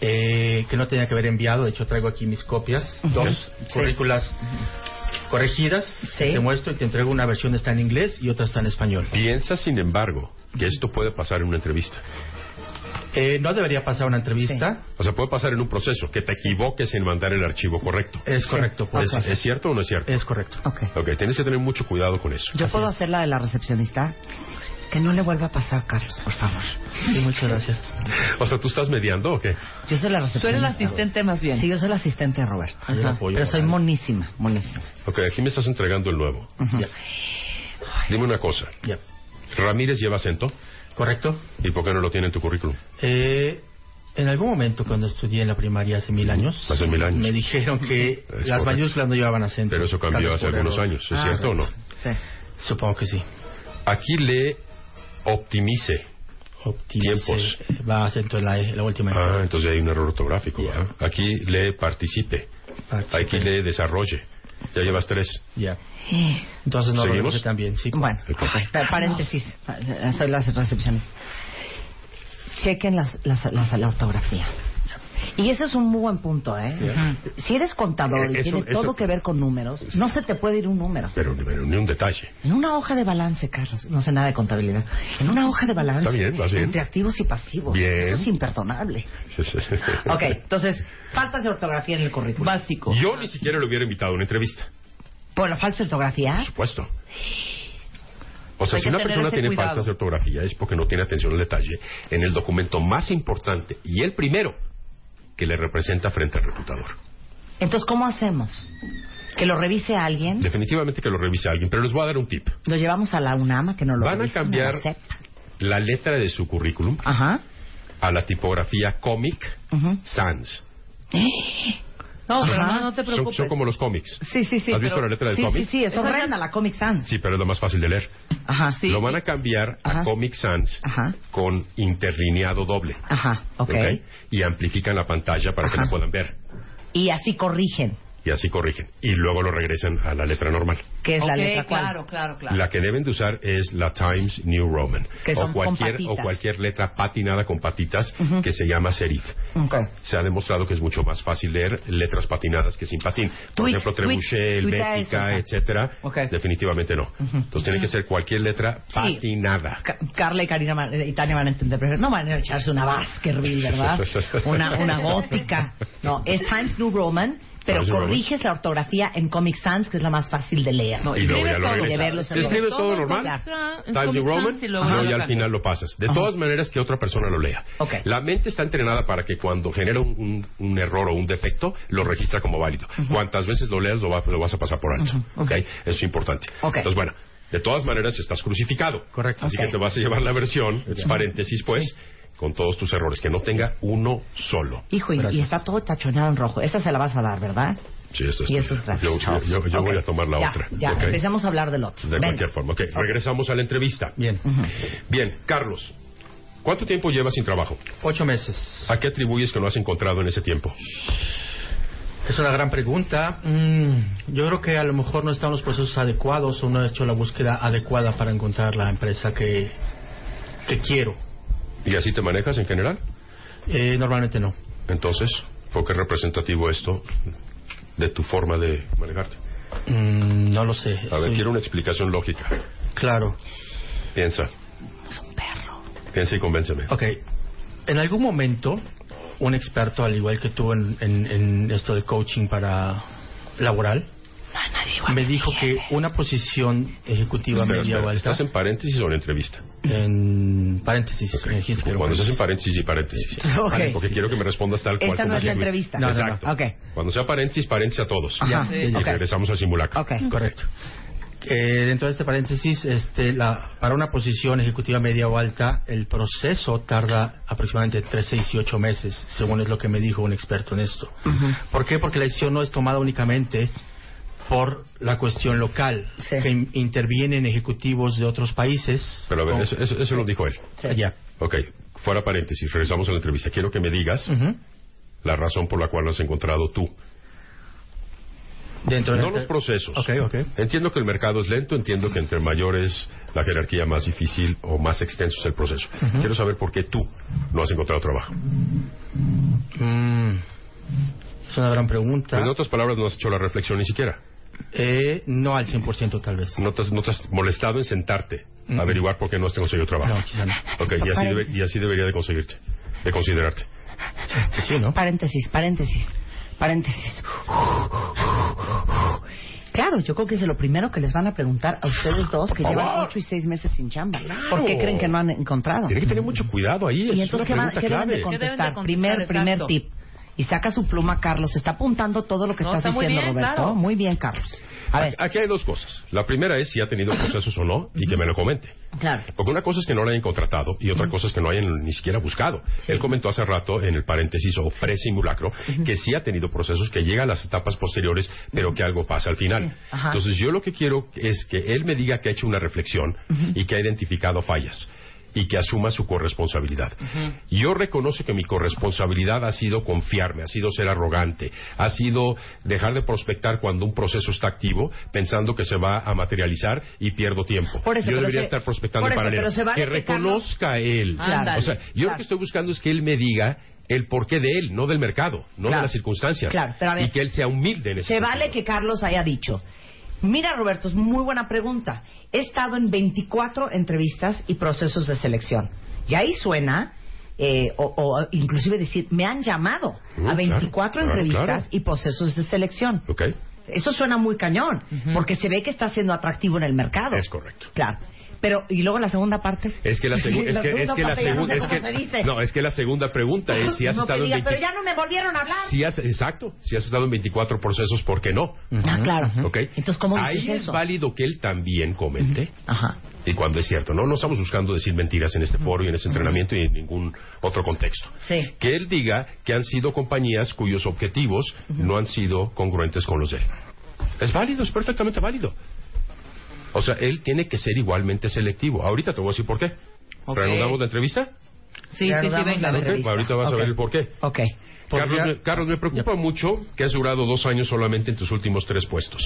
S15: eh, que no tenía que haber enviado. De hecho, traigo aquí mis copias, dos currículas corregidas. Te muestro y te entrego una versión está en inglés y otra está en español.
S12: Piensa, sin embargo, que esto puede pasar en una entrevista.
S15: Eh, no debería pasar una entrevista.
S12: O sea, puede pasar en un proceso, que te equivoques en mandar el archivo correcto.
S15: Es correcto, puede
S12: ¿Es,
S15: pasar.
S12: ¿Es cierto o no es cierto?
S15: Es correcto.
S12: Ok, tienes que tener mucho cuidado con eso.
S3: ¿Yo puedo hacer la de la recepcionista? Que no le vuelva a pasar, Carlos, por favor.
S15: Sí, muchas gracias.
S12: O sea, ¿tú estás mediando o qué?
S3: Yo soy la recepcionista.
S4: Tú eres la asistente más bien.
S3: Sí, yo soy la asistente de Roberto.
S12: Yo
S3: Ajá.
S12: apoyo
S3: Pero soy
S12: moral.
S3: monísima, monísima.
S12: Ok, aquí me estás entregando el nuevo.
S3: Ya.
S12: Dime una cosa.
S15: Ya.
S12: ¿Ramírez lleva acento?
S15: Correcto.
S12: ¿Y por qué no lo tiene en tu currículum?
S15: Eh, en algún momento, cuando estudié en la primaria hace mil años,
S12: Hace mil años.
S15: me dijeron que las
S12: correcto.
S15: mayúsculas no llevaban acento.
S12: Pero eso
S15: Tal
S12: cambió
S15: vez
S12: hace
S15: por
S12: algunos
S15: error.
S12: años, ¿es
S15: Ah,
S12: cierto o no?
S15: Supongo que sí.
S12: Aquí le optimice.
S15: Optimice.
S12: Tiempos.
S15: Va acento en la, E, la última.
S12: Ah, entonces hay un error ortográfico. ¿verdad? Aquí le participe.
S15: Participe.
S12: Aquí le desarrolle. Ya llevas tres.
S15: Ya.
S3: Eh.
S15: Entonces no lo
S12: ¿Seguimos?
S15: hice también, sí.
S3: Bueno, eh, paréntesis. Eh, Soy la recepcionista. Chequen las, las, las- la ortografía. Y ese es un muy buen punto, ¿eh? Ujú. Si eres contador y
S12: Eh, eso-
S3: tiene todo
S12: eso-
S3: que ver con números, no se te puede ir un número.
S12: Pero, pero ni un detalle.
S3: En una hoja de balance, Carlos, no sé nada de contabilidad. En una hoja de balance,
S12: Está bien, vas bien.
S3: entre activos y pasivos,
S12: Bien.
S3: eso es imperdonable. Ok, entonces, faltas de ortografía en el currículum. Básico.
S12: Yo ni siquiera lo hubiera invitado a una entrevista.
S3: Por la falsa ortografía,
S12: Por supuesto. O sea,
S11: Hay
S12: si
S11: que
S12: una
S11: tener
S12: persona
S11: ese
S12: tiene
S11: cuidado.
S12: faltas de ortografía es porque no tiene atención al detalle en el documento más importante y el primero que le representa frente al reclutador.
S3: Entonces, ¿cómo hacemos? ¿Que lo revise alguien?
S12: Definitivamente que lo revise alguien, pero les voy a dar un tip.
S3: ¿Lo llevamos a la UNAMA que no lo
S12: Van a
S3: revisen,
S12: cambiar
S3: no lo sé?
S12: la letra de su currículum a la tipografía Comic Sans.
S4: No, pero
S12: Ajá.
S4: no, no te
S12: Son-
S4: preocupes.
S12: Son, como los cómics.
S4: Sí, sí, sí,
S12: ¿Has visto
S4: pero-
S12: la letra del
S4: sí,
S12: cómic?
S4: sí, sí, es horrenda
S3: la Comic Sans.
S12: Sí, pero es lo más fácil de leer.
S3: Ajá, sí.
S12: Lo van a cambiar a Comic Sans con interlineado doble.
S3: Ajá, ok.
S12: ¿ok? Y amplifican la pantalla para que la puedan ver.
S3: Y así corrigen,
S12: Y así corrigen. Y luego lo regresan a la letra normal.
S3: que es la
S4: Ok,
S3: letra cual.
S4: claro, claro, claro.
S12: La que deben de usar es la Times New Roman.
S3: Que son
S12: o, cualquier,
S3: con
S12: o
S3: patitas.
S12: cualquier letra patinada con patitas que se llama serif. Se ha demostrado que es mucho más fácil leer letras patinadas que sin patín. Por
S11: Tweet,
S12: ejemplo,
S11: tweet,
S12: trebuchet,
S11: tuitea eso,
S12: helvética,
S11: ajá.
S12: etcétera. Definitivamente no. Entonces tiene que ser cualquier letra
S3: Sí.
S12: patinada.
S3: Ca- Carla y Karina van- y Tania van a entender, pero no van a echarse una Baskerville, ¿verdad? Una, una gótica. No, es Times New Roman, pero
S12: Times New Roman.
S3: corriges la ortografía en Comic Sans, que es la más fácil de leer.
S12: No, y luego ya lo
S3: de
S12: regresas.
S3: verlos en
S12: Te escribes
S3: los-
S12: todo normal.
S3: Claro.
S12: Times New Roman, y luego ya al final lo pasas. De todas maneras, que otra persona lo lea. La mente está entrenada para que cuando genera un, un- un error o un defecto, lo registra como válido. Cuantas veces lo leas, lo, va- lo vas a pasar por alto. ¿ok? Eso es importante. Entonces, bueno, de todas maneras, estás crucificado. Correcto. Así
S11: Ok.
S12: que te vas a llevar la versión, entre
S3: Ujú.
S12: paréntesis, pues, con todos tus errores. Que no tenga uno solo.
S3: Hijo, y- y, está todo tachonado en rojo. Esa se la vas a dar, ¿verdad?
S12: Sí, esto es-
S3: Y eso es gratis.
S12: Yo, yo- yo- yo voy a tomar la
S3: ya,
S12: otra.
S3: Ya,
S12: ¿ok?
S3: empecemos a hablar del otro.
S12: De cualquier forma. Ok, regresamos a la entrevista. Bien. Bien, Carlos, ¿cuánto tiempo llevas sin trabajo?
S15: Ocho meses.
S12: ¿A qué atribuyes que no has encontrado en ese tiempo?
S15: Es una gran pregunta. Mm, yo creo que a lo mejor no están los procesos adecuados o no he hecho la búsqueda adecuada para encontrar la empresa que, que quiero.
S12: ¿Y así te manejas en general?
S15: Eh, normalmente no.
S12: Entonces, ¿por qué es representativo esto de tu forma de manejarte?
S15: Mm, no lo sé.
S12: A ver,
S15: Soy-
S12: quiero una explicación lógica.
S15: Claro.
S12: Piensa. Es un perro. Piensa y convénceme.
S15: Ok. En algún momento, un experto, al igual que tú en, en- en esto de coaching para laboral, me dijo que una posición ejecutiva
S12: Espera,
S15: media o
S12: espera,
S15: alta,
S12: ¿Estás en paréntesis o en entrevista?
S15: en paréntesis, me dijiste que era un
S12: Cuando estás en
S15: paréntesis.
S12: paréntesis y paréntesis.
S15: Ok.
S12: Vale, porque quiero que me respondas tal cual.
S15: Esta no
S12: como
S15: es la
S12: estoy.
S15: entrevista. No, no, no.
S12: Exacto.
S15: Ok.
S12: Cuando sea paréntesis, paréntesis a todos.
S15: Ajá.
S12: Y
S15: Sí. Ok.
S12: regresamos al simulacro.
S15: Correcto. Eh, dentro de este paréntesis, este, la, para una posición ejecutiva media o alta, el proceso tarda aproximadamente entre 6 y 8 meses, según es lo que me dijo un experto en esto. ¿Por qué? Porque la decisión no es tomada únicamente por la cuestión local, que in- intervienen ejecutivos de otros países.
S12: Pero a ver,
S15: Con-
S12: eso, eso- eso lo dijo él.
S15: Sí. Ya.
S12: Ok, fuera paréntesis, regresamos a la entrevista. Quiero que me digas la razón por la cual lo has encontrado tú.
S15: Dentro de
S12: no
S15: la-
S12: los procesos.
S15: Ok, ok.
S12: Entiendo que el mercado es lento, entiendo que entre mayor es la jerarquía, más difícil o más extenso es el proceso.
S15: Ujú.
S12: Quiero saber por qué tú no has encontrado trabajo.
S15: Mm, es una gran pregunta.
S12: En otras palabras, no has hecho la reflexión ni siquiera.
S15: Eh, no al 100% tal vez.
S12: No te has, no te has molestado en sentarte
S15: Mm.
S12: a averiguar por qué no has conseguido trabajo.
S15: No, quizá no.
S12: Ok, y así, debe- y así debería de conseguirte, de considerarte. Este
S3: Paréntesis, paréntesis, paréntesis. Claro, yo creo que es de lo primero que les van a preguntar a ustedes dos que
S12: Por
S3: llevan
S12: favor.
S3: ocho y seis meses sin chamba. ¿Por qué creen que no han encontrado?
S12: Tiene que tener mucho cuidado ahí. es
S3: ¿Y
S12: una
S3: entonces qué, van-
S12: pregunta
S3: qué deben de
S12: clave.
S3: contestar? Primer, primer tip. Y saca su pluma, Carlos. Está apuntando todo lo que
S4: No,
S3: estás
S4: está muy
S3: diciendo,
S4: bien,
S3: Roberto.
S4: claro.
S3: Muy bien, Carlos. A ver,
S12: Aquí hay dos cosas. La primera es si ha tenido procesos o no y que me lo comente.
S3: claro.
S12: Porque una cosa es que no lo hayan contratado y otra cosa es que no hayan ni siquiera buscado. Él comentó hace rato en el paréntesis o presimulacro que sí ha tenido procesos que llega a las etapas posteriores, pero que algo pasa al final.
S11: Ajá.
S12: Entonces yo lo que quiero es que él me diga que ha hecho una reflexión y que ha identificado fallas y que asuma su corresponsabilidad. Yo reconozco que mi corresponsabilidad ha sido confiarme, ha sido ser arrogante, ha sido dejar de prospectar cuando un proceso está activo, pensando que se va a materializar y pierdo tiempo.
S11: Por eso,
S12: yo
S11: pero
S12: debería
S11: se-
S12: estar prospectando
S11: por
S12: en
S11: eso,
S12: paralelo.
S11: pero se vale
S12: que
S11: que Carlos-
S12: reconozca él.
S11: Ándale,
S12: o sea, yo lo
S11: claro.
S12: que estoy buscando es que él me diga el porqué de él, no del mercado, no de
S3: Claro,
S12: las circunstancias,
S3: claro, pero a ver,
S12: y que él sea humilde en ese
S3: Se
S12: sentido.
S3: vale que Carlos haya dicho. Mira, Roberto, es muy buena pregunta. He estado en 24 entrevistas y procesos de selección. Y ahí suena, eh, o, o inclusive decir, me han llamado
S11: Mm,
S3: a
S11: claro,
S3: 24
S11: claro,
S3: entrevistas
S11: claro.
S3: y procesos de selección.
S12: Ok.
S3: Eso suena muy cañón, porque se ve que está siendo atractivo en el mercado.
S12: Es correcto.
S3: Claro. Pero, y luego la segunda parte.
S12: Es que la, segu- es que, es que la
S3: parte ya no
S12: segunda
S3: sé
S12: es
S3: cómo se
S12: que
S3: dice.
S12: no es que la segunda pregunta es si has
S3: No que
S12: estado en
S3: diga,
S12: 20
S3: pero ya no me volvieron a hablar.
S12: si has exacto si has estado en 24 procesos por qué no
S3: Ah, claro.
S12: entonces
S3: ¿cómo dices
S12: ahí es
S3: eso?
S12: válido que él también comente y cuando es cierto no no estamos buscando decir mentiras en este foro y en este entrenamiento y en ningún otro contexto
S3: Sí.
S12: que él diga que han sido compañías cuyos objetivos no han sido congruentes con los de él. Es válido, es perfectamente válido. O sea, él tiene que ser igualmente selectivo. Ahorita te voy a decir por qué. ¿Reanudamos la entrevista?
S4: Sí, sí, sí, venga.
S12: Ok, Ahorita vas a ver el por qué. Carlos, me, Carlos, me preocupa mucho que has durado dos años solamente en tus últimos tres puestos.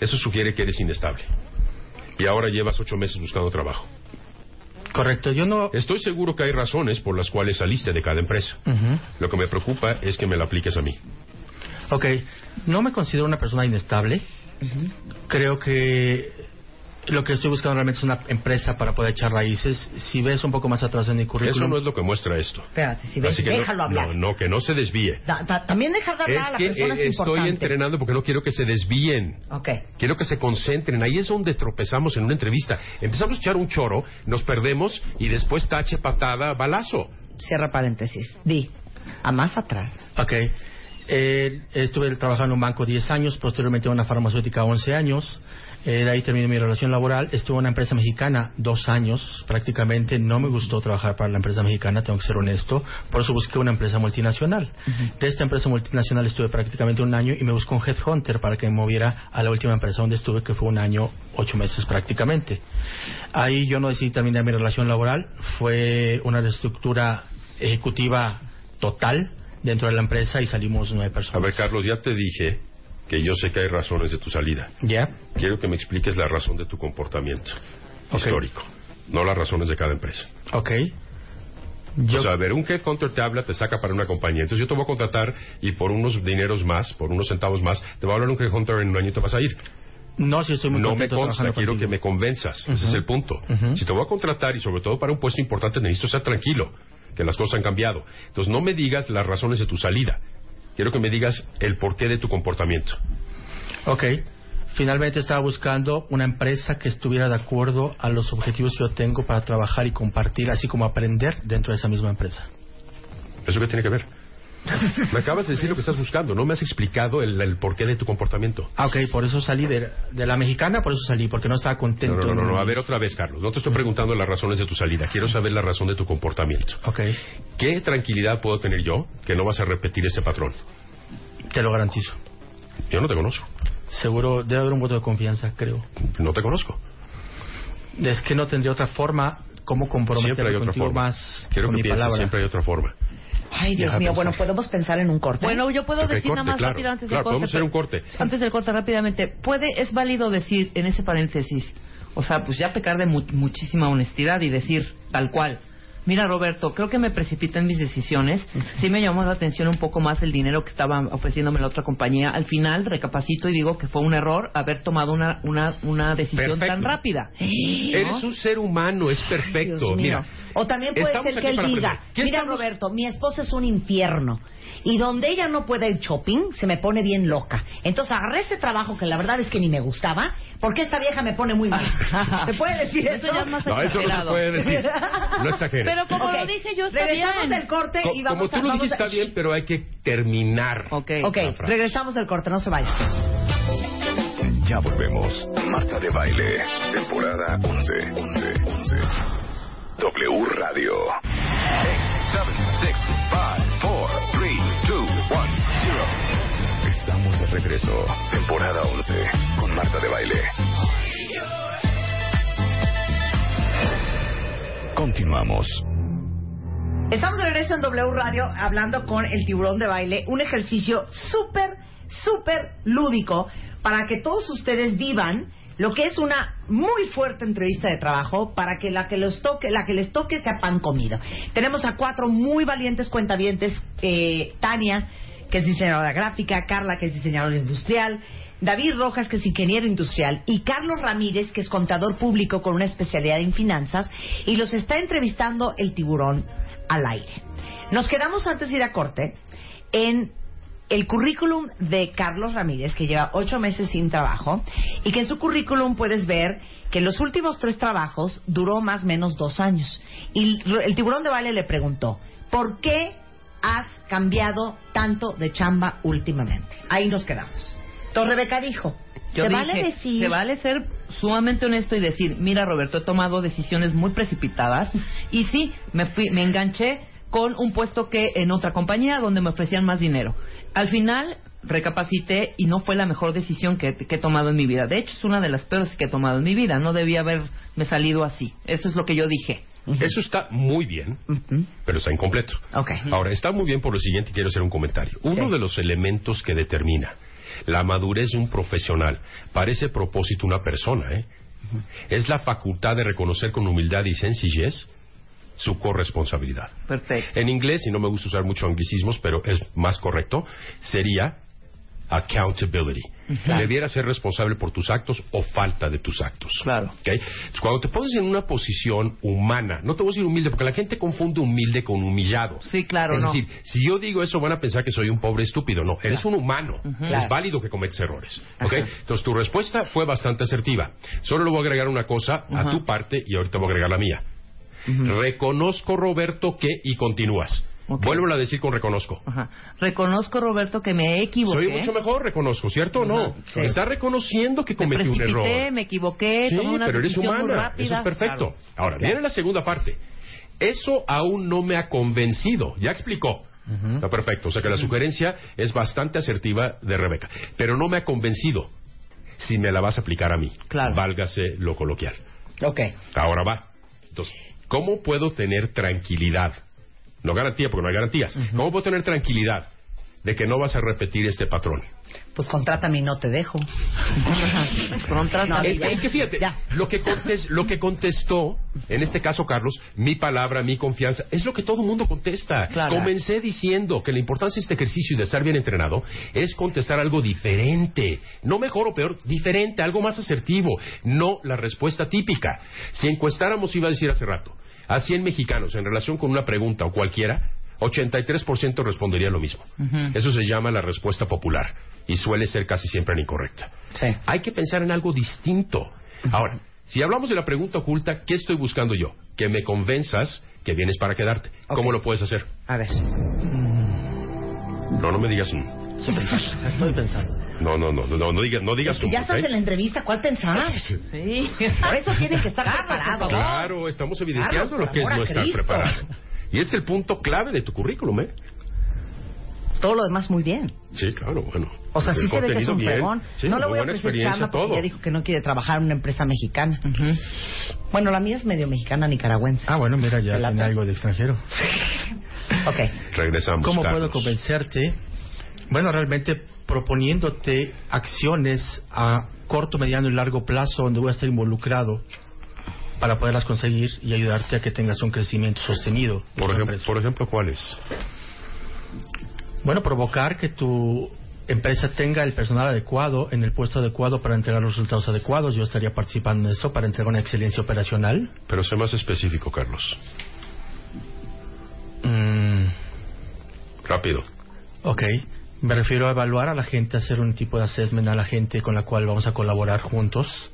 S12: Eso sugiere que eres inestable. Y ahora llevas ocho meses buscando trabajo.
S15: Correcto, yo no...
S12: Estoy seguro que hay razones por las cuales saliste de cada empresa. Lo que me preocupa es que me la apliques a mí.
S15: Ok, no me considero una persona inestable. Creo que lo que estoy buscando realmente es una empresa para poder echar raíces. Si ves un poco más atrás en mi currículum...
S12: Eso no es lo que muestra esto.
S3: Espérate, si
S12: Así
S3: ves,
S12: que no-
S3: déjalo hablar.
S12: No, no, que no se desvíe.
S3: Da- da- también dejar de hablar a
S12: es
S3: la
S12: que
S3: persona
S12: eh,
S3: es
S12: estoy
S3: importante.
S12: entrenando porque no quiero que se desvíen.
S3: Ok.
S12: Quiero que se concentren. Ahí es donde tropezamos en una entrevista. Empezamos a echar un choro, nos perdemos y después tache, patada, balazo.
S3: Cierra paréntesis. Di, a más atrás.
S15: Ok. Eh, estuve trabajando en un banco 10 años, posteriormente en una farmacéutica 11 años. Eh, de ahí terminé mi relación laboral. Estuve en una empresa mexicana dos años prácticamente. No me gustó trabajar para la empresa mexicana, tengo que ser honesto. Por eso busqué una empresa multinacional. De esta empresa multinacional estuve prácticamente un año y me buscó un headhunter para que me moviera a la última empresa donde estuve, que fue un año, ocho meses prácticamente. Ahí yo no decidí terminar mi relación laboral. Fue una reestructura ejecutiva total dentro de la empresa y salimos nueve
S12: A
S15: personas.
S12: ver, Carlos, ya te dije que yo sé que hay razones de tu salida.
S15: ¿Ya?
S12: Quiero que me expliques la razón de tu comportamiento histórico, no las razones de cada empresa.
S15: Ok.
S12: O sea, a ver, un headhunter te habla, te saca para una compañía. Entonces yo te voy a contratar y por unos dineros más, por unos centavos más, te va a hablar un headhunter en un año y te vas a ir.
S15: No, si estoy muy
S12: no me
S15: contento
S12: consta,
S15: trabajando
S12: quiero
S15: contigo.
S12: que me convenzas. Ese es el punto.
S15: Ujú.
S12: Si te voy a contratar y sobre todo para un puesto importante, necesito estar tranquilo, que las cosas han cambiado. Entonces no me digas las razones de tu salida. Quiero que me digas el porqué de tu comportamiento.
S15: Ok. Finalmente estaba buscando una empresa que estuviera de acuerdo a los objetivos que yo tengo para trabajar y compartir, así como aprender dentro de esa misma empresa.
S12: ¿Eso qué tiene que ver? Me acabas de decir lo que estás buscando, no me has explicado el, el porqué de tu comportamiento.
S15: Ah, ok, por eso salí de, de la mexicana, por eso salí, porque no estaba contento.
S12: No, no, no, no,
S15: en-
S12: no, a ver otra vez, Carlos. No te estoy preguntando las razones de tu salida, quiero saber la razón de tu comportamiento.
S15: Ok,
S12: ¿Qué tranquilidad puedo tener yo que no vas a repetir este patrón?
S15: te lo garantizo.
S12: Yo no te conozco,
S15: Seguro debe haber un voto de confianza, creo.
S12: no te conozco.
S15: Es que no tendría otra forma como
S12: Siempre hay
S15: comprometerme
S12: otra
S15: contigo
S12: forma.
S15: más
S12: Quiero
S15: con
S12: que
S15: mi
S12: pienses,
S15: palabra.
S12: siempre hay otra forma.
S3: Ay, Dios
S12: Deja
S3: mío.
S12: pensar.
S3: Bueno, podemos pensar en un corte. ¿Eh?
S4: Bueno, yo puedo
S12: Ok,
S4: decir
S12: corte,
S4: nada más
S12: claro,
S4: rápido antes
S12: claro,
S4: del corte.
S12: podemos hacer un corte.
S4: pero- Antes del corte rápidamente, puede es válido decir en ese paréntesis, o sea, pues ya pecar de mu- muchísima honestidad y decir tal cual. Mira, Roberto, creo que me precipité en mis decisiones. Sí me llamó la atención un poco más el dinero que estaba ofreciéndome la otra compañía. Al final recapacito y digo que fue un error haber tomado una una, una decisión
S12: Perfecto.
S4: tan rápida.
S12: Eres un ser humano, es perfecto.
S4: Dios mío.
S12: Mira,
S3: O también puede
S12: Estamos
S3: ser
S12: aquí
S3: que él
S12: para
S3: diga,
S12: aprender.
S3: mira Roberto, mi esposa es un infierno y donde ella no puede ir shopping se me pone bien loca. Entonces agarré ese trabajo que la verdad es que ni me gustaba porque esta vieja me pone muy mal. ¿Se puede decir eso?
S4: Eso ya es más
S12: No, eso no se exagerado. puede decir. No exageres. Pero
S4: como
S3: Ok,
S4: lo dije yo, está
S3: regresamos
S4: bien.
S3: del corte
S12: co-
S3: y
S12: como
S3: vamos
S12: tú
S3: a...
S12: lo
S3: vamos
S12: dijiste,
S3: a-
S12: está bien, pero hay que terminar.
S3: Ok,
S12: la frase.
S3: regresamos del corte, no se vayan.
S2: Ya volvemos. Marta de Baile, temporada 11. 11, 11. W Radio. 7, 6, 5, 4, 3, 2, 1, 0. Estamos de regreso. Temporada 11 con Marta de Baile. Continuamos.
S3: Estamos de regreso en W Radio hablando con el tiburón de baile, un ejercicio súper, súper lúdico para que todos ustedes vivan lo que es una muy fuerte entrevista de trabajo para que la que les toque, la que les toque sea pan comido. Tenemos a cuatro muy valientes cuentavientes, eh, Tania, que es diseñadora gráfica, Carla, que es diseñadora industrial, David Rojas, que es ingeniero industrial, y Carlos Ramírez, que es contador público con una especialidad en finanzas, y los está entrevistando el tiburón al aire. Nos quedamos antes de ir a corte en el currículum de Carlos Ramírez, que lleva ocho meses sin trabajo, y que en su currículum puedes ver que los últimos tres trabajos duró más o menos dos años. Y el- el tiburón de Vale le preguntó, ¿por qué has cambiado tanto de chamba últimamente? Ahí nos quedamos. Entonces Rebeca dijo,
S4: Yo
S3: se
S4: dije,
S3: vale decir...
S4: se vale ser sumamente honesto y decir, mira Roberto, he tomado decisiones muy precipitadas y sí, me, fui, me enganché con un puesto que en otra compañía donde me ofrecían más dinero. Al final recapacité y no fue la mejor decisión que, que he tomado en mi vida. De hecho, es una de las peores que he tomado en mi vida. No debía haberme salido así. Eso es lo que yo dije.
S12: Eso está muy bien, pero está incompleto. Ahora, está muy bien por lo siguiente, y quiero hacer un comentario. Uno de los elementos que determina la madurez de un profesional, para ese propósito una persona, ¿eh? es la facultad de reconocer con humildad y sencillez su corresponsabilidad.
S4: Perfecto.
S12: En inglés, y no me gusta usar mucho anglicismos, pero es más correcto, sería accountability.
S2: Claro.
S12: Debieras ser responsable por tus actos o falta de tus actos.
S4: Claro.
S12: Cuando te pones en una posición humana, no te voy a decir humilde, porque la gente confunde humilde con humillado.
S4: Sí, claro,
S12: es
S4: no.
S12: decir, si yo digo eso, van a pensar que soy un pobre estúpido. No, eres un humano.
S4: Claro.
S12: Es válido que cometes errores. ¿ok? Entonces, tu respuesta fue bastante asertiva. Solo le voy a agregar una cosa
S2: Ajá.
S12: a tu parte y ahorita voy a agregar la mía. Reconozco, Roberto, que... Y continúas. Vuelvo a decir con reconozco.
S4: Reconozco, Roberto, que me equivoqué.
S12: Soy mucho mejor, reconozco, ¿cierto o no?
S4: sí.
S12: Está reconociendo que cometí un
S4: Precipité,
S12: error.
S4: me equivoqué,
S12: Sí,
S4: tomé una
S12: pero eres
S4: decisión muy
S12: humana.
S4: rápida.
S12: Eso es perfecto.
S4: Claro.
S12: Ahora,
S4: Claro.
S12: viene la segunda parte. Eso aún no me ha convencido. Ya explicó. Está perfecto. O sea que la sugerencia es bastante asertiva de Rebeca. Pero no me ha convencido si me la vas a aplicar a mí. Válgase lo coloquial.
S3: Ok.
S12: Ahora va. Entonces, ¿cómo puedo tener tranquilidad? No garantía, porque no hay garantías. ¿Cómo puedo tener tranquilidad de que no vas a repetir este patrón?
S3: Pues contrátame y no te dejo.
S12: es, que- es que fíjate, lo que, contes- lo que contestó, en este caso Carlos, mi palabra, mi confianza, es lo que todo el mundo contesta. Comencé diciendo que la importancia de este ejercicio y de estar bien entrenado es contestar algo diferente, no mejor o peor, diferente, algo más asertivo, no la respuesta típica. Si encuestáramos, iba a decir hace rato, a 100 mexicanos en relación con una pregunta o cualquiera, 83% respondería lo mismo. Eso se llama la respuesta popular y suele ser casi siempre la incorrecta. Hay que pensar en algo distinto. Ahora, si hablamos de la pregunta oculta, ¿qué estoy buscando yo? Que me convenzas que vienes para quedarte. ¿Cómo lo puedes hacer?
S3: A ver.
S12: No, no me digas un.
S15: Estoy pensando. Estoy pensando.
S12: No, no, no, no, no, no digas, no digas
S3: Si
S12: un.
S3: ya estás
S12: ¿ok?
S3: en la entrevista, ¿cuál pensar?
S4: Sí.
S3: Por eso tienen que estar preparados.
S12: Claro, estamos evidenciando
S3: Carlos,
S12: lo que es
S3: por
S12: no
S3: amor a
S12: estar
S3: Cristo.
S12: preparado. Y este es el punto clave de tu currículum, ¿eh?
S3: Todo lo demás muy bien.
S12: Sí, claro, bueno.
S3: O sea,
S12: El
S3: sí se ve que es
S12: contenido
S3: un
S12: bien.
S3: fregón.
S12: Sí,
S3: no le
S12: muy
S3: voy a
S12: buena
S3: ofrecer
S12: experiencia,
S3: chamba porque
S12: todo.
S3: ya dijo que no quiere trabajar en una empresa mexicana. Bueno, la mía es medio mexicana nicaragüense.
S15: Ah, bueno, mira, ya tiene algo de extranjero.
S12: Regresamos.
S15: ¿Cómo
S12: Carlos.
S15: puedo convencerte? Bueno, realmente proponiéndote acciones a corto, mediano y largo plazo donde voy a estar involucrado para poderlas conseguir y ayudarte a que tengas un crecimiento sostenido.
S12: Por, ejemplo, por ejemplo, ¿cuáles?
S15: Bueno, provocar que tu empresa tenga el personal adecuado en el puesto adecuado para entregar los resultados adecuados. Yo estaría participando en eso para entregar una excelencia operacional.
S12: Pero sé más específico, Carlos.
S15: Mm,
S12: Rápido.
S15: Ok. Me refiero a evaluar a la gente, hacer un tipo de assessment a la gente con la cual vamos a colaborar juntos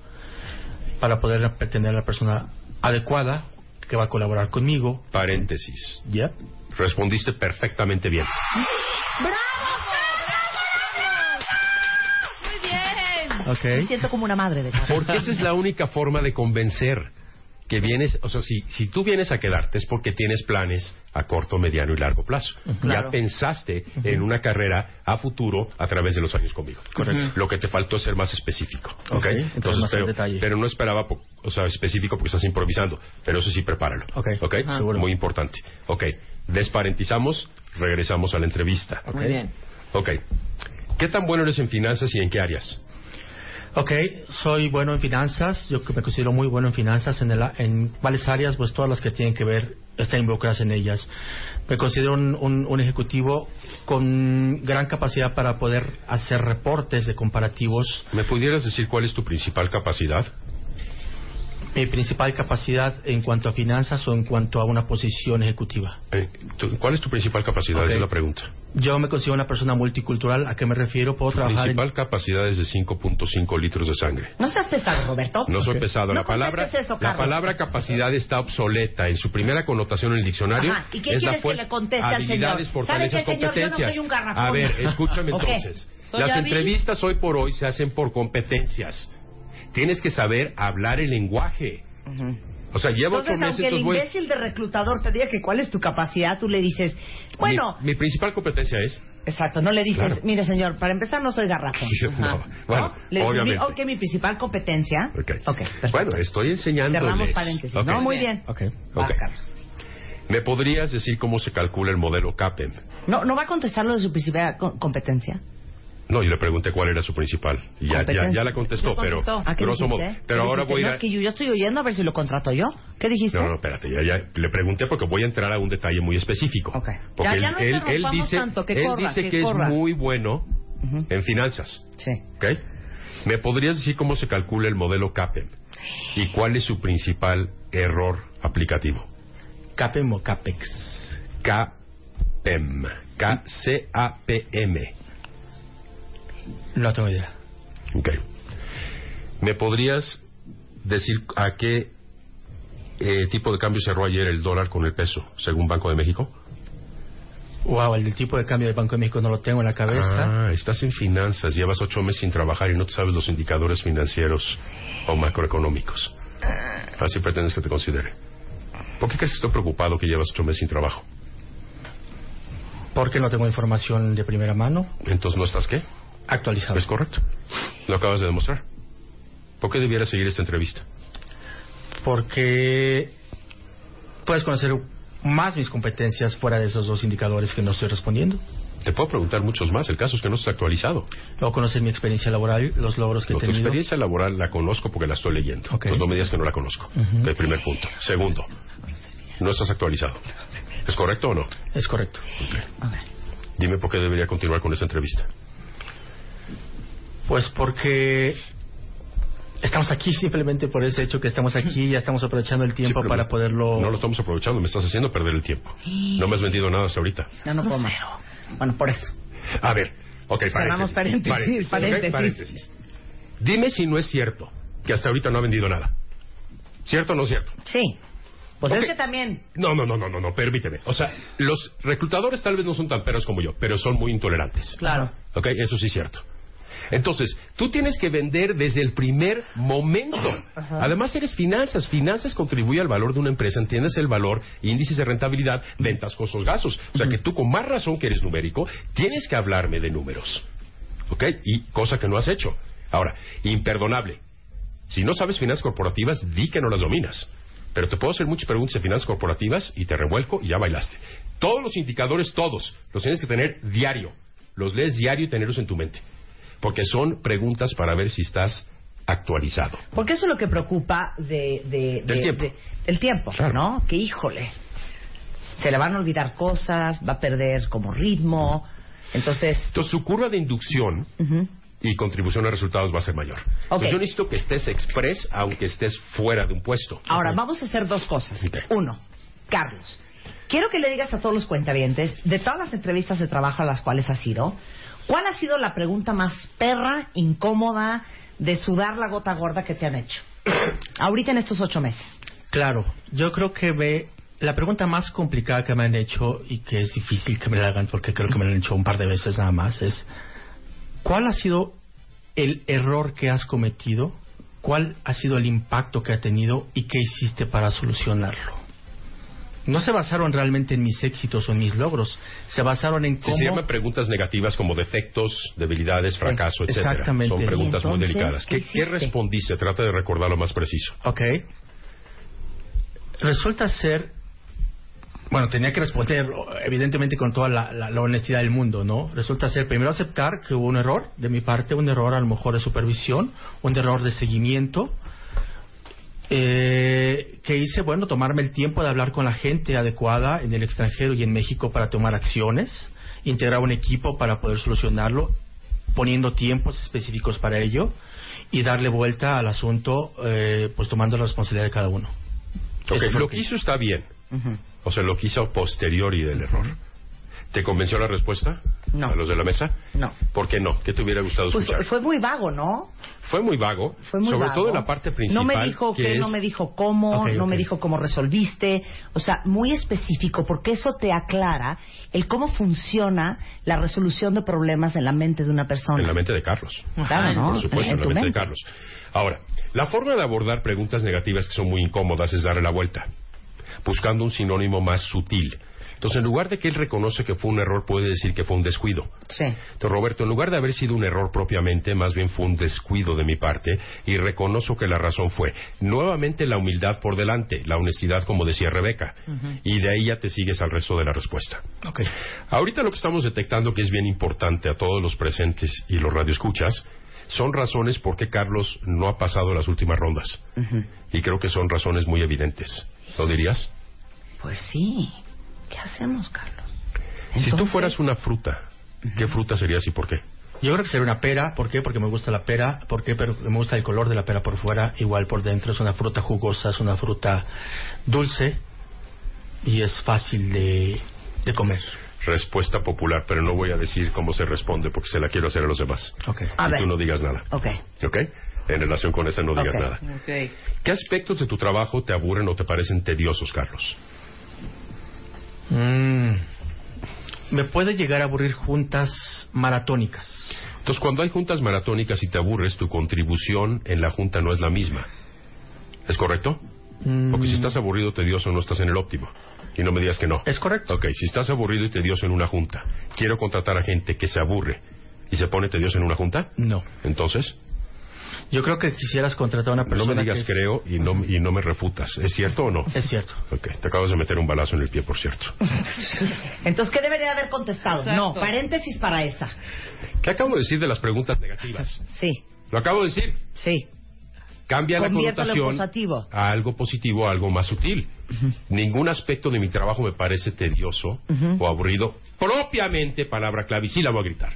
S15: para poder tener a la persona adecuada que va a colaborar Ah, conmigo.
S12: Paréntesis.
S15: ¿Ya?
S12: Respondiste perfectamente bien.
S16: Muy bien.
S12: Ok.
S3: Me siento como una madre de Carlos.
S12: Porque esa es la única forma de convencer que vienes, o sea, si, si tú vienes a quedarte es porque tienes planes a corto, mediano y largo plazo.
S2: Claro.
S12: Ya pensaste en una carrera a futuro a través de los años conmigo.
S2: Correcto.
S12: Lo que te faltó es ser más específico. ¿ok?
S2: Ok, entonces
S12: Entonces,
S2: más en
S12: pero, pero no esperaba, po- o sea, específico porque estás improvisando. Pero eso sí, prepáralo.
S15: Ok.
S12: ¿Ok?
S15: Ajá. Seguro.
S12: Muy importante. Ok. Desparentizamos, regresamos a la entrevista.
S15: Muy bien.
S12: Ok. ¿Qué tan bueno eres en finanzas y en qué áreas?
S15: Ok, soy bueno en finanzas, yo que me considero muy bueno en finanzas, en, el a- en cuáles áreas, pues todas las que tienen que ver, están involucradas en ellas. Me considero un, un- un ejecutivo con gran capacidad para poder hacer reportes de comparativos.
S12: ¿Me pudieras decir cuál es tu principal capacidad?
S15: Mi principal capacidad en cuanto a finanzas o en cuanto a una posición ejecutiva.
S12: Eh, tú- ¿Cuál es tu principal capacidad?
S15: Ok.
S12: Esa es la pregunta.
S15: Yo me considero una persona multicultural. ¿A qué me refiero? Puedo trabajar en
S12: Principal capacidad es de 5.5 litros de sangre.
S3: No seas pesado, Roberto.
S12: No soy
S3: Ok.
S12: pesado.
S3: No
S12: la palabra,
S3: contestes eso,
S12: la
S3: Carlos.
S12: palabra capacidad está obsoleta en su primera connotación en el diccionario.
S3: Ajá, ¿y qué
S12: es la
S3: quieres que
S12: fuerza,
S3: le conteste al
S12: habilidades,
S3: señor?
S12: fortalezas,
S3: ¿Sabe qué, señor? Yo no
S12: competencias.
S3: soy un garrafón.
S12: A ver, escúchame
S3: Ok.
S12: entonces.
S3: Soy
S12: Las
S3: hábil.
S12: entrevistas hoy por hoy se hacen por competencias. Tienes que saber hablar el lenguaje. O sea, llevo
S3: Entonces,
S12: ocho meses
S3: aunque el
S12: estos güeyes-
S3: imbécil de reclutador te diga que cuál es tu capacidad, tú le dices, bueno,
S12: Mi, mi principal competencia es.
S3: Exacto, no le dices,
S12: Claro.
S3: mire señor, para empezar no soy garrafón.
S12: No,
S3: Ajá.
S12: bueno,
S3: Le dices,
S12: obviamente.
S3: ok, mi principal competencia.
S12: Ok. Bueno, estoy enseñándoles.
S3: Cerramos paréntesis.
S12: Ok.
S3: No, muy bien.
S12: Ok.
S3: Vas,
S12: Ok. ¿Me podrías decir cómo se calcula el modelo CAPEM?
S3: No, no va a contestar lo de su principal co- competencia.
S12: No, yo le pregunté cuál era su principal. Y Ya, ya, ya la contestó, pero
S3: Ah, ¿qué
S12: grosso modo.
S3: dijiste?
S12: Pero
S3: ¿Qué
S12: ahora
S3: dijiste?
S12: voy
S3: No,
S12: a ir
S3: es que yo, yo estoy oyendo a ver si lo contrato yo. ¿Qué dijiste?
S12: a... No, no, espérate, ya, ya le pregunté porque voy a entrar a un detalle muy específico. Porque
S3: Ya,
S12: él,
S3: ya no
S12: él- él
S3: interrumpamos
S12: dice,
S3: tanto, que
S12: él
S3: corra,
S12: dice
S3: que
S12: que, es
S3: corra.
S12: muy bueno en finanzas.
S3: Sí.
S12: ¿Ok? ¿Me podrías decir cómo se calcula el modelo CAPEM? ¿Y cuál es su principal error aplicativo?
S15: CAPEM o CAPEX.
S12: CAPEM. K-C-A-P-M.
S15: No tengo idea.
S12: Ok. ¿Me podrías decir a qué eh, tipo de cambio cerró ayer el dólar con el peso, según Banco de México?
S15: Wow, el del tipo de cambio del Banco de México no lo tengo en la cabeza.
S12: Ah, estás en finanzas, llevas ocho meses sin trabajar y no te sabes los indicadores financieros o macroeconómicos. Así pretendes que te considere. ¿Por qué crees que estoy preocupado que llevas ocho meses sin trabajo? Ah.
S15: Porque no tengo información de primera mano.
S12: Entonces no estás qué?
S15: Actualizado.
S12: Es correcto. Lo acabas de demostrar. ¿Por qué debiera seguir esta entrevista?
S15: Porque puedes conocer más mis competencias fuera de esos dos indicadores que no estoy respondiendo.
S12: Te puedo preguntar muchos más. El caso es que no estás actualizado.
S15: Luego conocer mi experiencia laboral, los logros que he
S12: No, tu
S15: tenido.
S12: experiencia laboral la conozco porque la estoy leyendo.
S15: Ok.
S12: Pues no me digas que no la conozco.
S15: Ujú.
S12: El primer punto. Segundo, no estás actualizado. ¿Es correcto o no?
S15: Es correcto.
S12: Dime por qué debería continuar con esta entrevista.
S15: Pues porque estamos aquí simplemente por ese hecho que estamos aquí, ya estamos aprovechando el tiempo
S12: pero
S15: para
S12: me-
S15: poderlo...
S12: No lo estamos aprovechando, me estás haciendo perder el tiempo. No me has vendido nada hasta ahorita.
S3: Ya no como. Bueno, por eso.
S12: A ver, ok,
S3: Cerramos paréntesis,
S12: paréntesis. ok,
S3: paréntesis.
S12: paréntesis. Dime si no es cierto que hasta ahorita no ha vendido nada. ¿Cierto o no cierto?
S3: Sí. Pues
S12: Ok.
S3: es que también.
S12: No, no, no, no, no, no, permíteme. O sea, los reclutadores tal vez no son tan perros como yo, pero son muy intolerantes.
S4: Claro.
S12: Ok, eso sí es cierto. Entonces, tú tienes que vender desde el primer momento. Además, eres finanzas. Finanzas contribuye al valor de una empresa. Entiendes el valor, índices de rentabilidad, ventas, costos, gastos. O sea, que tú, con más razón que eres numérico, tienes que hablarme de números. ¿Ok? Y cosa que no has hecho. Ahora, imperdonable. Si no sabes finanzas corporativas, di que no las dominas. Pero te puedo hacer muchas preguntas de finanzas corporativas y te revuelco y ya bailaste. Todos los indicadores, todos, los tienes que tener diario. Los lees diario y tenerlos en tu mente. Porque son preguntas para ver si estás actualizado.
S3: Porque eso es lo que preocupa de, de-
S12: Del
S3: de-
S12: tiempo.
S3: de- del tiempo, ¿no? Que híjole, se le van a olvidar cosas, va a perder como ritmo. Entonces,
S12: Entonces, su curva de inducción y contribución a resultados va a ser mayor. Entonces, yo necesito que estés express, aunque estés fuera de un puesto.
S3: ahora vamos a hacer dos cosas. Uno, Carlos, quiero que le digas a todos los cuentavientes, de todas las entrevistas de trabajo a las cuales has ido, ¿cuál ha sido la pregunta más perra, incómoda, de sudar la gota gorda que te han hecho? Ahorita en estos ocho meses.
S15: Claro, yo creo que ve la pregunta más complicada que me han hecho y que es difícil que me la hagan porque creo que me la han hecho un par de veces nada más es ¿cuál ha sido el error que has cometido? ¿Cuál ha sido el impacto que ha tenido y qué hiciste para solucionarlo? No se basaron realmente en mis éxitos o en mis logros, se basaron en
S12: Si
S15: cómo
S12: se llaman preguntas negativas como defectos, debilidades, fracaso, etcétera.
S15: exactamente.
S12: Son preguntas
S15: ¿Y
S12: muy
S15: entonces,
S12: delicadas.
S15: qué
S12: ¿Qué, ¿Qué
S15: hiciste?
S12: respondiste? Trata de recordar lo más preciso.
S15: Ok. Resulta ser. Bueno, tenía que responder, evidentemente, con toda la, la- la honestidad del mundo, ¿no? Resulta ser primero aceptar que hubo un error de mi parte, un error a lo mejor de supervisión, un error de seguimiento. eh, que hice, bueno, tomarme el tiempo de hablar con la gente adecuada en el extranjero y en México para tomar acciones, integrar un equipo para poder solucionarlo, poniendo tiempos específicos para ello y darle vuelta al asunto, eh, pues tomando la responsabilidad de cada uno.
S12: Ok,
S15: Eso fue
S12: lo
S15: lo
S12: que
S15: que
S12: hizo está bien. O sea, lo que hizo a posteriori del error. ¿Te convenció la respuesta? No. ¿A los de la mesa?
S3: No.
S12: ¿Por qué no? ¿Qué te hubiera gustado
S3: Pues
S12: escuchar?
S3: fue muy vago, ¿no?
S12: Fue muy vago,
S3: Fue muy
S12: sobre
S3: vago.
S12: todo en la parte principal.
S3: No me dijo
S12: que
S3: qué,
S12: es-
S3: no me dijo cómo,
S12: Ok,
S3: no
S12: ok.
S3: me dijo cómo resolviste. O sea, muy específico, porque eso te aclara el cómo funciona la resolución de problemas en la mente de una persona.
S12: En la mente de Carlos.
S3: Claro, ¿no?
S12: Por supuesto,
S3: En
S12: en la
S3: tu
S12: mente de
S3: mente.
S12: Carlos. Ahora, la forma de abordar preguntas negativas que son muy incómodas es darle la vuelta, buscando un sinónimo más sutil. Entonces, en lugar de que él reconoce que fue un error, puede decir que fue un descuido.
S3: Sí.
S12: Entonces, Roberto, en lugar de haber sido un error propiamente, más bien fue un descuido de mi parte y reconozco que la razón fue, nuevamente, la humildad por delante, la honestidad, como decía Rebeca, y de ahí ya te sigues al resto de la respuesta. Ahorita lo que estamos detectando que es bien importante a todos los presentes y los radioescuchas son razones por qué Carlos no ha pasado las últimas rondas. Y creo que son razones muy evidentes. ¿Lo dirías?
S3: Pues sí. ¿Qué hacemos, Carlos?
S12: Si tú fueras una fruta, ¿qué fruta serías y por qué?
S15: Yo creo que sería una pera. ¿Por qué? Porque me gusta la pera. ¿Por qué? Porque me gusta el color de la pera por fuera. Igual por dentro es una fruta jugosa, es una fruta dulce y es fácil de, de comer.
S12: Respuesta popular, pero no voy a decir cómo se responde porque se la quiero hacer a los demás.
S15: A
S12: y
S15: ver.
S12: tú no digas nada.
S3: Ok.
S12: ¿Ok? En relación con esa no digas
S15: Ok.
S12: nada. ¿Qué aspectos de tu trabajo te aburren o te parecen tediosos, Carlos?
S15: Mm. Me puede llegar a aburrir juntas maratónicas.
S12: Entonces, cuando hay juntas maratónicas y te aburres, tu contribución en la junta no es la misma. ¿Es correcto? Porque
S15: Mm.
S12: si estás aburrido, tedioso, no estás en el óptimo. Y no me digas que no.
S15: Es correcto.
S12: Ok, si estás aburrido y tedioso en una junta, quiero contratar a gente que se aburre y se pone tedioso en una junta,
S15: No.
S12: entonces
S15: Yo creo que quisieras contratar a una
S12: no
S15: persona.
S12: me digas
S15: que es-
S12: creo y no, y no me refutas. ¿Es cierto o no?
S15: Es cierto.
S12: Ok, te acabas de meter un balazo en el pie, por cierto.
S3: Entonces, ¿qué debería haber contestado? No, paréntesis para esa.
S12: ¿Qué acabo de decir de las preguntas negativas?
S3: Sí.
S12: Lo acabo de decir.
S3: Sí.
S12: Cambia la
S3: Conviértelo en
S12: connotación
S3: positivo.
S12: a algo positivo, a algo más sutil. Ningún aspecto de mi trabajo me parece tedioso o aburrido, propiamente palabra clave, y sí la voy a gritar.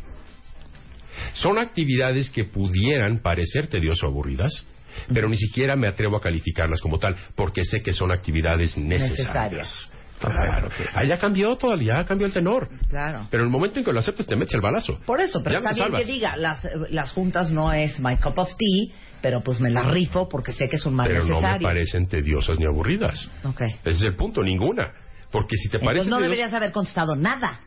S12: Son actividades que pudieran parecer tedioso o aburridas, pero ni siquiera me atrevo a calificarlas como tal, porque sé que son actividades necesarias. Claro. Ah, ya cambió todo, ya cambió el tenor.
S3: Claro.
S12: Pero en el momento en que lo aceptas te metes el balazo.
S3: Por eso, pero
S12: Ya me
S3: está bien
S12: salvas.
S3: que diga, las, eh, las juntas no es my cup of tea, pero pues me las rifo porque sé que es un mal
S12: Pero no me
S3: necesario.
S12: parecen tediosas ni aburridas.
S3: Ok.
S12: Ese es el punto, ninguna. Porque si te
S3: Entonces
S12: parece
S3: no
S12: tedioso,
S3: deberías haber contestado nada.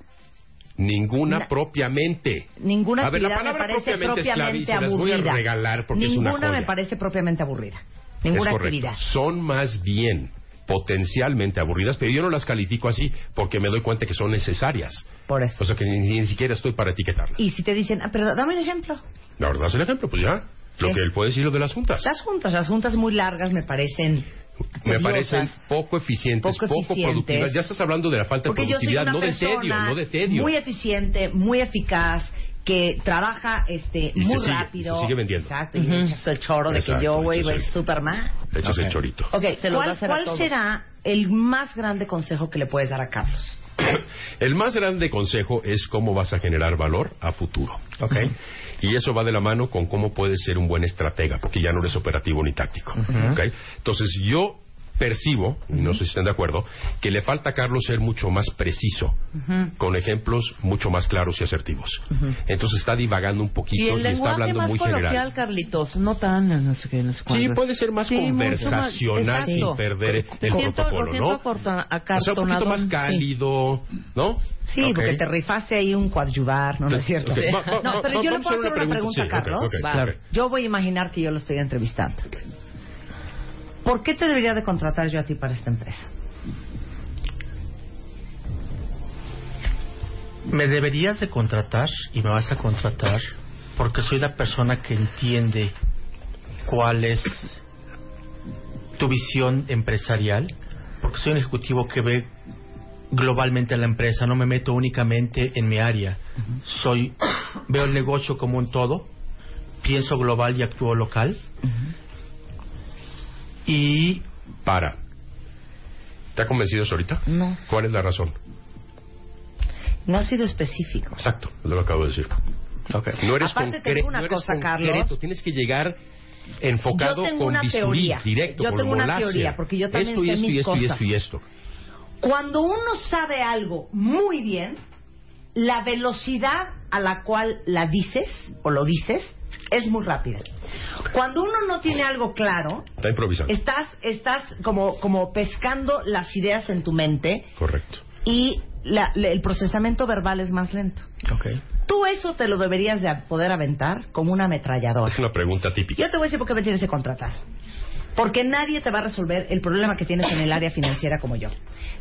S12: ninguna
S3: Na-
S12: propiamente.
S3: Ninguna
S12: A ver, la
S3: actividad me
S12: palabra
S3: parece
S12: propiamente,
S3: propiamente,
S12: es clave y se las voy a
S3: aburrida.
S12: regalar porque es una
S3: Ninguna
S12: joya.
S3: me parece propiamente aburrida.
S12: Es
S3: Ninguna
S12: correcto.
S3: actividad.
S12: Son más bien potencialmente aburridas, pero yo no las califico así porque me doy cuenta que son necesarias.
S3: Por eso.
S12: O sea que ni, ni siquiera estoy para etiquetarlas.
S3: Y si te dicen, ah, pero dame un ejemplo.
S12: La verdad es el ejemplo, pues ya. Lo que él puede decir lo de las juntas.
S3: Las juntas, las juntas muy largas me parecen.
S12: me
S3: tediosas.
S12: parecen poco eficientes, poco,
S3: Poco eficientes.
S12: productivas. Ya estás hablando de la falta
S3: Porque
S12: de
S3: yo soy
S12: productividad,
S3: una
S12: no de
S3: persona
S12: tedio, no de tedio.
S3: muy eficiente, muy eficaz, que trabaja este
S12: Y se
S3: muy
S12: sigue,
S3: rápido.
S12: y se sigue vendiendo.
S3: Exacto, y le echas el choro de
S12: Exacto,
S3: que yo, güey,
S12: echas
S3: güey,
S12: el-
S3: Superman.
S12: Le echas el chorito.
S3: Ok,
S4: Se lo va a
S3: ¿cuál,
S4: hacer a
S3: cuál
S4: todos.
S3: será el más grande consejo que le puedes dar a Carlos?
S12: El más grande consejo es cómo vas a generar valor a futuro. Y eso va de la mano con cómo puedes ser un buen estratega, porque ya no eres operativo ni táctico.
S2: Ujú.
S12: ¿ok? Entonces yo percibo, y no sé si están de acuerdo, que le falta a Carlos ser mucho más preciso, con ejemplos mucho más claros y asertivos. Entonces está divagando un
S4: Y
S12: poquito y,
S4: el
S12: está
S4: lenguaje
S12: hablando
S4: más
S12: muy
S4: coloquial,
S12: general.
S4: Carlitos, no tan, no sé qué, no sé
S12: Sí,
S4: cuánto.
S12: puede ser más
S4: Sí, mucho más-
S12: conversacional sin
S4: exacto.
S12: perder el
S4: Lo siento-
S12: protocolo,
S4: lo siento
S12: ¿no?
S4: acorta-
S12: O sea, un poquito
S4: acartonadón,
S12: más
S4: sí.
S12: cálido, ¿no?
S3: Sí,
S12: Ok.
S3: porque te rifaste ahí un coadyuvar, no, no es cierto.
S12: Ok, va- va-
S3: no,
S12: va-
S3: pero yo le
S12: vamos a
S3: puedo hacer una pregunta, a
S12: sí, ok,
S3: Carlos.
S12: ok,
S3: Va.
S12: claro.
S3: Yo voy a imaginar que yo lo estoy entrevistando. ¿Por qué te debería de contratar yo a ti para esta empresa?
S15: Me deberías de contratar y me vas a contratar porque soy la persona que entiende cuál es tu visión empresarial, porque soy un ejecutivo que ve globalmente a la empresa, no me meto únicamente en mi área. Soy veo el negocio como un todo, pienso global y actúo local. Y
S12: para. ¿Te ha convencido eso ahorita?
S3: No.
S12: ¿Cuál es la razón?
S3: No ha sido específico.
S12: Exacto, es lo que acabo de decir. No eres
S3: Aparte, te
S12: concre-
S3: digo una
S12: no eres
S3: cosa,
S12: concreto,
S3: Carlos.
S12: Tienes que llegar enfocado
S3: Yo tengo
S12: con
S3: una
S12: bisturí,
S3: teoría.
S12: directo,
S3: Yo
S12: con
S3: tengo una
S12: molacia.
S3: teoría, porque yo también
S12: esto y
S3: sé
S12: esto y
S3: mis
S12: esto y
S3: cosas.
S12: esto y esto.
S3: Cuando uno sabe algo muy bien, la velocidad a la cual la dices o lo dices es muy rápida. Cuando uno no tiene algo claro,
S12: Está improvisando.
S3: estás, estás como, como pescando las ideas en tu mente
S12: Correcto.
S3: y la- le- el procesamiento verbal es más lento.
S12: Ok.
S3: Tú eso te lo deberías de poder aventar como una ametralladora.
S12: Es una pregunta típica.
S3: Yo te voy a decir por qué me tienes que contratar. Porque nadie te va a resolver el problema que tienes en el área financiera como yo.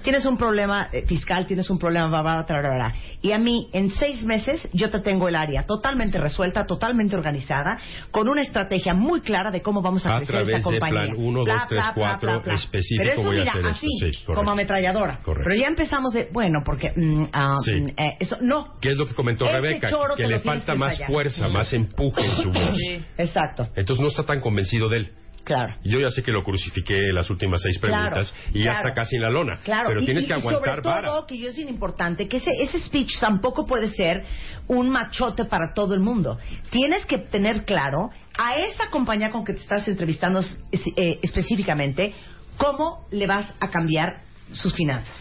S3: Tienes un problema eh, fiscal, tienes un problema... bla, bla, bla, bla, bla. Y a mí, en seis meses, yo te tengo el área totalmente resuelta, totalmente organizada, con una estrategia muy clara de cómo vamos a,
S12: A
S3: crecer
S12: través
S3: esta
S12: de
S3: compañía.
S12: plan uno,
S3: Bla,
S12: dos, tres,
S3: bla, bla,
S12: cuatro,
S3: bla, bla.
S12: específico,
S3: Pero eso,
S12: voy a
S3: mira,
S12: hacer
S3: así,
S12: esto. Sí, correcto.
S3: como ametralladora.
S12: Correcto.
S3: Pero ya empezamos de... Bueno, porque... mm, ah,
S12: Sí.
S3: mm, eh, eso, no,
S12: ¿Qué es lo que comentó
S3: Este
S12: Rebeca?
S3: choro
S12: Que
S3: te
S12: le
S3: lo tienes
S12: falta
S3: que
S12: más
S3: ensayar.
S12: fuerza, más empuje en su voz.
S3: Sí. Exacto,
S12: Entonces no está tan convencido de él.
S3: claro.
S12: Yo ya sé que lo crucifiqué en las últimas seis
S3: Claro,
S12: preguntas y ya
S3: claro.
S12: está casi en la lona.
S3: Claro,
S12: pero
S3: y-
S12: tienes
S3: y-
S12: que
S3: y
S12: aguantar
S3: sobre todo,
S12: vara.
S3: que yo es bien importante, que ese, ese speech tampoco puede ser un machote para todo el mundo. Tienes que tener claro a esa compañía con que te estás entrevistando es- eh, específicamente cómo le vas a cambiar sus finanzas.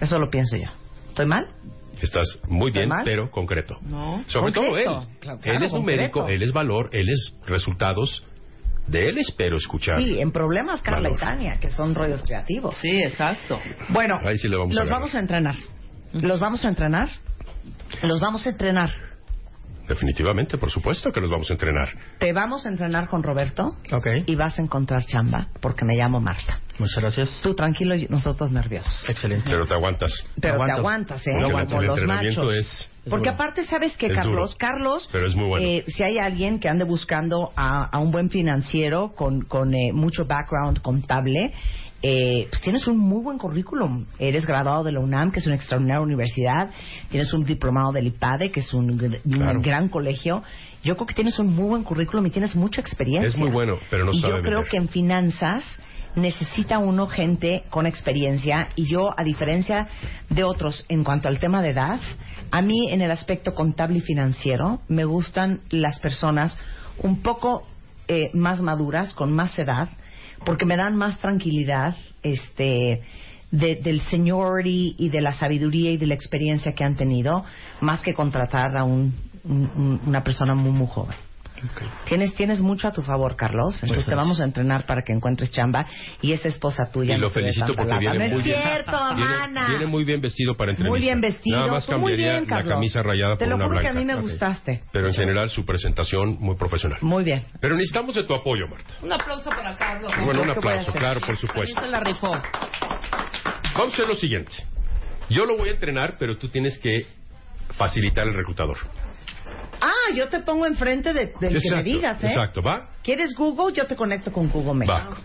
S3: Eso lo pienso yo. ¿Estoy mal?
S12: Estás muy bien,
S3: mal?
S12: pero concreto.
S3: No.
S12: Sobre todo él. él es numérico, él es valor, él es resultados. De él espero escuchar.
S3: Sí, en problemas, Carla
S12: Valor.
S3: y Tania, que son rollos creativos.
S4: Sí, exacto.
S3: Bueno,
S12: Ahí sí le vamos a
S3: los
S12: ganar.
S3: vamos a entrenar. Los vamos a entrenar. Los vamos a entrenar.
S12: Definitivamente, por supuesto que los vamos a entrenar.
S3: Te vamos a entrenar con Roberto.
S15: Ok.
S3: Y vas a encontrar chamba, porque me llamo Marta.
S15: Muchas gracias.
S3: Tú tranquilo y nosotros nerviosos.
S15: Excelente.
S12: Pero te aguantas.
S3: Pero te aguantas, ¿eh?
S12: Porque el-
S3: Como
S12: el
S3: los
S12: entrenamiento
S3: machos.
S12: es...
S3: Porque aparte, ¿sabes que
S12: Es
S3: Carlos?
S12: duro.
S3: Carlos,
S12: Pero es muy bueno.
S3: eh, si hay alguien que ande buscando a, a un buen financiero con, con eh, mucho background contable, eh, pues tienes un muy buen currículum. Eres graduado de la UNAM, que es una extraordinaria universidad. Tienes un diplomado del IPADE, que es un, gr- un
S12: Claro.
S3: gran colegio. Yo creo que tienes un muy buen currículum y tienes mucha experiencia.
S12: Es muy bueno, pero no
S3: y
S12: sabe
S3: yo creo
S12: vender.
S3: que en finanzas necesita uno gente con experiencia y yo, a diferencia de otros en cuanto al tema de edad, a mí en el aspecto contable y financiero me gustan las personas un poco eh, más maduras, con más edad, porque me dan más tranquilidad este, de- del seniority y de la sabiduría y de la experiencia que han tenido, más que contratar a un- un- un- una persona muy, muy joven. Tienes, tienes mucho a tu favor, Carlos. Entonces te
S12: gracias.
S3: vamos a entrenar para que encuentres chamba y esa esposa tuya.
S12: Y lo
S3: no te dé
S12: felicito
S3: tanta
S12: porque
S3: lata.
S12: viene
S3: No
S12: muy
S3: es
S12: bien.
S3: cierto,
S12: Viene-
S3: mana.
S12: Viene muy bien vestido para entrevista.
S3: Muy bien vestido.
S12: Nada más
S3: Tú muy
S12: cambiaría
S3: bien,
S12: la
S3: Carlos.
S12: camisa rayada
S3: Te
S12: por
S3: lo
S12: una
S3: juro
S12: blanca.
S3: que a mí me
S12: Ok.
S3: gustaste.
S12: Pero en general su presentación muy profesional.
S3: Muy bien.
S12: Pero necesitamos de tu apoyo, Marta.
S4: Un aplauso para Carlos.
S12: Bueno, un
S4: ¿Qué voy a
S12: aplauso,
S4: hacer?
S12: claro, por supuesto.
S4: También se la rifó.
S12: Vamos a hacer lo siguiente. Yo lo voy a entrenar, pero tú tienes que facilitar el reclutador.
S3: Ah, yo te pongo enfrente de, del que me
S12: Exacto,
S3: digas, ¿eh?
S12: Exacto, ¿va?
S3: ¿Quieres Google? Yo te conecto con Google México.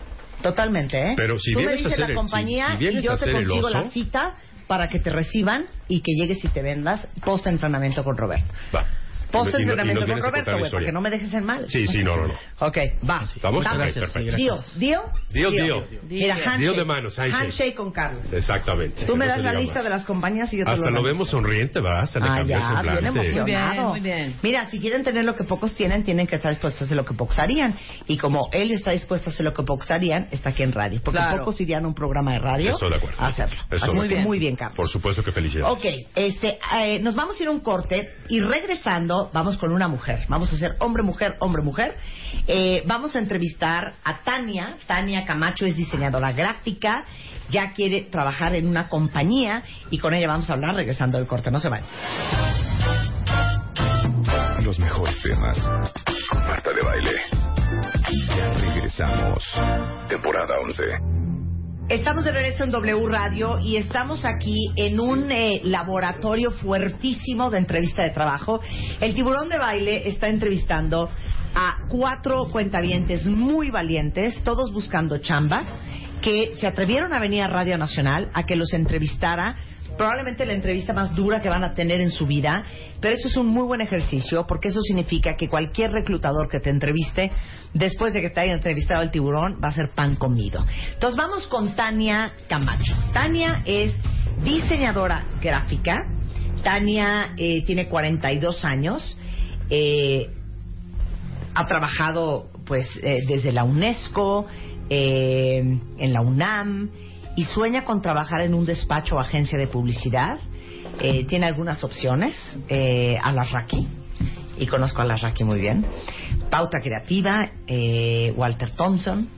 S3: Totalmente, ¿eh?
S12: Pero si
S3: Tú me
S12: vienes a
S3: dices
S12: hacer
S3: la
S12: el-
S3: compañía
S12: si- si vienes
S3: y yo
S12: a
S3: te
S12: hacer el
S3: consigo
S12: oso-
S3: la cita para que te reciban y que llegues y te vendas post entrenamiento con Roberto.
S12: Va.
S3: Post
S12: Y no- y no- y
S3: entrenamiento
S12: nos
S3: con
S12: vienes a contar
S3: Roberto,
S12: la
S3: güey, para
S12: historia.
S3: que no me dejes en mal.
S12: Sí, sí, no, no, no.
S3: Ok, va.
S12: ¿Vamos?
S3: Vamos.
S12: Ok, perfecto.
S3: Dio, dio.
S12: Dio, dio.
S3: Mira, handshake.
S12: Dio de manos, handshake.
S3: con Carlos.
S12: Exactamente.
S3: Tú
S12: Que
S3: me
S12: no
S3: das
S12: se
S3: la
S12: diga
S3: lista
S12: más.
S3: de las compañías y yo te
S12: Hasta lo
S3: lo
S12: vemos sonriente, va. Hasta le
S3: Ah,
S12: cambió el
S3: ya, bien
S12: semblante.
S3: emocionado. Mira, si quieren tener lo que pocos tienen, tienen que estar dispuestos a hacer lo que pocos harían. Y como él está dispuesto a hacer lo que pocos harían, está aquí en radio. Porque
S12: Claro.
S3: pocos irían a un programa de radio
S12: Estoy de acuerdo.
S3: a hacerlo.
S12: Estoy de
S3: Así es que
S12: acuerdo.
S3: muy bien, Carlos.
S12: Por supuesto que felicidades.
S3: Ok, este, eh, nos vamos a ir a un corte y regresando vamos con una mujer. Vamos a ser hombre, mujer, hombre, mujer. Eh, vamos a entrevistar a Tania. Tania Camacho es diseñadora gráfica, ya quiere trabajar en una compañía y con ella vamos a hablar regresando del corte. No se vayan.
S2: Los mejores temas con Marta de Baile. Ya regresamos. Temporada 11.
S3: Estamos de regreso en W Radio y estamos aquí en un eh, laboratorio fuertísimo de entrevista de trabajo. El tiburón de baile está entrevistando a cuatro cuentavientes muy valientes, todos buscando chamba, que se atrevieron a venir a Radio Nacional a que los entrevistara probablemente la entrevista más dura que van a tener en su vida, pero eso es un muy buen ejercicio porque eso significa que cualquier reclutador que te entreviste, después de que te haya entrevistado el tiburón, va a ser pan comido. Entonces vamos con Tania Camacho. Tania es diseñadora gráfica, Tania eh, tiene 42 años, eh, ha trabajado pues eh, desde la UNESCO, eh, en la UNAM y sueña con trabajar en un despacho o agencia de publicidad eh, tiene algunas opciones. Eh, Alarraqui, y conozco a Alarraqui muy bien. Pauta Creativa, eh, Walter Thompson.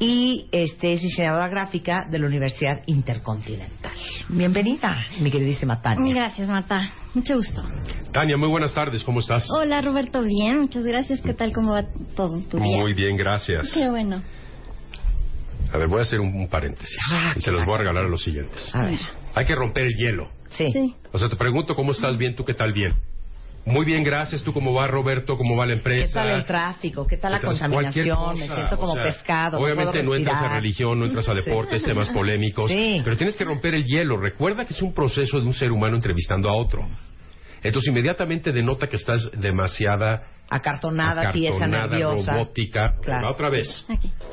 S3: Y este es diseñadora gráfica de la Universidad Intercontinental. Bienvenida, mi queridísima Tania.
S13: Gracias, Marta. Mucho gusto.
S12: Tania, muy buenas tardes, ¿cómo estás?
S13: Hola, Roberto. Bien, muchas gracias. ¿Qué tal? ¿Cómo va todo tu día?
S12: Muy bien, gracias.
S13: Qué bueno.
S12: A ver, voy a hacer un, un paréntesis y se los voy a regalar a los siguientes.
S3: Ah, A ver.
S12: Hay que romper el hielo.
S3: Sí.
S12: O sea, te pregunto cómo estás bien, tú qué tal bien. Muy bien, gracias. ¿Tú cómo va, Roberto? ¿Cómo va la
S3: ¿Qué
S12: empresa?
S3: tal el tráfico? ¿Qué tal la
S12: Entonces,
S3: contaminación?
S12: cualquier
S3: Me
S12: cosa,
S3: siento como
S12: o sea,
S3: pescado.
S12: Obviamente
S3: puedo
S12: no entras a
S3: respirar.
S12: religión, no entras a deportes,
S3: Sí.
S12: temas polémicos,
S3: Sí.
S12: pero tienes que romper el hielo. Recuerda que es un proceso de un ser humano entrevistando a otro. Entonces inmediatamente denota que estás demasiada
S3: Acartonada, pieza
S12: cartonada,
S3: nerviosa.
S12: robótica.
S13: Claro.
S12: Va otra vez.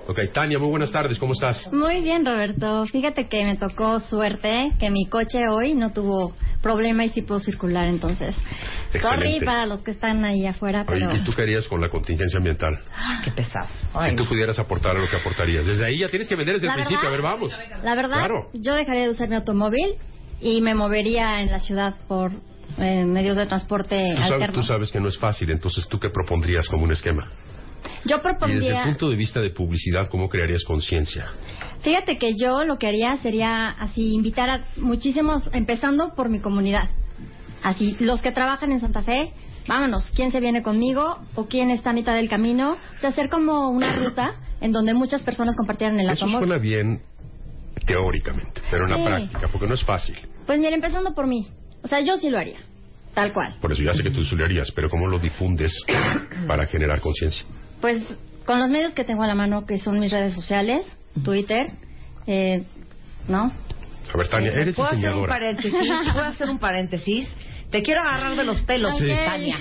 S12: Ok, Tania, muy buenas tardes, ¿cómo estás?
S13: Muy bien, Roberto. Fíjate que me tocó suerte que mi coche hoy no tuvo problema y sí pudo circular entonces. Sorry
S12: Excelente.
S13: para los que están ahí afuera, pero
S12: Oye, ¿Y tú qué harías con la contingencia ambiental?
S3: Qué pesado.
S12: si tú pudieras aportar a lo que aportarías. Desde ahí ya tienes que vender desde el
S13: La
S12: principio. A ver,
S13: verdad-
S12: vamos.
S13: la verdad
S12: Claro.
S13: yo dejaría de usar mi automóvil y me movería en la ciudad por eh, medios de transporte
S12: Tú sabes, tú
S13: alternos.
S12: sabes que no es fácil, entonces ¿tú qué propondrías como un esquema?
S13: Yo
S12: Y desde el
S13: propondría
S12: punto de vista de publicidad, ¿cómo crearías conciencia?
S13: Fíjate que yo lo que haría sería así invitar a muchísimos, empezando por mi comunidad. Así, los que trabajan en Santa Fe, vámonos, ¿quién se viene conmigo o quién está a mitad del camino? O sea, hacer como una ruta en donde muchas personas compartieran el
S12: Eso
S13: automóvil.
S12: suena bien teóricamente, pero en la
S13: Sí.
S12: práctica, porque no es fácil.
S13: Pues mira, empezando por mí. O sea, yo sí lo haría, tal cual.
S12: Por eso ya sé que tú eso lo harías, pero ¿cómo lo difundes para generar conciencia?
S13: Pues con los medios que tengo a la mano, que son mis redes sociales, Twitter, eh, ¿no?
S12: A ver, Tania, eres
S3: ¿Puedo hacer un
S12: diseñadora.
S3: paréntesis? ¿Puedo hacer un paréntesis? Te quiero agarrar de los pelos,
S13: Sí.
S3: Tania.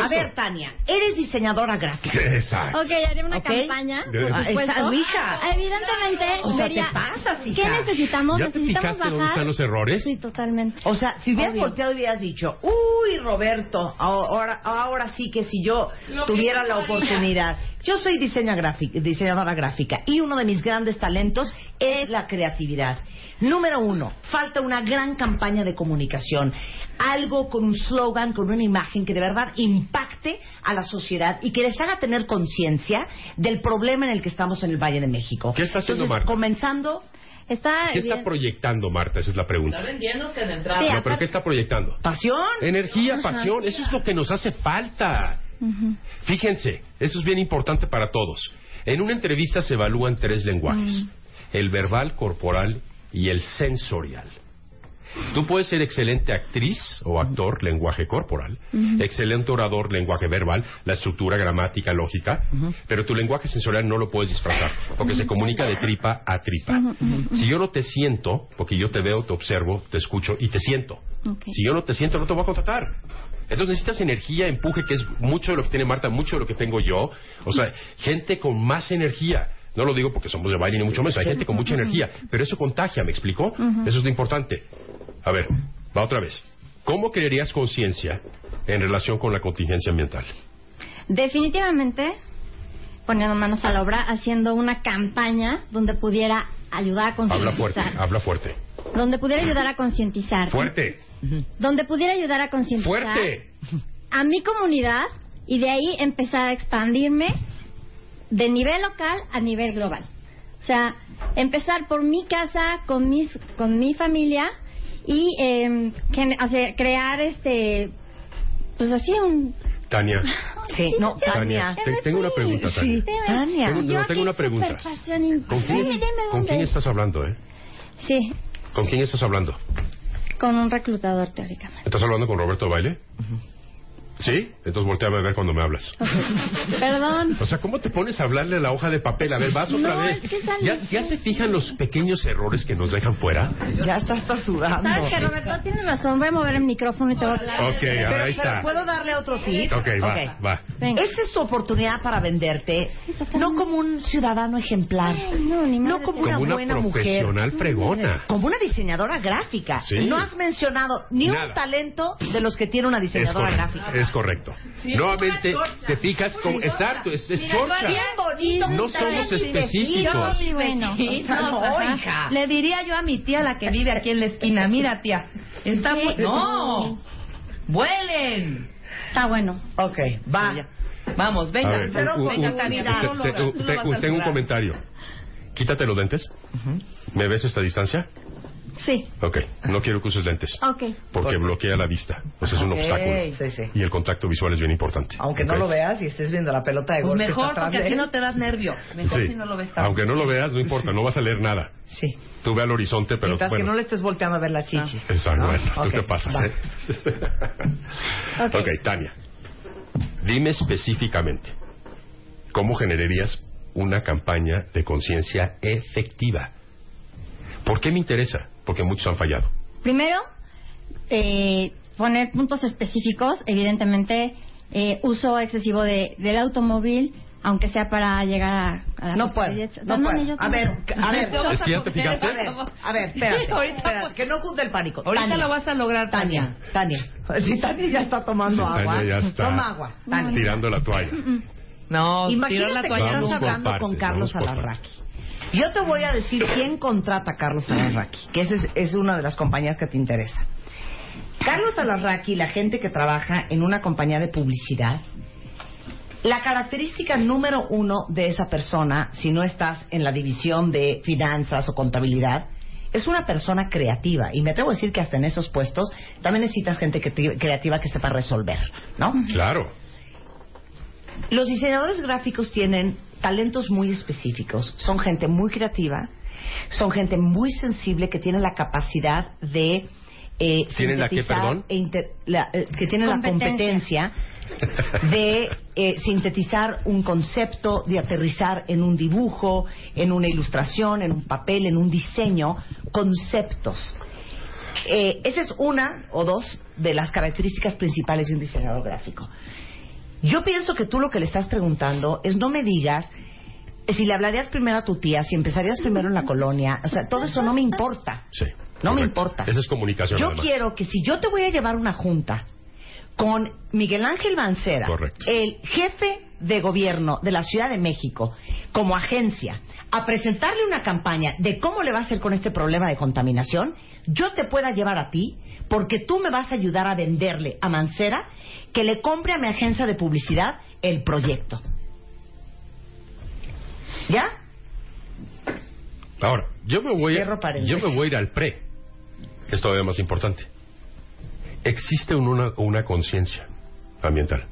S3: A ver, Tania, eres diseñadora gráfica.
S12: Exacto.
S13: Ok, haré una
S3: Ok.
S13: campaña.
S3: De-
S13: por
S3: Ah,
S13: supuesto.
S3: esa hija.
S13: Evidentemente,
S3: O sea,
S13: sería-
S3: ¿te pasas, hija?
S13: ¿qué necesitamos?
S12: ¿Ya te
S13: necesitamos
S12: fijaste dónde
S13: bajar-
S12: están los errores?
S13: Sí, totalmente.
S3: O sea, si hubieras
S13: Obvio.
S3: volteado y hubieras dicho, uy, Roberto, ahora, ahora sí que si yo
S13: Lo que
S3: tuviera
S13: yo
S3: la
S13: haría".
S3: oportunidad. Yo soy diseña gráfica, diseñadora gráfica y uno de mis grandes talentos es la creatividad. Número uno, falta una gran campaña de comunicación. Algo con un slogan, con una imagen que de verdad impacte a la sociedad y que les haga tener conciencia del problema en el que estamos en el Valle de México.
S12: ¿Qué está haciendo
S3: Entonces,
S12: Marta?
S3: comenzando...
S13: Está
S12: ¿Qué está proyectando Marta? Esa es la pregunta.
S4: vendiéndose en
S12: No, pero ¿qué está proyectando?
S3: Pasión.
S12: Energía,
S13: Ajá.
S12: pasión. Eso es lo que nos hace falta.
S13: Ujú.
S12: Fíjense, eso es bien importante para todos. En una entrevista se evalúan tres lenguajes,
S3: Mm,
S12: el verbal, corporal y el sensorial. Tú puedes ser excelente actriz o actor, lenguaje corporal,
S18: Ujú.
S12: excelente orador, lenguaje verbal, la estructura gramática, lógica, pero tu lenguaje sensorial no lo puedes disfrazar, porque se comunica de tripa a tripa. Si yo no te siento, porque yo te veo, te observo, te escucho y te siento, si yo no te siento, no te voy a contratar. Entonces necesitas energía, empuje, que es mucho de lo que tiene Marta, mucho de lo que tengo yo. O sea, gente con más energía. No lo digo porque somos de baile ni mucho menos. Hay gente con mucha energía. Pero eso contagia, ¿me explicó?
S18: Ujú.
S12: Eso es lo importante. A ver, va otra vez. ¿Cómo crearías conciencia en relación con la contingencia ambiental?
S13: Definitivamente, poniendo manos a la obra, haciendo una campaña donde pudiera ayudar a
S12: Habla fuerte,
S13: concientizar.
S12: habla fuerte.
S13: Donde pudiera ayudar a concientizar.
S12: Fuerte,
S13: Donde pudiera ayudar a concientizar.
S12: fuerte.
S13: A mi comunidad y de ahí empezar a expandirme de nivel local a nivel global. O sea, empezar por mi casa, con, mis, con mi familia y eh, gen- hacer- crear este. Pues así un.
S12: Tania.
S3: Sí, no,
S12: Tania.
S13: Tania.
S12: te- tengo una pregunta, Tania.
S13: Tania.
S12: Tengo, no,
S13: Yo
S12: tengo
S13: aquí
S12: una pregunta.
S13: superfasión y-
S12: ¿Con quién-
S13: Dime, dime
S12: ¿Con
S13: dónde.
S12: quién estás hablando, eh?
S13: Sí,
S12: ¿Con quién estás hablando?
S13: con un reclutador teóricamente.
S12: ¿Estás hablando con Roberto Baile? ¿Sí? Entonces volteame a ver cuando me hablas.
S13: Perdón.
S12: O sea, ¿cómo te pones a hablarle a la hoja de papel? A ver, vas otra
S13: No,
S12: vez.
S13: es que es algo-
S12: ¿Ya, ya se fijan los pequeños errores que nos dejan fuera?
S3: Ya estás sudando.
S13: Sabes que Roberto tiene razón. Voy a mover el micrófono y te voy a hablar.
S12: Ok, ahí
S3: Pero,
S12: está.
S3: pero ¿puedo darle otro tip?
S12: Ok, va,
S3: Ok.
S12: va.
S3: Esa es su oportunidad para venderte, no como un ciudadano ejemplar, no, como, una,
S12: Como una
S3: buena
S12: profesional
S3: mujer,
S12: fregona.
S3: como una diseñadora gráfica.
S12: Sí.
S3: No has mencionado ni
S12: Nada.
S3: un talento de los que tiene una
S12: Es
S3: diseñadora
S12: correcto,
S3: gráfica.
S12: es Es correcto.
S16: Sí,
S12: Nuevamente,
S16: es una chorcha.
S12: te fijas
S16: Es una
S12: como.
S16: chorcha.
S12: Exacto, es, es
S16: Mira,
S12: chorcha.
S16: bien bonito,
S12: No
S16: puta,
S12: somos
S16: bien
S12: específicos.
S16: vestido.
S13: Sí, bueno,
S4: Sí,
S13: o sea,
S4: no,
S13: no,
S4: ajá.
S13: hija.
S4: Le diría yo a mi tía, la que vive aquí en la esquina, mira tía, está bu- no, vuelen.
S13: Está bueno.
S3: Ok, va.
S4: Vamos,
S12: A
S4: venga,
S12: ver,
S4: pero
S12: u- u-
S4: venga,
S12: u-
S4: Tania,
S12: usted-
S4: tú lo
S12: usted-
S4: vas- tú lo
S12: usted-
S4: vas a
S12: usted tengo un
S4: lograr.
S12: comentario. Quítate los lentes. ¿Me ves esta distancia?
S13: Sí,
S12: Ok, no quiero que uses lentes.
S13: ok.
S12: Porque bloquea la vista. O sea, es un
S3: Ok.
S12: obstáculo.
S3: Sí, Ah, sí.
S12: Y el contacto visual es bien importante.
S3: Aunque no
S12: Ok.
S3: lo veas y estés viendo la pelota de
S4: Pues
S3: golf que
S4: mejor,
S3: está atrás
S4: porque
S3: de
S4: así
S3: él.
S4: no te das nervio. Mejor
S12: Sí.
S4: si no lo ves tan-
S12: Aunque no lo veas, no importa, no vas a leer nada.
S3: Sí.
S12: Tú ve al horizonte, pero
S3: Mientras que
S12: bueno.
S3: no le estés volteando a ver la
S4: Ah.
S3: chichi.
S12: Exacto,
S3: ¿No?
S12: bueno,
S3: Ok,
S12: tú te pasas,
S3: va.
S12: ¿eh? ok, Tania. Dime específicamente, ¿cómo generarías una campaña de conciencia efectiva? ¿Por qué me interesa? Porque muchos han fallado.
S13: Primero, eh, poner puntos específicos, evidentemente, eh, uso excesivo de, del automóvil, aunque sea para llegar a, a la
S3: No puedo, no puedo. A ver, a ver.
S12: Es que ya te fijaste.
S3: A ver, a ver, espérate.
S4: Ahorita,
S3: espérate, que no cunde el pánico.
S4: Ahorita
S3: Tania,
S4: lo vas a lograr, Tania.
S3: Tania. Si Tania ya está tomando
S12: Sí, Tania
S3: agua.
S12: ya está
S3: Toma agua. Tania.
S12: Tirando la toalla.
S4: No,
S3: Imagínate
S4: tiró la
S3: que
S4: toalla.
S3: estamos
S12: Vamos por
S3: hablando con
S12: partes,
S3: Carlos
S12: vamos por
S3: Alarraqui. Yo te voy a decir quién contrata a Carlos Alarraqui, que esa es, es una de las compañías que te interesa. Carlos Alarraqui, la gente que trabaja en una compañía de publicidad, la característica número uno de esa persona, si no estás en la división de finanzas o contabilidad, es una persona creativa. Y me atrevo a decir que hasta en esos puestos también necesitas gente que te- creativa que sepa resolver, ¿no?
S12: Claro.
S3: Los diseñadores gráficos tienen talentos muy específicos, son gente muy creativa, son gente muy sensible que tiene la capacidad de eh,
S12: ¿Tienen la qué,
S3: sintetizar
S12: perdón?
S3: e inter- la, eh, que tienen la
S13: Competencia.
S3: competencia de eh, sintetizar un concepto, de aterrizar en un dibujo, en una ilustración, en un papel, en un diseño, conceptos. Eh, esa es una o dos de las características principales de un diseñador gráfico. Yo pienso que tú lo que le estás preguntando es no me digas si le hablarías primero a tu tía, si empezarías primero en la colonia, o sea, todo eso no me importa.
S12: Sí.
S3: No me
S12: correcto.
S3: importa.
S12: Esa es comunicación.
S3: Yo
S12: además.
S3: quiero que si yo te voy a llevar una junta con Miguel Ángel Mancera,
S12: Correcto.
S3: el jefe de gobierno de la Ciudad de México, como agencia, a presentarle una campaña de cómo le va a hacer con este problema de contaminación, yo te pueda llevar a ti porque tú me vas a ayudar a venderle a Mancera que le compre a mi agencia de publicidad el proyecto. ¿Ya?
S12: Ahora, yo me voy, a, yo me voy a ir al pre. Es todavía más importante. Existe un- una, una conciencia ambiental.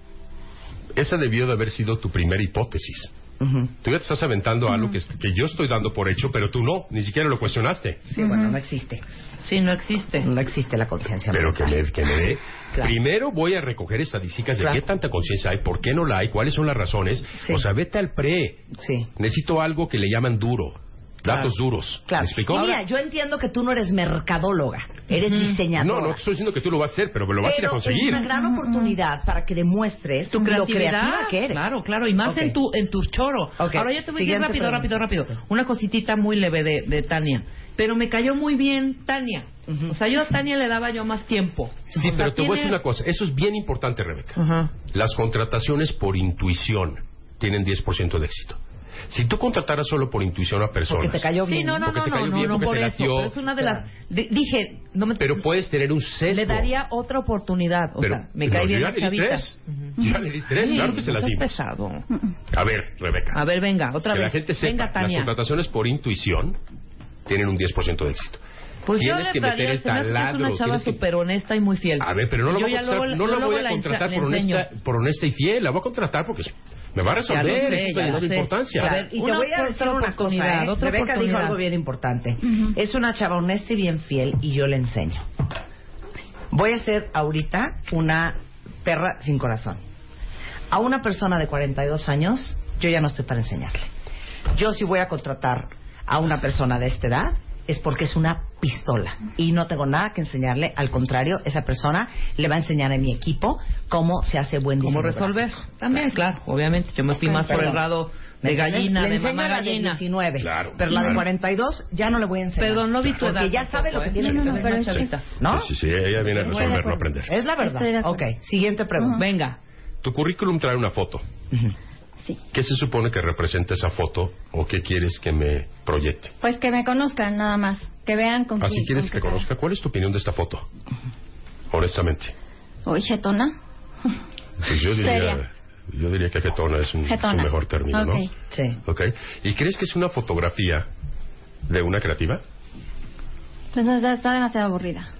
S12: Esa debió de haber sido tu primera hipótesis.
S3: Mm.
S12: Tú ya te estás aventando algo que, que yo estoy dando por hecho, pero tú no, ni siquiera lo cuestionaste.
S3: Sí, bueno, no existe.
S4: Sí, no existe.
S3: No existe la conciencia.
S12: Pero que me, que me dé.
S3: Claro.
S12: Primero voy a recoger estadísticas
S3: Claro.
S12: de qué tanta conciencia hay, por qué no la hay, cuáles son las razones. O sea, vete al pre.
S3: Sí.
S12: Necesito algo que le llaman duro. Datos duros.
S3: Claro.
S12: ¿Me explico?
S3: Y mira, yo entiendo que tú no eres mercadóloga, eres diseñadora.
S12: No, no te estoy diciendo que tú lo vas a hacer, pero me lo vas a ir a
S3: Pero
S12: conseguir.
S3: Es una gran oportunidad para que demuestres
S4: Mm, tu
S3: lo
S4: creatividad.
S3: creativa que eres.
S4: Claro, claro, y más
S3: Ok.
S4: en tu en tu choro. Ahora
S3: Ok,
S4: yo te voy a decir
S3: siguiente
S4: rápido,
S3: pregunta.
S4: rápido, rápido. Una cositita muy leve de, de Tania. Pero me cayó muy bien Tania. O sea, yo a Tania le daba yo más tiempo.
S12: Sí,
S4: O sea,
S12: pero te voy a decir
S4: tiene-
S12: una cosa. Eso es bien importante, Rebeca. Las contrataciones por intuición tienen 10% de éxito. Si tú contrataras solo por intuición a personas...
S4: Porque te cayó bien. Sí, no, no,
S12: porque
S4: no,
S12: te
S4: no,
S12: cayó
S4: no,
S12: bien,
S4: no,
S12: porque
S4: por
S12: te
S4: eso.
S12: latió,
S4: Pero es una de las... di- dije, no me...
S12: Pero puedes tener un sesgo.
S4: le daría otra oportunidad. O
S12: Pero-
S4: sea, me
S12: no,
S4: cae
S12: yo
S4: bien
S12: ya
S4: la
S12: le di
S4: chavita.
S12: tres. Ya le di tres,
S4: Sí,
S12: claro que se
S4: no
S12: las
S4: seas
S12: dimos.
S4: pesado.
S12: A ver, Rebeca.
S4: A ver, venga, otra
S12: que
S4: vez.
S12: la gente sepa,
S4: venga,
S12: las
S4: Tania.
S12: contrataciones por intuición tienen un 10% de éxito.
S4: Pues yo
S12: tienes
S4: le
S12: que meter
S4: traía,
S12: el
S4: se me hace que es
S12: taladro,
S4: una chava
S12: tienes que
S4: súper honesta y muy fiel.
S12: A ver, pero no lo
S4: Yo
S12: voy a
S4: ya luego
S12: contratar,
S4: la-
S12: no
S4: yo
S12: la
S4: luego
S12: voy a
S4: la ensa-
S12: contratar
S4: le
S12: por, honesta,
S4: enseño.
S12: por honesta y fiel, la voy a contratar porque me va a
S4: Ya lo
S12: resolver,
S4: sé,
S12: es
S4: ya lo sé.
S12: importancia.
S4: A ver,
S3: Y te
S4: Una
S3: voy a
S4: otra
S3: decir una cosa,
S4: oportunidad,
S3: ¿eh?
S4: otra
S3: Rebeca dijo
S4: oportunidad.
S3: algo bien importante. Es una chava honesta y bien fiel y yo le enseño. Voy a ser ahorita una perra sin corazón. A una persona de 42 años, yo ya no estoy para enseñarle. Yo sí voy a contratar a una persona de esta edad es porque es una pistola y no tengo nada que enseñarle, al contrario, esa persona le va a enseñar a mi equipo cómo se hace buen diseño.
S4: ¿Cómo resolver? También, claro, obviamente. Yo me fui
S3: Ok,
S4: más por el
S3: perdón.
S4: lado
S3: ¿Me
S4: de
S3: entiendes?
S4: gallina,
S3: Le
S4: de
S3: enseño
S4: mamá
S3: la de
S4: gallina.
S3: 19, pero la de 42 ya no le voy a enseñar.
S4: Perdón, no vi tu
S3: Porque
S4: edad
S3: ya sabe
S4: tampoco,
S3: lo que
S4: ¿eh?
S3: tiene
S4: No,
S3: que
S4: no,
S3: hacer.
S4: pero es chiquita.
S3: ¿No?
S12: Sí, sí, sí, ella viene a
S3: Estoy de
S12: resolver, no
S4: pues,
S3: acuerdo.
S12: aprender.
S3: Es la verdad.
S13: Estoy de
S3: Ok, siguiente pregunta. Venga.
S12: Tu currículum trae una foto. ¿Qué se supone que representa esa foto o qué quieres que me proyecte?
S13: Pues que me conozcan nada más, que vean con
S12: Así
S13: quién.
S12: Ah, quieres que te conozca. ¿Cuál es tu opinión de esta foto? Honestamente.
S13: Oye, jetona.
S12: Mm, Pues yo diría,
S13: Seria.
S12: yo diría que jetona es un, es un
S13: Jetona.
S12: mejor término, ¿no?
S13: Ok.
S3: Sí.
S12: Ok. ¿Y crees que es una fotografía de una creativa?
S13: Pues no, está, está demasiado aburrida.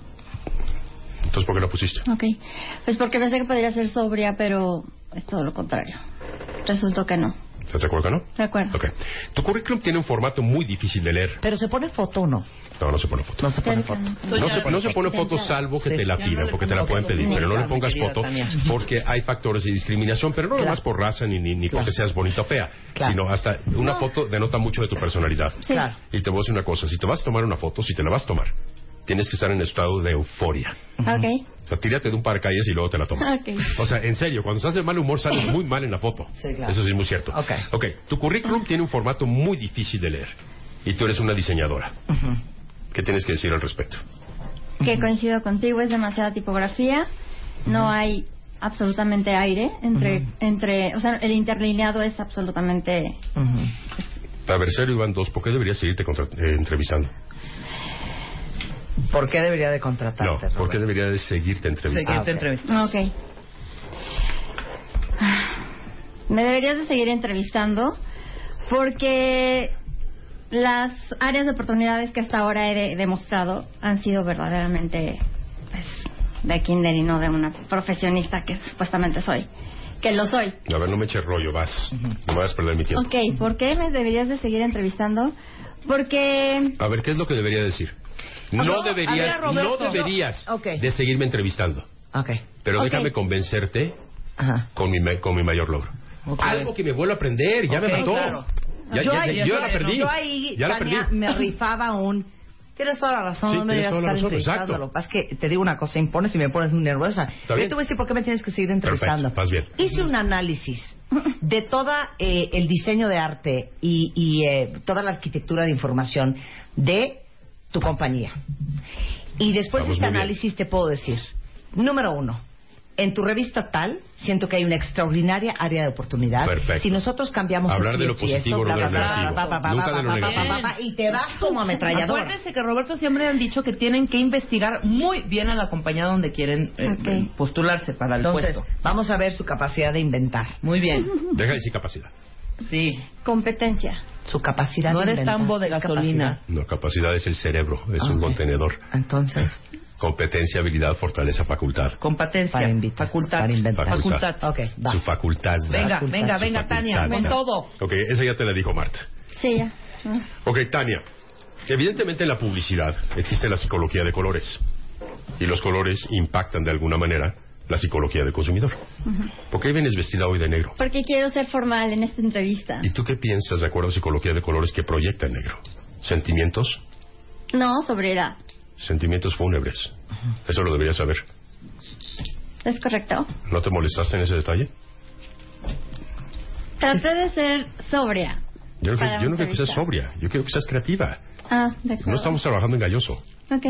S12: Entonces, ¿por qué la pusiste?
S13: Ok. Pues porque pensé que podría ser sobria, pero es todo lo contrario. Resultó que no.
S12: ¿Estás de acuerdo, no?
S13: ¿De acuerdo?
S12: Ok. Tu currículum tiene un formato muy difícil de leer.
S3: Pero se pone foto o no.
S12: No, no se pone foto.
S3: No se pone foto.
S12: No se, no se pone foto salvo que
S3: Sí.
S12: te la
S3: Ya
S12: pidan,
S3: no le
S12: porque te la
S3: pongo
S12: pueden
S3: foto.
S12: pedir,
S3: Ni
S12: pero no
S3: idea,
S12: le pongas
S3: mi querida
S12: foto
S3: Tania.
S12: porque hay factores de discriminación, pero no nomás por raza ni, ni, ni porque seas bonita o fea, sino hasta una foto denota mucho de tu personalidad.
S13: Sí. Claro.
S12: Y te voy a decir una cosa, si te vas a tomar una foto, si te la vas a tomar, tienes que estar en estado de euforia.
S13: Ok.
S12: O sea, tírate de un paracaídas y luego te la tomas.
S13: Ok.
S12: O sea, en serio, cuando estás de mal humor sales muy mal en la foto.
S13: Sí, claro.
S12: Eso sí es muy cierto. Ok. Tu currículum tiene un formato muy difícil de leer. Y tú eres una diseñadora. ¿Qué tienes que decir al respecto?
S13: Que coincido contigo, es demasiada tipografía. No hay absolutamente aire entre entre, o sea, el interlineado es absolutamente
S12: A ver, serio, Iván dos, ¿por qué deberías seguirte contra- eh, entrevistando?
S3: ¿Por qué debería de contratarte?
S12: No, ¿por qué debería de seguirte entrevistando?
S13: Ok. Me deberías de seguir entrevistando porque las áreas de oportunidades que hasta ahora he de- demostrado han sido verdaderamente pues, de kinder y no de una profesionista que supuestamente soy, que lo soy.
S12: A ver, no me eches rollo, vas. No me vas a perder mi tiempo.
S13: Ok, ¿por qué me deberías de seguir entrevistando? Porque
S12: A ver, ¿qué es lo que debería decir? No,
S13: No,
S12: deberías,
S13: a ver, Roberto.
S12: no deberías
S13: No, ok.
S12: de seguirme entrevistando. Pero
S13: Ok.
S12: déjame convencerte con mi, ma- con mi mayor logro. Algo que me vuelvo a aprender, ya
S3: Ok,
S12: me mató.
S3: claro.
S12: Ya,
S3: yo
S12: ya-
S3: ahí,
S12: ya la perdí.
S3: yo ahí,
S12: ya la perdí.
S3: Tania, me rifaba un... Tienes toda la razón,
S12: Sí,
S3: no me
S12: tienes
S3: deberías
S12: toda la
S3: estar
S12: razón,
S3: entrevistando.
S12: exacto.
S3: Lo que pasa es que te digo una cosa, impones y me pones muy nerviosa.
S12: Está
S3: Yo
S12: bien.
S3: te voy a decir por qué me tienes que seguir entrevistando.
S12: Perfecto, más bien.
S3: Hice un análisis de toda eh, el diseño de arte y, y, eh, toda la arquitectura de información de tu compañía. Y después de
S1: Vamos,
S3: este
S1: muy bien.
S3: análisis te puedo decir, número uno, en tu revista tal siento que hay una extraordinaria área de oportunidad.
S12: Perfecto.
S3: Si nosotros cambiamos
S12: Hablar
S3: esto
S12: de
S3: y
S12: lo
S3: esto y esto,
S12: positivo,
S3: bla,
S12: no de
S3: bla,
S12: lo
S3: bla,
S12: negativo.
S3: bla, bla, bla,
S12: Nunca
S3: bla,
S12: de lo
S3: bla, bla,
S12: negativo.
S3: bla, bla, y te vas como ametralladora.
S4: Acuérdense que Roberto siempre han dicho que tienen que investigar muy bien a la compañía donde quieren eh, eh, postularse para el
S3: Entonces,
S4: puesto.
S3: vamos a ver su capacidad de inventar.
S4: Muy bien.
S12: Deja de decir capacidad.
S4: Sí.
S13: competencia.
S3: Su capacidad
S4: No
S3: de
S4: eres
S3: inventar.
S4: tambo de
S3: Sí, es
S4: gasolina.
S12: No, capacidad es el cerebro, es un contenedor.
S3: Entonces.
S12: Competencia, habilidad, fortaleza, facultad.
S4: Competencia. facultad.
S12: Facultad.
S4: Facultad.
S12: Su facultad. ¿verdad?
S4: Venga,
S12: Su
S4: venga, venga,
S12: facultad,
S4: Tania, con
S12: ¿verdad?
S4: todo.
S12: Ok, esa ya te la dijo Marta.
S13: Sí, ya.
S12: Ok, Tania. Evidentemente en la publicidad existe la psicología de colores. Y los colores impactan de alguna manera la psicología del consumidor.
S13: Ujú.
S12: ¿Por qué vienes vestida hoy de negro?
S13: Porque quiero ser formal en esta entrevista.
S12: ¿Y tú qué piensas de acuerdo a psicología de colores que proyecta el negro? ¿Sentimientos?
S13: No, sobriedad.
S12: Sentimientos fúnebres. Eso lo deberías saber.
S13: ¿Es correcto?
S12: ¿No te molestaste en ese detalle?
S13: Traté de ser sobria.
S12: Yo no, creo-
S13: Para
S12: yo no
S13: una
S12: creo que seas
S13: entrevista.
S12: sobria. Yo quiero que seas creativa.
S13: Ah, de acuerdo.
S12: No estamos trabajando en galloso.
S13: Ok.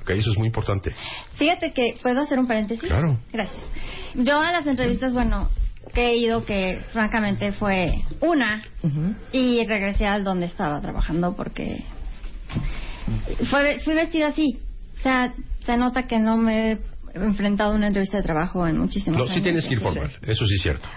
S12: Ok, eso es muy importante.
S13: Fíjate que, ¿puedo hacer un paréntesis?
S12: Claro.
S13: Gracias. Yo a las entrevistas, bueno, que he ido que francamente fue una y regresé al donde estaba trabajando porque fue, fui vestida así. O sea, se nota que no me he enfrentado a una entrevista de trabajo en muchísimos
S12: No,
S13: años.
S12: sí tienes que ir formal. Eso sí es cierto.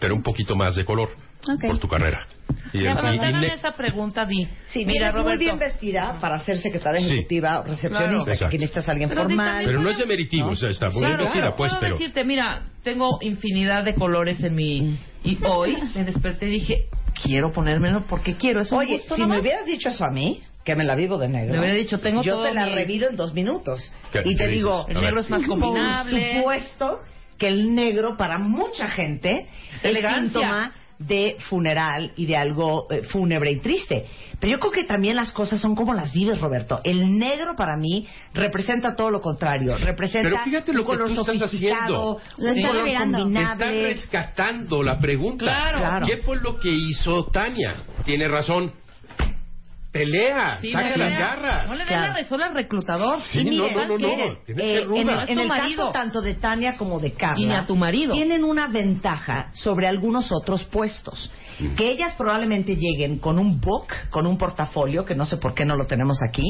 S12: Pero un poquito más de color
S13: Ok.
S12: por tu carrera. Y,
S4: Le
S12: el- y- y
S4: preguntaron
S12: ne-
S4: esa pregunta, di.
S3: Sí,
S4: Mira,
S3: mira,
S4: Roberto.
S3: muy bien vestida para ser secretaria
S12: Sí.
S3: ejecutiva o recepcionista,
S12: Claro. Exacto.
S3: que necesitas a alguien
S4: Pero sí,
S3: formal.
S12: pero no es demeritivo. O sea, está muy bien
S4: Claro,
S12: vestida,
S4: claro.
S12: pues,
S4: Puedo
S12: pero...
S4: decirte, mira, tengo infinidad de colores en mi... Y hoy me desperté y dije, quiero ponérmelo porque quiero. Es un
S3: Oye,
S4: gusto
S3: si
S4: nomás.
S3: me hubieras dicho eso a mí, que me la vivo de negro.
S4: Me hubiera dicho, tengo
S3: Yo
S4: todo
S3: te la
S4: mi-
S3: reviro en dos minutos.
S4: ¿Qué-
S3: y
S4: qué
S3: te
S4: dices?
S3: digo...
S4: El negro es más combinable.
S3: Por supuesto que el negro para mucha gente es
S4: elegancia.
S3: síntoma de funeral y de algo eh, fúnebre y triste. Pero yo creo que también las cosas son como las vives, Roberto. El negro para mí representa todo lo contrario. Representa
S12: Pero fíjate lo
S3: un
S12: que
S3: color
S12: tú estás
S3: sofisticado,
S12: haciendo.
S3: un color
S12: Está
S3: combinable.
S12: rescatando la pregunta.
S3: Claro. Claro.
S12: ¿Qué fue lo que hizo Tania? Tiene razón. Pelea,
S4: Sí,
S12: saca
S4: no le
S12: las
S4: den-
S12: garras.
S4: No le den la razón al reclutador.
S12: Sí, no, no, no, no,
S4: ¿sabes
S12: tienes
S4: qué?
S12: que
S4: Eh,
S12: ser ruda.
S4: en el-
S3: en el
S4: tu marido.
S3: caso tanto de Tania como de Carla,
S4: Y ni a tu marido.
S3: tienen una ventaja sobre algunos otros puestos.
S12: Mm.
S3: Que ellas probablemente lleguen con un book, con un portafolio, que no sé por qué no lo tenemos aquí,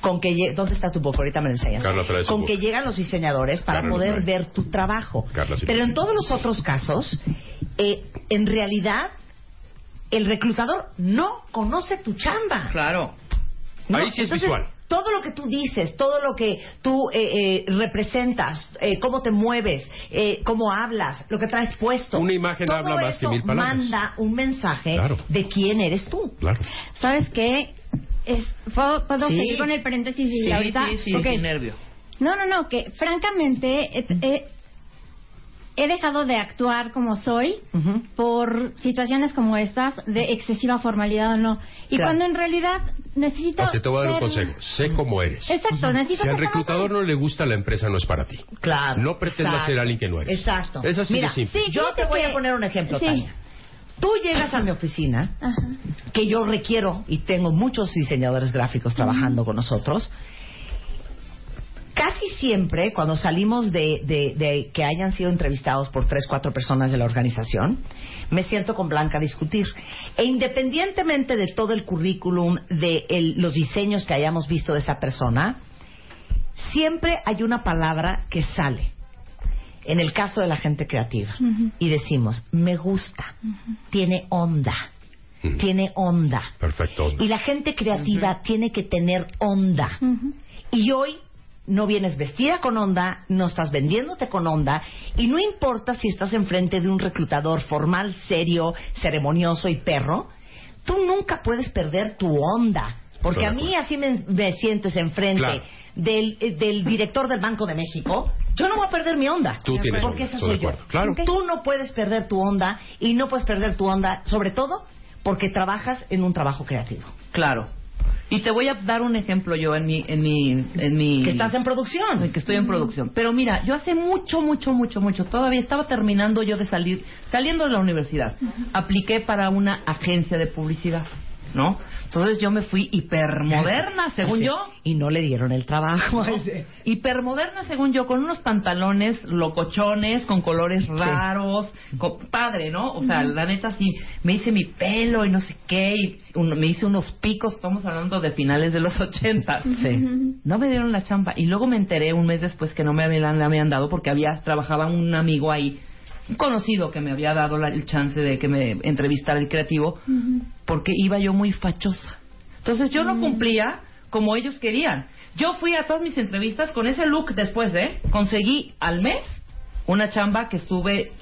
S3: con que lle- ¿dónde está tu book? Ahorita me lo enseñas.
S12: Carla, trae su
S3: con
S12: book.
S3: que llegan los diseñadores para
S12: Carla lo
S3: poder
S12: trae.
S3: ver tu trabajo.
S12: Carla, sí.
S3: Pero en todos los otros casos, eh, en realidad, el reclutador no conoce tu chamba.
S4: Claro.
S12: Ahí sí es visual.
S3: Todo lo que tú dices, todo lo que tú eh, eh, representas, eh, cómo te mueves, eh, cómo hablas, lo que traes puesto.
S12: Una imagen
S3: todo
S12: habla más que
S3: eso
S12: mil palabras.
S3: Manda un mensaje
S12: Claro.
S3: de quién eres tú.
S12: Claro.
S13: ¿Sabes qué? Es- ¿Puedo, puedo
S3: Sí.
S13: seguir con el paréntesis? y
S4: Sí,
S13: ahorita?
S4: sí, sí,
S13: Ok.
S4: sin nervio.
S13: No, no, no, que francamente eh, eh, he dejado de actuar como soy por situaciones como estas de excesiva formalidad o no. Y
S12: Claro.
S13: cuando en realidad necesito...
S12: Te, te voy a dar un
S13: ser-
S12: consejo. Sé cómo
S3: Eh,
S12: eres.
S13: Exacto, necesito
S12: Si al
S13: ser como
S12: reclutador no le gusta la empresa, no es para ti.
S3: Claro.
S12: No pretendas
S3: Exacto.
S12: ser alguien que no eres.
S3: Exacto.
S12: Es así
S3: Mira,
S12: de simple.
S3: yo te voy a poner un ejemplo,
S13: Sí.
S3: Tania. Tú llegas a mi oficina, que yo requiero, y tengo muchos diseñadores gráficos trabajando con nosotros. Casi siempre, cuando salimos de, de- de que hayan sido entrevistados por tres, cuatro personas de la organización, me siento con Blanca a discutir. E independientemente de todo el currículum, de el- los diseños que hayamos visto de esa persona, siempre hay una palabra que sale. En el caso de la gente creativa.
S13: Ujú.
S3: Y decimos, me gusta, tiene onda, tiene onda.
S12: Perfecto.
S3: Y la gente creativa tiene que tener onda. Y hoy no vienes vestida con onda, no estás vendiéndote con onda, y no importa si estás enfrente de un reclutador formal, serio, ceremonioso y perro, tú nunca puedes perder tu onda. Porque a
S1: Estoy de
S3: mí así me, me sientes enfrente
S1: Claro.
S3: del, eh, del director del Banco de México, yo no voy a perder mi onda.
S1: Tú tienes
S3: porque
S1: onda,
S3: esa
S1: estoy
S3: soy
S1: de
S3: yo.
S1: acuerdo. Claro.
S3: Ok. Tú no puedes perder tu onda y no puedes perder tu onda, sobre todo porque trabajas en un trabajo creativo.
S4: Claro. Y te voy a dar un ejemplo yo en mi en mi en mi
S3: Que estás en producción. Mm.
S4: que estoy en producción. Pero mira, yo hace mucho mucho mucho mucho todavía estaba terminando yo de salir saliendo de la universidad. Apliqué para una agencia de publicidad, ¿no? Entonces yo me fui hipermoderna, según
S3: Así.
S4: yo.
S3: Y no le dieron el trabajo.
S4: ¿no? Hipermoderna, según yo, con unos pantalones locochones, con colores raros, con- padre, ¿no? O sea,
S1: Ujú.
S4: la neta sí, me hice mi pelo y no sé qué, y un- me hice unos picos, estamos hablando de finales de los 80.
S1: Sí.
S4: No me dieron la chamba y luego me enteré un mes después que no me habían, la habían dado porque había trabajaba un amigo ahí, un conocido que me había dado la- el chance de que me entrevistara el creativo porque iba yo muy fachosa. Entonces yo
S3: Mm.
S4: no cumplía como ellos querían. Yo fui a todas mis entrevistas con ese look después, ¿eh? Conseguí al mes una chamba que estuve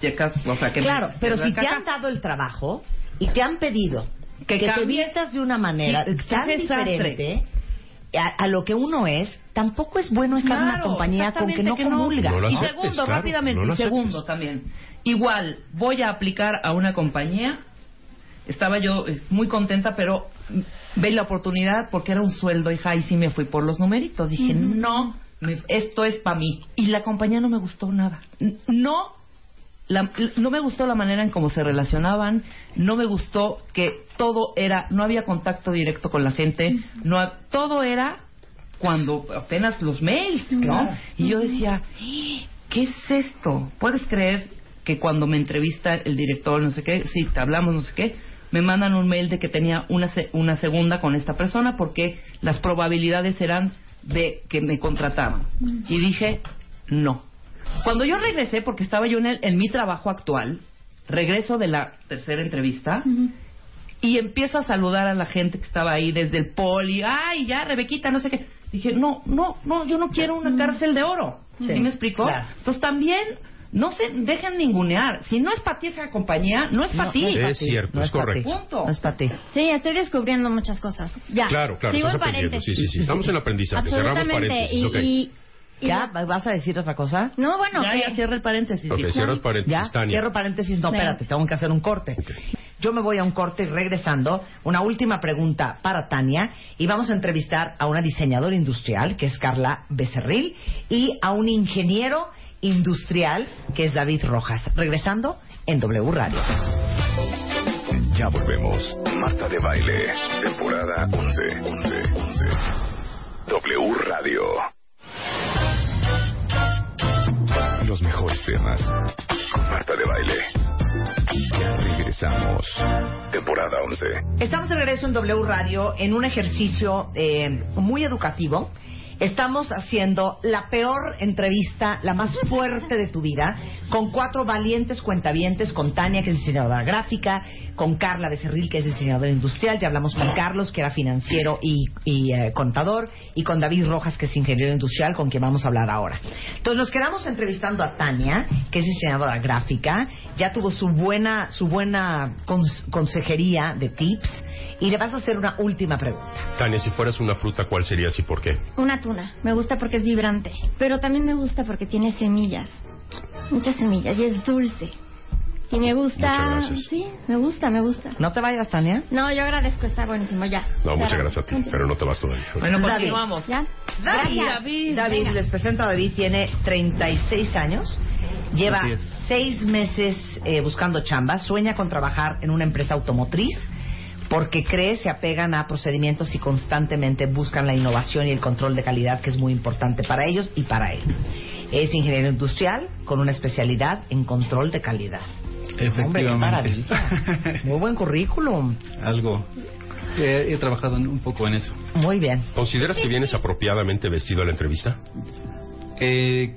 S4: checas, o sea, que me-
S3: claro, pero si te
S4: caca.
S3: han dado el trabajo y te han pedido
S4: Que
S3: que, te
S4: cambies.
S3: vistas de una manera
S4: Sí,
S3: tan
S4: qué desastre.
S3: diferente a, a lo que uno es, tampoco es bueno estar en una
S4: Claro,
S3: compañía con que
S4: exactamente,
S3: no comulgas.
S4: y segundo, rápidamente, y segundo también. Igual, voy a aplicar a una compañía. Estaba yo eh, muy contenta, pero mm, ve la oportunidad porque era un sueldo, hija, y sí me fui por los numeritos. Dije,
S1: Ujú.
S4: no, me- esto es para mí. Y la compañía no me gustó nada. N- No la- no me gustó la manera en cómo se relacionaban, no me gustó que todo era, no había contacto directo con la gente, no ha- todo era cuando apenas los mails, ¿no?
S1: Claro.
S4: Y yo decía, "¡Ah! ¿qué es esto? ¿Puedes creer que cuando me entrevista el director, no sé qué, sí, te hablamos, no sé qué, me mandan un mail de que tenía una, se- una segunda con esta persona porque las probabilidades eran de que me contrataban? Y dije, no. Cuando yo regresé, porque estaba yo en, el- en mi trabajo actual, regreso de la tercera entrevista y empiezo a saludar a la gente que estaba ahí desde el poli. Ay, ya, Rebequita, no sé qué. Dije, no, no, no, yo no quiero una cárcel de oro.
S1: Sí,
S4: ¿Sí, me explicó?
S1: claro.
S4: Entonces también no se dejen ningunear. Si no es para ti esa compañía, no es para ti.
S12: es Es cierto, es correcto.
S4: Punto.
S13: Sí, estoy descubriendo muchas cosas. Ya.
S12: Claro, claro,
S13: Sigo
S12: estás
S13: el
S12: aprendiendo.
S13: paréntesis.
S12: Sí, sí, sí. Estamos en aprendizaje. Cerramos
S13: Absolutamente.
S12: paréntesis.
S13: Y, y
S12: ok.
S3: ¿Ya? ¿Vas a decir otra cosa?
S13: No, bueno, eh,
S4: Ya,
S13: que-
S4: ya cierra el paréntesis.
S12: Ok, cierras paréntesis,
S3: ¿Ya?
S12: Tania.
S3: Cierro paréntesis, no, espérate, tengo que hacer un corte. Yo me voy a un corte y regresando, una última pregunta para Tania y vamos a entrevistar a una diseñadora industrial que es Carla Becerril y a un ingeniero industrial que es David Rojas. Regresando en W Radio.
S2: Ya volvemos. Marta de Baile, temporada 11. 11, 11. W Radio. Los mejores temas. Con Marta de Baile. Ya regresamos. Temporada 11.
S3: Estamos de regreso en W Radio en un ejercicio eh, muy educativo. Estamos haciendo la peor entrevista, la más fuerte de tu vida, con cuatro valientes cuentavientes, con Tania, que es diseñadora gráfica, con Carla Becerril, que es diseñadora industrial, ya hablamos con Carlos, que era financiero y, y, eh, contador, y con David Rojas, que es ingeniero industrial, con quien vamos a hablar ahora. Entonces nos quedamos entrevistando a Tania, que es diseñadora gráfica, ya tuvo su buena, su buena cons- consejería de tips, y le vas a hacer una última pregunta.
S12: Tania, si fueras una fruta, ¿cuál serías y por qué?
S13: Una tuna. Me gusta porque es vibrante. Pero también me gusta porque tiene semillas. Muchas semillas. Y es dulce. Y me
S12: Muchas
S13: gusta.
S12: gracias.
S13: Sí, me gusta, me gusta.
S3: No te vayas, Tania.
S13: No, yo agradezco. Está buenísimo. Ya.
S12: No, muchas gracias a ti, pero no te vas todavía.
S3: David.
S13: ¿Ya?
S3: David,
S13: Gracias.
S3: David, les presento a David, tiene 36 años, lleva
S12: Así es.
S3: seis meses eh, buscando chamba, sueña con trabajar en una empresa automotriz porque cree se apegan a procedimientos y constantemente buscan la innovación y el control de calidad que es muy importante para ellos y para él. Es ingeniero industrial con una especialidad en control de calidad. Hombre, qué
S14: Efectivamente.
S3: maravilla. Muy buen currículum.
S14: Algo. He, he trabajado en- un poco en eso.
S3: Muy bien.
S12: ¿Consideras que vienes apropiadamente vestido a la entrevista?
S14: Eh,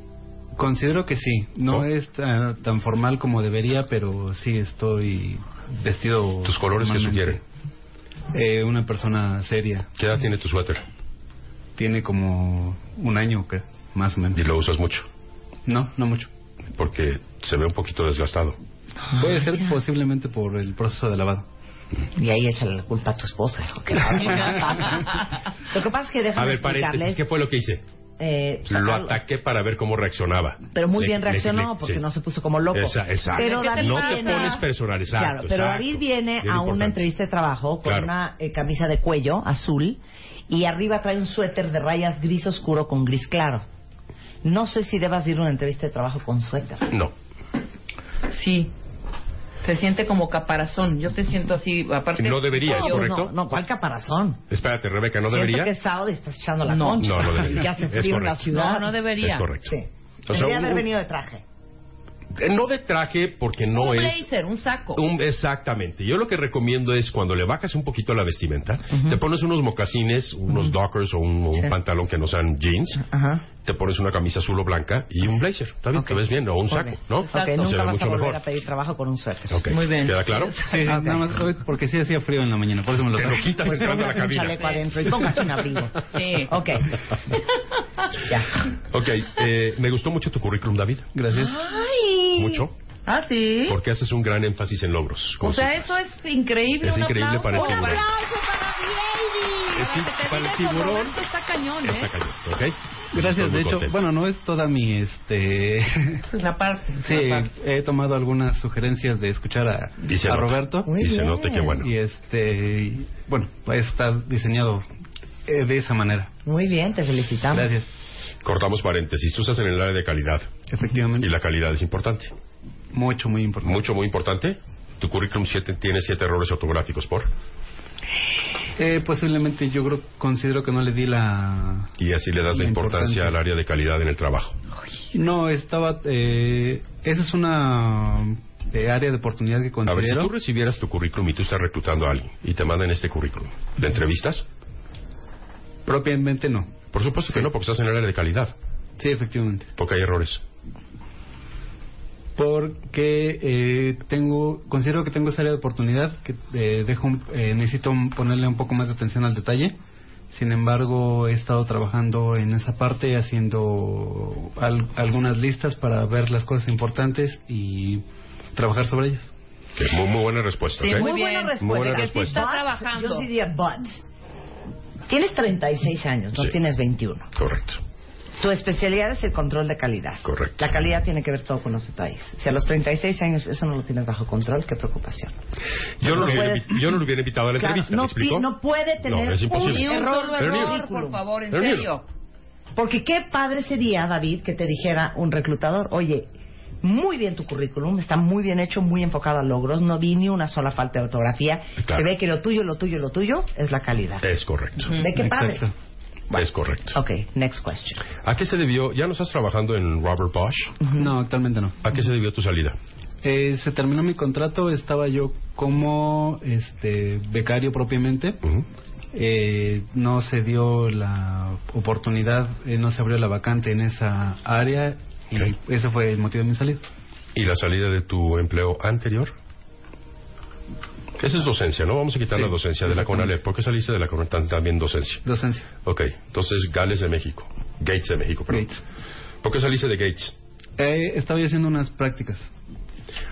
S14: considero que sí. No es ta- tan, formal como debería, pero sí estoy vestido.
S12: ¿Tus colores qué
S14: normalmente. Eh, una persona seria.
S12: ¿Qué edad tiene tu suéter?
S14: Tiene como un año, creo, más o menos.
S12: ¿Y lo usas mucho?
S14: No, no mucho.
S12: Porque se ve un poquito desgastado.
S14: Puede ser posiblemente por el proceso de lavado.
S3: Y ahí echa la culpa a tu esposa. Lo que pasa es que
S12: A
S3: déjame
S12: ver, paréntesis,
S3: explicarles.
S12: ¿qué fue lo que hice?
S3: eh,
S12: Lo
S3: sacarlo-
S12: ataqué para ver cómo reaccionaba.
S3: Pero muy
S12: Le-
S3: bien
S12: le-
S3: reaccionó
S12: le-
S3: porque
S12: sí.
S3: no se puso como loco.
S12: Esa- exacto.
S3: Pero David
S12: no te
S3: viene-
S12: pones personal, exacto.
S3: claro, pero
S12: exacto.
S3: David viene
S12: Bien
S3: a una
S12: importante.
S3: entrevista de trabajo con
S12: Claro.
S3: una eh, camisa de cuello azul y arriba trae un suéter de rayas gris oscuro con gris claro. No sé si debas ir a una entrevista de trabajo con suéter.
S12: No.
S4: Sí. Se siente como caparazón. Yo te siento así, aparte.
S12: No debería, ¿es
S4: Yo-
S12: correcto?
S4: no,
S3: no, ¿cuál caparazón?
S12: Espérate, Rebeca, ¿no
S3: Siento
S12: debería?
S3: que es sábado y estás echando la
S12: No.
S3: concha.
S12: No, no debería.
S3: Ya hace
S12: Es
S3: frío en la
S12: correcto.
S3: ciudad.
S4: No, no debería.
S12: Es correcto.
S3: Sí.
S12: O sea,
S3: Debería haber
S12: un-
S3: venido de traje.
S12: Eh, No de traje porque no
S4: un
S12: es...
S4: blazer, un saco.
S12: Un- exactamente. Yo lo que recomiendo es cuando le bajas un poquito la vestimenta, te pones unos mocasines, unos dockers o un, o un
S4: Sí.
S12: pantalón que no sean jeans, te pones una camisa azul o blanca y un blazer. Está bien, te ves bien, o un saco, ¿no?
S3: Ok,
S12: Se
S3: nunca
S12: ve
S3: vas a
S12: mucho
S3: volver
S12: mejor.
S3: a pedir trabajo con un suéter.
S12: Ok. Muy bien. ¿Queda claro?
S14: Sí, sí,
S12: Ok.
S14: nada más hoy porque sí hacía frío en la mañana, por eso me lo
S12: Te
S14: traje.
S12: lo quitas
S3: Pues
S12: entrando a la
S3: póngase un
S12: cabina.
S3: chaleco adentro y póngase un abrigo.
S4: Sí.
S3: Ok.
S12: Ok, eh, me gustó mucho tu currículum, David.
S14: Gracias.
S4: Ay.
S12: Mucho,
S4: Ah, sí.
S12: porque haces un gran énfasis en logros.
S4: O
S12: como
S4: sea,
S12: siempre.
S4: eso es increíble.
S12: Es
S4: un
S12: increíble
S4: aplauso.
S12: para el
S4: Un
S12: tiburón.
S4: aplauso para
S14: Ah,
S4: Brady.
S12: Es in-
S4: Te digo,
S12: para el tiburón.
S4: Roberto está cañón, ¿eh?
S12: Está cañón, ¿ok? Estoy
S14: Gracias,
S12: muy
S14: de hecho,
S12: contento.
S14: bueno, no es toda mi, este...
S4: Es la parte. es
S14: Sí,
S4: la parte.
S14: he tomado algunas sugerencias de escuchar a,
S12: Y se
S14: a
S12: nota.
S14: Roberto.
S12: Muy Y se bien. nota, qué bueno.
S14: Y este, y, bueno, pues está diseñado eh, de esa manera.
S3: Muy bien, te felicitamos.
S14: Gracias.
S12: Cortamos paréntesis. Tú estás en el área de calidad.
S14: Efectivamente.
S12: Y la calidad es importante.
S14: Mucho, muy importante.
S12: Mucho, muy importante. Tu currículum siete- tiene siete errores ortográficos por.
S14: Eh, posiblemente yo creo, considero que no le di la...
S12: Y así le das la
S14: La
S12: importancia,
S14: importancia.
S12: al área de calidad en el trabajo.
S14: No, estaba... Eh, esa es una eh, área de oportunidad que
S12: A ver, si
S14: considero...
S12: tú recibieras tu currículum y tú estás reclutando a alguien y te mandan este currículum, ¿le entrevistas?
S14: Propiamente no.
S12: Por supuesto que no, porque estás en el área de calidad.
S14: Sí, efectivamente.
S12: Porque hay errores.
S14: porque eh, tengo considero que tengo esa área de oportunidad que eh, dejo un- eh, necesito un- ponerle un poco más de atención al detalle sin embargo he estado trabajando en esa parte haciendo al- algunas listas para ver las cosas importantes y trabajar sobre ellas
S12: Que es muy, muy buena respuesta.
S4: Sí,
S12: ¿ok?
S4: muy buena respuesta.
S12: Muy buena
S4: que sí
S12: respuesta.
S4: está
S3: But,
S4: trabajando.
S3: Yo sí diría but. Tienes 36 años, no
S12: Sí.
S3: tienes 21.
S12: Correcto.
S3: Tu especialidad es el control de calidad.
S12: Correcto.
S3: La calidad tiene que ver todo con los detalles. Si a los 36 años eso no lo tienes bajo control, qué preocupación.
S12: Yo no,
S3: No
S12: lo hubiera,
S3: puedes-
S12: invi- yo no lo hubiera invitado a la
S3: Claro,
S12: entrevista,
S3: no,
S12: ¿me
S3: pi-
S12: explico?
S3: no puede tener
S12: No, es imposible.
S3: un error,
S12: Pero ni-
S4: por favor, en
S12: Pero ni-
S4: serio.
S3: Porque qué padre sería, David, que te dijera un reclutador, oye, muy bien tu currículum, está muy bien hecho, muy enfocado a logros, no vi ni una sola falta de ortografía,
S12: Claro.
S3: se ve que lo tuyo, lo tuyo, lo tuyo es la calidad.
S12: Es correcto.
S3: ¿De qué padre?
S12: Exacto. Es correcto.
S3: Ok, next question.
S12: ¿A qué se debió? ¿Ya no estás trabajando en Robert Bosch?
S14: No, actualmente no.
S12: ¿A qué se debió tu salida?
S14: Eh, se terminó mi contrato, estaba yo como este becario propiamente. Eh, no se dio la oportunidad, eh, no se abrió la vacante en esa área y ese fue el motivo de mi salida.
S12: ¿Y la salida de tu empleo anterior? Esa es docencia, ¿no? Vamos a quitar
S14: Sí,
S12: la docencia de la CONALEP. ¿Por qué saliste de la CONALEP Tan- también docencia?
S14: Docencia.
S12: Ok, entonces Gales de México. Gates de México, perdón. ¿Por qué saliste de Gates?
S14: Eh, estaba yo haciendo unas prácticas,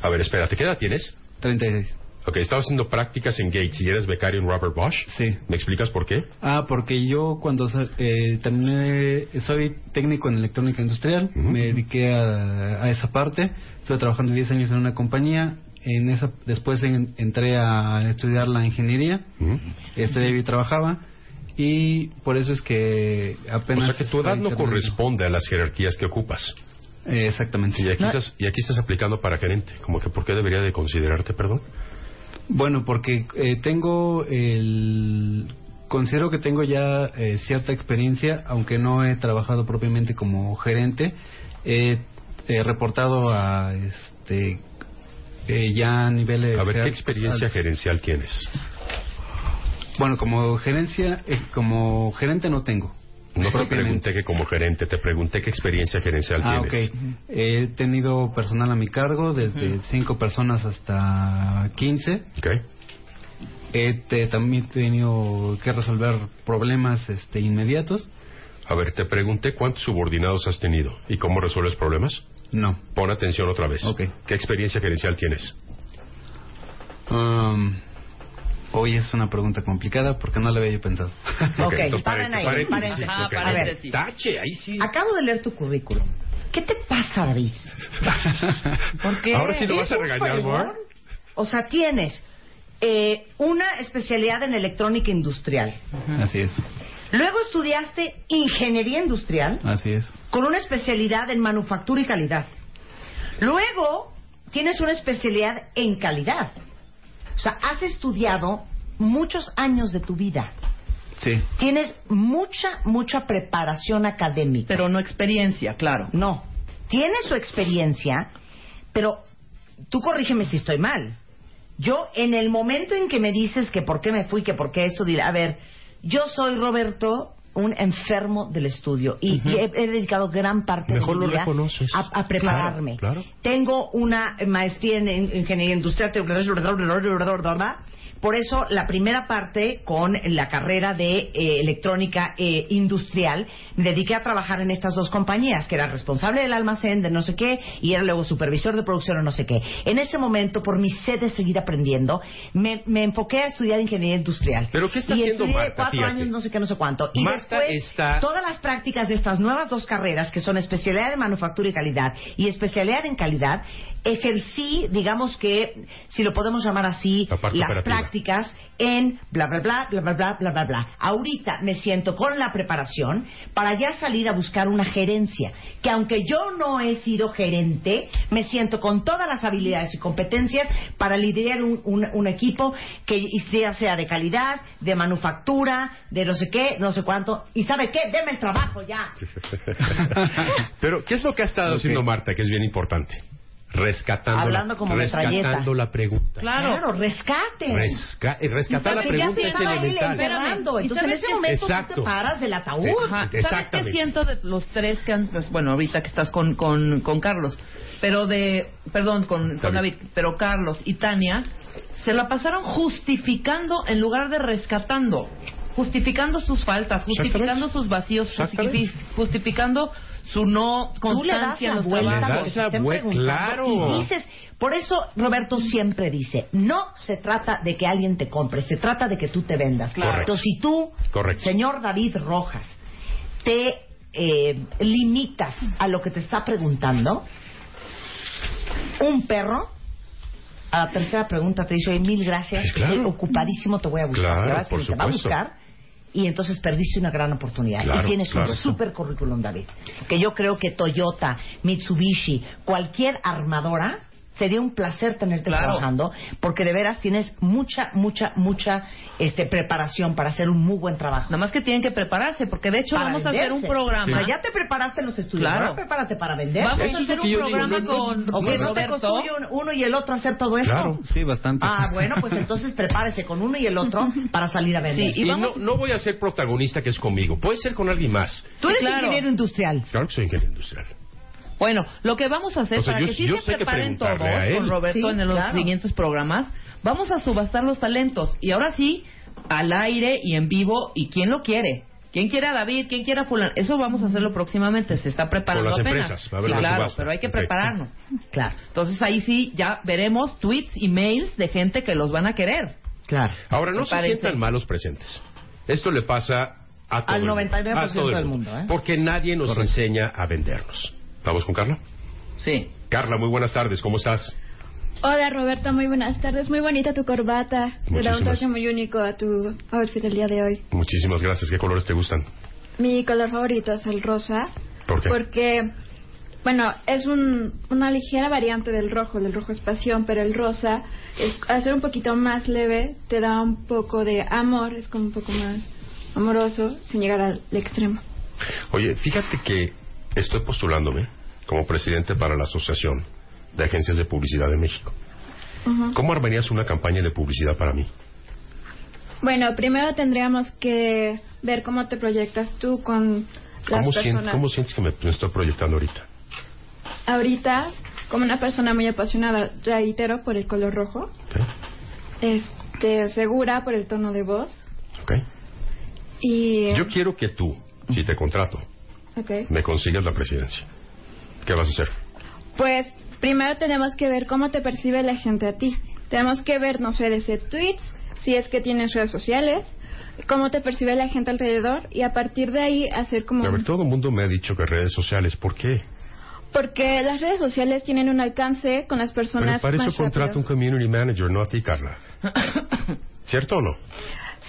S12: A ver, espérate, ¿qué edad tienes?
S14: 36.
S12: Ok, estaba haciendo prácticas en Gates y eres becario en Robert Bosch.
S14: Sí.
S12: ¿Me explicas por qué?
S14: Ah, porque yo cuando sal- eh, terminé, soy técnico en electrónica industrial, me dediqué a, a esa parte, estuve trabajando 10 años en una compañía, en esa, después en- entré a estudiar la ingeniería,
S12: ¿Mm?
S14: estudié y Este trabajaba, y por eso es que apenas...
S12: o sea que tu
S14: estoy
S12: edad no
S14: terminando.
S12: corresponde a las jerarquías que ocupas.
S14: Eh, exactamente.
S12: Y aquí,
S14: No.
S12: estás, y aquí estás aplicando para gerente. Como que, ¿por qué debería de considerarte, perdón?
S14: Bueno, porque eh, tengo el... Considero que tengo ya eh, cierta experiencia, aunque no he trabajado propiamente como gerente. He eh, reportado a este eh, ya a niveles...
S12: A ver, ¿qué
S14: ger-
S12: experiencia
S14: altos.
S12: gerencial tienes?
S14: Bueno, como gerencia, eh, como gerente no tengo.
S12: No te
S14: Propiamente.
S12: pregunté que como gerente, te pregunté qué experiencia gerencial
S14: Ah, ok.
S12: tienes.
S14: He tenido personal a mi cargo, desde cinco personas hasta 15. He te- también tenido que resolver problemas este, inmediatos.
S12: A ver, te pregunté cuántos subordinados has tenido y cómo resuelves problemas.
S14: No.
S12: Pon atención otra vez. ¿Qué experiencia gerencial tienes?
S14: Um, hoy es una pregunta complicada porque no la había yo pensado.
S3: Ok, paren ahí, paren. Ah, paréntesis.
S12: Tache, ahí sí.
S3: Acabo de leer tu currículum. ¿Qué te pasa, David? ¿Por qué?
S12: Ahora sí lo vas a
S3: ¿Es un
S12: regañar,
S3: fregón?
S12: Mar.
S3: O sea, tienes eh, una especialidad en electrónica industrial.
S14: Así es,
S3: Luego estudiaste ingeniería industrial
S14: así es.
S3: con una especialidad en manufactura y calidad. Luego tienes una especialidad en calidad. O sea, has estudiado muchos años de tu vida.
S14: Sí.
S3: Tienes mucha, mucha preparación académica. Pero no experiencia, claro. No. Tienes su experiencia, pero tú corrígeme si estoy mal. Yo, en el momento en que me dices que por qué me fui, que por qué esto, diré, a ver, yo soy Roberto, un enfermo del estudio, y
S12: Ujú.
S3: he, he dedicado gran parte
S12: Mejor lo
S3: de mi vida
S12: reconoces.
S3: a, a prepararme.
S12: Claro,
S3: Tengo una eh, maestría en, en ingeniería industrial. Por eso la primera parte con la carrera de eh, electrónica eh, industrial me dediqué a trabajar en estas dos compañías, que era responsable del almacén de no sé qué y era luego supervisor de producción o no sé qué. En ese momento, por mi sed de seguir aprendiendo, me, me enfoqué a estudiar ingeniería industrial.
S12: ¿Pero qué está
S3: y
S12: haciendo
S3: estudié
S12: Marta?
S3: cuatro
S12: Fíjate.
S3: años, no sé qué, no sé cuánto. Y
S12: Marta
S3: después,
S12: está-
S3: todas las prácticas de estas nuevas dos carreras, que son especialidad de manufactura y calidad y especialidad en calidad, ejercí, digamos que, si lo podemos llamar así,
S12: La parte
S3: las
S12: operativa.
S3: prácticas en bla, bla, bla, bla, bla, bla, bla, bla, bla. Ahorita me siento con la preparación para ya salir a buscar una gerencia, que aunque yo no he sido gerente, me siento con todas las habilidades y competencias para liderar un, un- un equipo que ya sea de calidad, de manufactura, de no sé qué, no sé cuánto. ¿Y sabe qué? Deme el trabajo ya.
S12: Pero, ¿qué es lo que ha estado haciendo Marta, que es bien importante? Rescatando,
S3: Hablando
S12: la,
S3: como
S12: rescatando
S3: metralleta.
S12: la pregunta.
S3: Claro, rescate.
S12: Resca- eh, rescatar la
S3: Porque
S12: pregunta
S3: ya
S12: es
S3: se estaba él
S12: elemental.
S3: enterrando.
S4: ¿Y
S3: Entonces, en
S4: sabes
S3: ese
S4: qué?
S3: momento tú
S4: Exacto.
S3: te paras del ataúd.
S4: Ajá. ¿Sabes qué
S12: exactamente.
S4: siento de los tres que han, pues, bueno, ahorita que estás con, con, con Carlos, pero de, perdón, con, con David, pero Carlos y Tania se la pasaron justificando en lugar de rescatando, justificando sus faltas, justificando sus vacíos, justifi- justificando su no
S3: Tú le das
S4: constancia
S3: la
S4: en los
S3: vuelta
S4: trabajos.
S3: porque te estén preguntando Y dices, por eso Roberto siempre dice, no se trata de que alguien te compre, se trata de que tú te vendas.
S12: Correcto.
S3: Entonces, si tú,
S12: Correcto.
S3: señor David Rojas, te eh, limitas a lo que te está preguntando un perro, a la tercera pregunta te dice, oye, mil gracias, estoy ocupadísimo, te voy a buscar.
S12: Claro,
S3: La verdad es que
S12: por
S3: te va a
S12: supuesto.
S3: buscar y entonces perdiste una gran oportunidad.
S12: Claro,
S3: y tienes
S12: claro.
S3: un super currículum, David. Que yo creo que Toyota, Mitsubishi, cualquier armadora, sería un placer tenerte trabajando, porque de veras tienes mucha, mucha, mucha este, preparación para hacer un muy buen trabajo. Nada
S4: más que tienen que prepararse, porque de hecho vamos a hacer un programa.
S3: O sea, ya te preparaste en los estudios,
S4: Claro.
S3: ahora prepárate para vender.
S4: Vamos a Eso es hacer lo que un yo digo, programa no- con-
S3: o que
S4: con
S3: no te
S4: Roberto.
S3: construye un- uno y el otro hacer todo esto.
S14: Claro, sí, bastante.
S3: Ah, bueno, pues entonces prepárese con uno y el otro para salir a vender.
S12: y no, no voy a ser protagonista que es conmigo. Puede ser con alguien más.
S3: Tú eres
S4: Claro.
S3: ingeniero industrial.
S12: Claro que soy ingeniero industrial.
S4: Bueno, lo que vamos a hacer
S12: O sea,
S4: para
S12: yo-
S4: que sí
S12: yo sé
S4: se
S12: que
S4: preparen todos
S12: preguntarle a él.
S4: con Roberto
S12: Sí,
S4: en los
S12: claro.
S4: siguientes programas, vamos a subastar los talentos. Y ahora sí, al aire y en vivo, ¿y quién lo quiere? ¿Quién quiere a David? ¿Quién quiere a Fulano? Eso vamos a hacerlo próximamente, se está preparando
S12: Con las
S4: apenas.
S12: empresas, va a haber
S4: Sí,
S12: una
S4: claro,
S12: subasta.
S4: pero hay que
S12: Ok.
S4: prepararnos.
S3: Claro.
S4: Entonces ahí sí ya veremos tweets y mails de gente que los van a querer.
S3: Claro.
S12: Ahora, no se
S4: Prepárense.
S12: sientan malos presentes. Esto le pasa a todo
S4: Al
S12: el mundo.
S4: 99%
S12: A todo el
S4: del
S12: mundo,
S4: mundo, ¿eh?
S12: Porque nadie nos enseña a vendernos. ¿Vamos con Carla?
S4: Sí.
S12: Carla, muy buenas tardes. ¿Cómo estás?
S16: Hola Roberta, muy buenas tardes. Muy bonita tu corbata. Le da un
S12: Muchísimas.
S16: toque muy único a tu outfit el día de hoy.
S12: Muchísimas gracias. ¿Qué colores te gustan?
S16: Mi color favorito es el rosa.
S12: ¿Por qué?
S16: Porque, bueno, es un- una ligera variante del rojo, del rojo es pasión, pero el rosa, es, al ser un poquito más leve, te da un poco de amor, es como un poco más amoroso, sin llegar al extremo.
S12: Oye, fíjate que estoy postulándome como presidente para la Asociación de Agencias de Publicidad de México.
S16: Ujú.
S12: ¿Cómo armarías una campaña de publicidad para mí?
S16: Bueno, primero tendríamos que ver cómo te proyectas tú con las
S12: ¿Cómo, sien-
S16: personas.
S12: cómo sientes que me, me estoy proyectando ahorita?
S16: Ahorita, como una persona muy apasionada, reitero por el color rojo. Este, segura por el tono de voz.
S12: Ok.
S16: Y.
S12: Yo quiero que tú, si te contrato,
S16: Ok.
S12: me consigas la presidencia. ¿Qué vas a hacer?
S16: Pues primero tenemos que ver cómo te percibe la gente a ti. Tenemos que ver, no sé, desde tweets, si es que tienes redes sociales, cómo te percibe la gente alrededor y a partir de ahí hacer como...
S12: A ver, todo el mundo me ha dicho que redes sociales. ¿Por qué?
S16: Porque las redes sociales tienen un alcance con las
S12: Pero
S16: personas
S12: para eso
S16: más
S12: contrato
S16: rápido.
S12: un community manager, no a ti, Carla. ¿Cierto o no?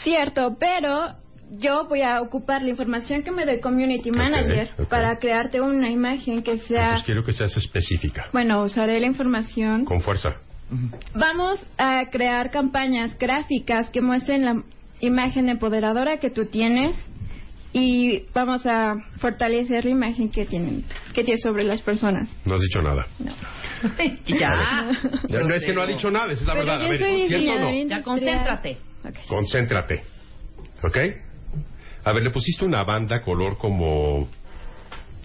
S16: Cierto, pero yo voy a ocupar la información que me dé el community manager
S12: ok.
S16: para crearte una imagen que
S12: Pues
S16: sea...
S12: quiero que seas específica,
S16: Bueno, usaré la información
S12: con fuerza.
S16: Vamos a crear campañas gráficas que muestren la imagen empoderadora que tú tienes y vamos a fortalecer la imagen que tienen que tienes sobre las personas.
S12: No has dicho nada.
S4: ya.
S12: Ya, no es que no ha dicho nada, esa es la
S16: Pero
S12: verdad. A
S16: yo
S12: ver,
S16: soy
S12: ¿cierto o
S16: diseñadora
S12: no?
S4: Ya
S16: industrial.
S4: concéntrate.
S12: Concéntrate. ¿Ok? A ver, le pusiste una banda color como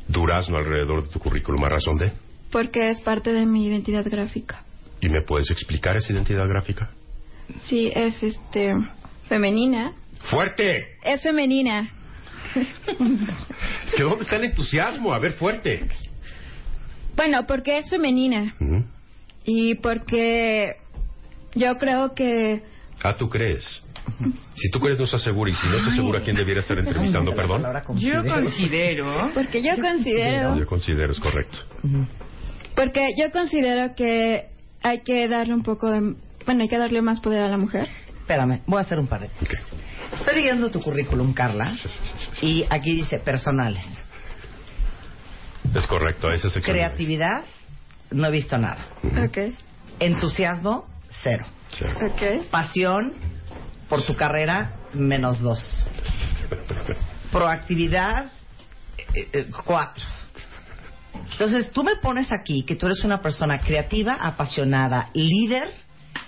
S12: durazno alrededor de tu currículum, ¿a razón de?
S16: Porque es parte de mi identidad gráfica.
S12: ¿Y me puedes explicar esa identidad gráfica?
S16: Sí, es este femenina.
S12: ¡Fuerte!
S16: Es femenina.
S12: Es que ¿dónde está el entusiasmo? A ver, fuerte.
S16: Bueno, porque es femenina.
S12: Ujú.
S16: Y porque yo creo que
S12: Ah, ¿tú crees? Si tú crees, no estás segura. Y si no estás segura, ¿quién debiera estar entrevistando? Perdón.
S4: Yo considero.
S16: porque yo considero
S12: Yo considero, es correcto.
S16: Porque yo considero que hay que darle un poco de... Bueno, hay que darle más poder a la mujer.
S3: Espérame, voy a hacer un par de. Estoy leyendo tu currículum, Carla, y aquí dice personales.
S12: Es correcto, ese es excelente.
S3: Creatividad, no he visto nada.
S16: Ok,
S3: Entusiasmo, cero.
S16: ok.
S3: Pasión por tu carrera, menos dos. Proactividad, eh, eh, cuatro. Entonces, tú me pones aquí que tú eres una persona creativa, apasionada, líder,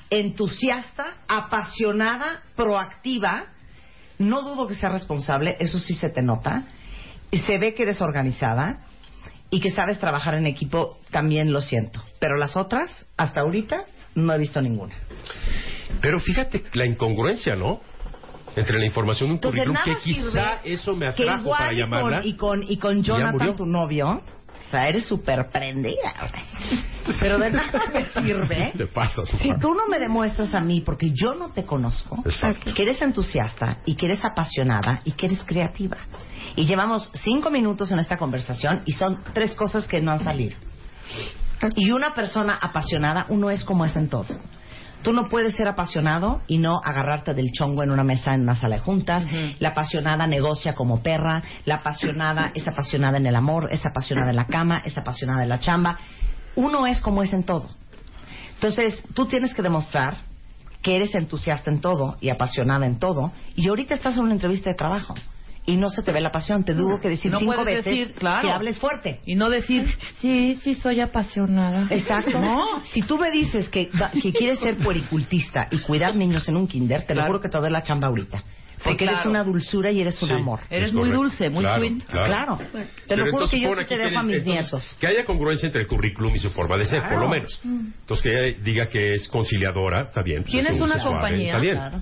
S3: entusiasta, apasionada, proactiva. No dudo que sea responsable, eso sí se te nota. Y se ve que eres organizada y que sabes trabajar en equipo, también lo siento. Pero las otras, hasta ahorita, no he visto ninguna.
S12: Pero fíjate la incongruencia, ¿no? Entre la información de un
S3: Entonces,
S12: currículum
S3: Pues nada
S12: que quizá
S3: sirve
S12: eso me
S3: que
S12: atrajo
S3: igual
S12: para
S3: y
S12: llamarla.
S3: con, y con y con
S12: Ya murió.
S3: Jonathan tu novio O sea, eres súper prendida, güey. Pero de nada me sirve
S12: Te pasas,
S3: si
S12: Omar.
S3: tú no me demuestras a mí, porque yo no te conozco,
S12: Exacto.
S3: que eres entusiasta y que eres apasionada y que eres creativa. Y llevamos cinco minutos en esta conversación y son tres cosas que no han salido. Y una persona apasionada, uno es como es en todo. Tú no puedes ser apasionado y no agarrarte del chongo en una mesa, en una sala de juntas. La apasionada negocia como perra. La apasionada es apasionada en el amor, es apasionada en la cama, es apasionada en la chamba. Uno es como es en todo. Entonces, tú tienes que demostrar que eres entusiasta en todo y apasionada en todo. Y ahorita estás en una entrevista de trabajo y no se te ve la pasión. Te tuvo que decir
S4: no
S3: cinco
S4: puedes
S3: veces
S4: decir, claro.
S3: que hables fuerte.
S4: Y no decir, sí, sí, soy apasionada.
S3: Exacto. Si tú me dices que, que quieres ser puericultista y cuidar niños en un kinder, te lo juro que te doy la chamba ahorita. Porque eres
S4: claro.
S3: una dulzura y eres un
S12: Sí,
S3: amor.
S12: Eres es muy correcto. dulce, muy Claro, sweet. claro.
S3: Claro. Te
S12: Pero
S3: lo juro
S12: entonces
S3: que yo
S12: pon
S3: sí
S12: aquí
S3: te dejo a
S12: eres-
S3: mis
S12: entonces,
S3: nietos.
S12: Que haya congruencia entre el currículum y su forma de ser, por lo
S3: Claro.
S12: menos.
S16: Mm.
S12: Entonces, que ella diga que es conciliadora, está bien. pues,
S4: ¿Tienes
S12: es
S4: una
S12: suave,
S4: compañía?
S12: Está bien.
S4: Claro.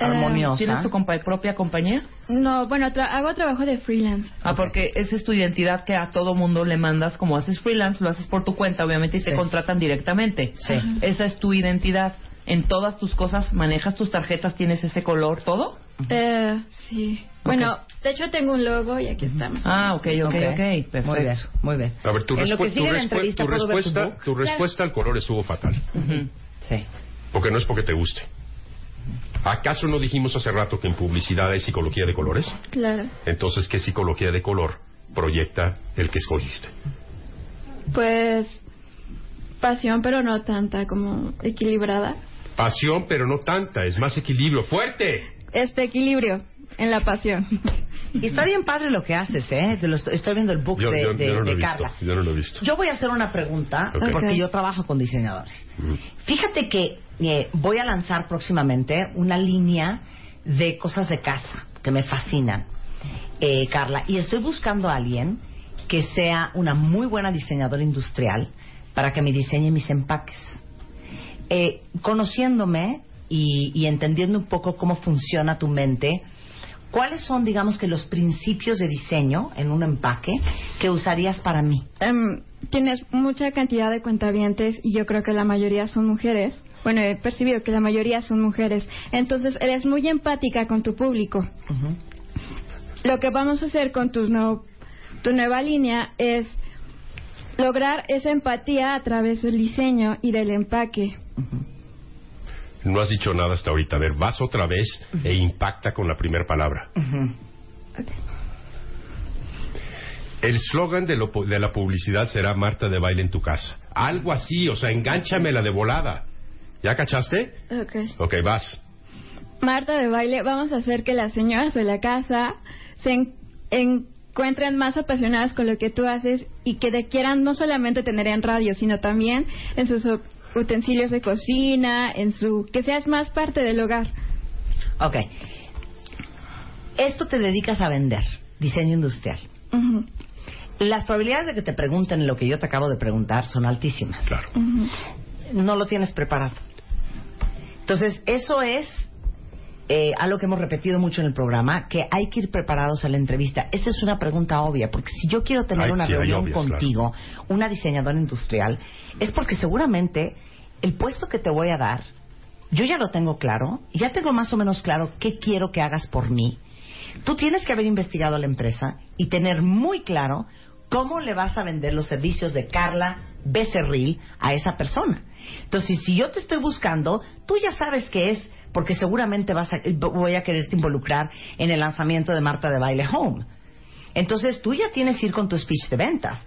S12: Armoniosa.
S4: ¿Tienes tu compa- propia compañía?
S16: No, bueno, tra- hago trabajo de freelance.
S4: Ah, porque esa es tu identidad que a todo mundo le mandas, como haces freelance, lo haces por tu cuenta, obviamente, y te contratan directamente.
S3: Sí.
S4: Esa es tu identidad. En todas tus cosas, manejas tus tarjetas, tienes ese color, todo.
S16: Eh, sí. Bueno, de hecho tengo un logo y aquí estamos.
S4: Ah, ok, ok, ok. Perfecto.
S3: Muy bien, muy bien.
S12: A ver, tu,
S3: En lo
S12: respu-
S3: que sigue
S12: tu
S3: la
S12: respu-
S3: entrevista,
S12: tu
S3: ¿puedo ver tu
S12: respuesta,
S3: book?
S12: tu
S3: Claro.
S12: respuesta al color estuvo fatal.
S3: Sí.
S12: Porque no es porque te guste. ¿Acaso no dijimos hace rato que en publicidad hay psicología de colores?
S16: Claro.
S12: Entonces, ¿qué psicología de color proyecta el que escogiste?
S16: Pues pasión, pero no tanta como equilibrada.
S12: Pasión, pero no tanta, es más equilibrio. ¡Fuerte!
S16: Este equilibrio en la pasión.
S3: Y está bien padre lo que haces, ¿eh? Te lo estoy, estoy viendo el book
S12: Yo,
S3: de,
S12: yo-
S3: de-
S12: yo no lo
S3: de
S12: he visto.
S3: Carla.
S12: Yo no lo he visto.
S3: Yo voy a hacer una pregunta
S12: Ok.
S3: porque
S12: Ok.
S3: yo trabajo con diseñadores. Fíjate que eh, voy a lanzar próximamente una línea de cosas de casa que me fascinan, eh, Carla. Y estoy buscando a alguien que sea una muy buena diseñadora industrial para que me diseñe mis empaques. Eh, conociéndome y, y entendiendo un poco cómo funciona tu mente, ¿cuáles son, digamos, que los principios de diseño en un empaque que usarías para mí?
S16: Em, tienes mucha cantidad de cuentavientes y yo creo que la mayoría son mujeres. Bueno, he percibido que la mayoría son mujeres. Entonces, eres muy empática con tu público. Lo que vamos a hacer con tu, no- tu nueva línea es lograr esa empatía a través del diseño y del empaque.
S12: No has dicho nada hasta ahorita. A ver, vas otra vez e impacta con la primera palabra. El slogan de, lo pu- de la publicidad será Marta de baile en tu casa. Algo así, o sea, engánchamela de volada. ¿Ya cachaste?
S16: Okay.
S12: Ok, vas.
S16: Marta de baile, vamos a hacer que las señoras de la casa se en- encuentren más apasionadas con lo que tú haces y que te quieran no solamente tener en radio, sino también en sus u- utensilios de cocina, en su que seas más parte del hogar.
S3: Ok. Esto te dedicas a vender, diseño industrial.
S16: Ujú,
S3: Las probabilidades de que te pregunten lo que yo te acabo de preguntar son altísimas. Claro.
S16: ujú.
S3: No lo tienes preparado. Entonces, eso es eh, algo que hemos repetido mucho en el programa, que hay que ir preparados a la entrevista. Esa es una pregunta obvia, porque si yo quiero tener
S19: Ay,
S3: una
S19: sí, hay
S3: reunión
S19: obvias,
S3: contigo, una diseñadora industrial, es porque seguramente el puesto que te voy a dar, yo ya lo tengo claro, ya tengo más o menos claro qué quiero que hagas por mí. Tú tienes que haber investigado a la empresa y tener muy claro cómo le vas a vender los servicios de Carla Becerril a esa persona. Entonces, si yo te estoy buscando, tú ya sabes qué es, porque seguramente vas a- voy a quererte involucrar en el lanzamiento de Marta de Baile Home. Entonces, tú ya tienes que ir con tu speech de ventas.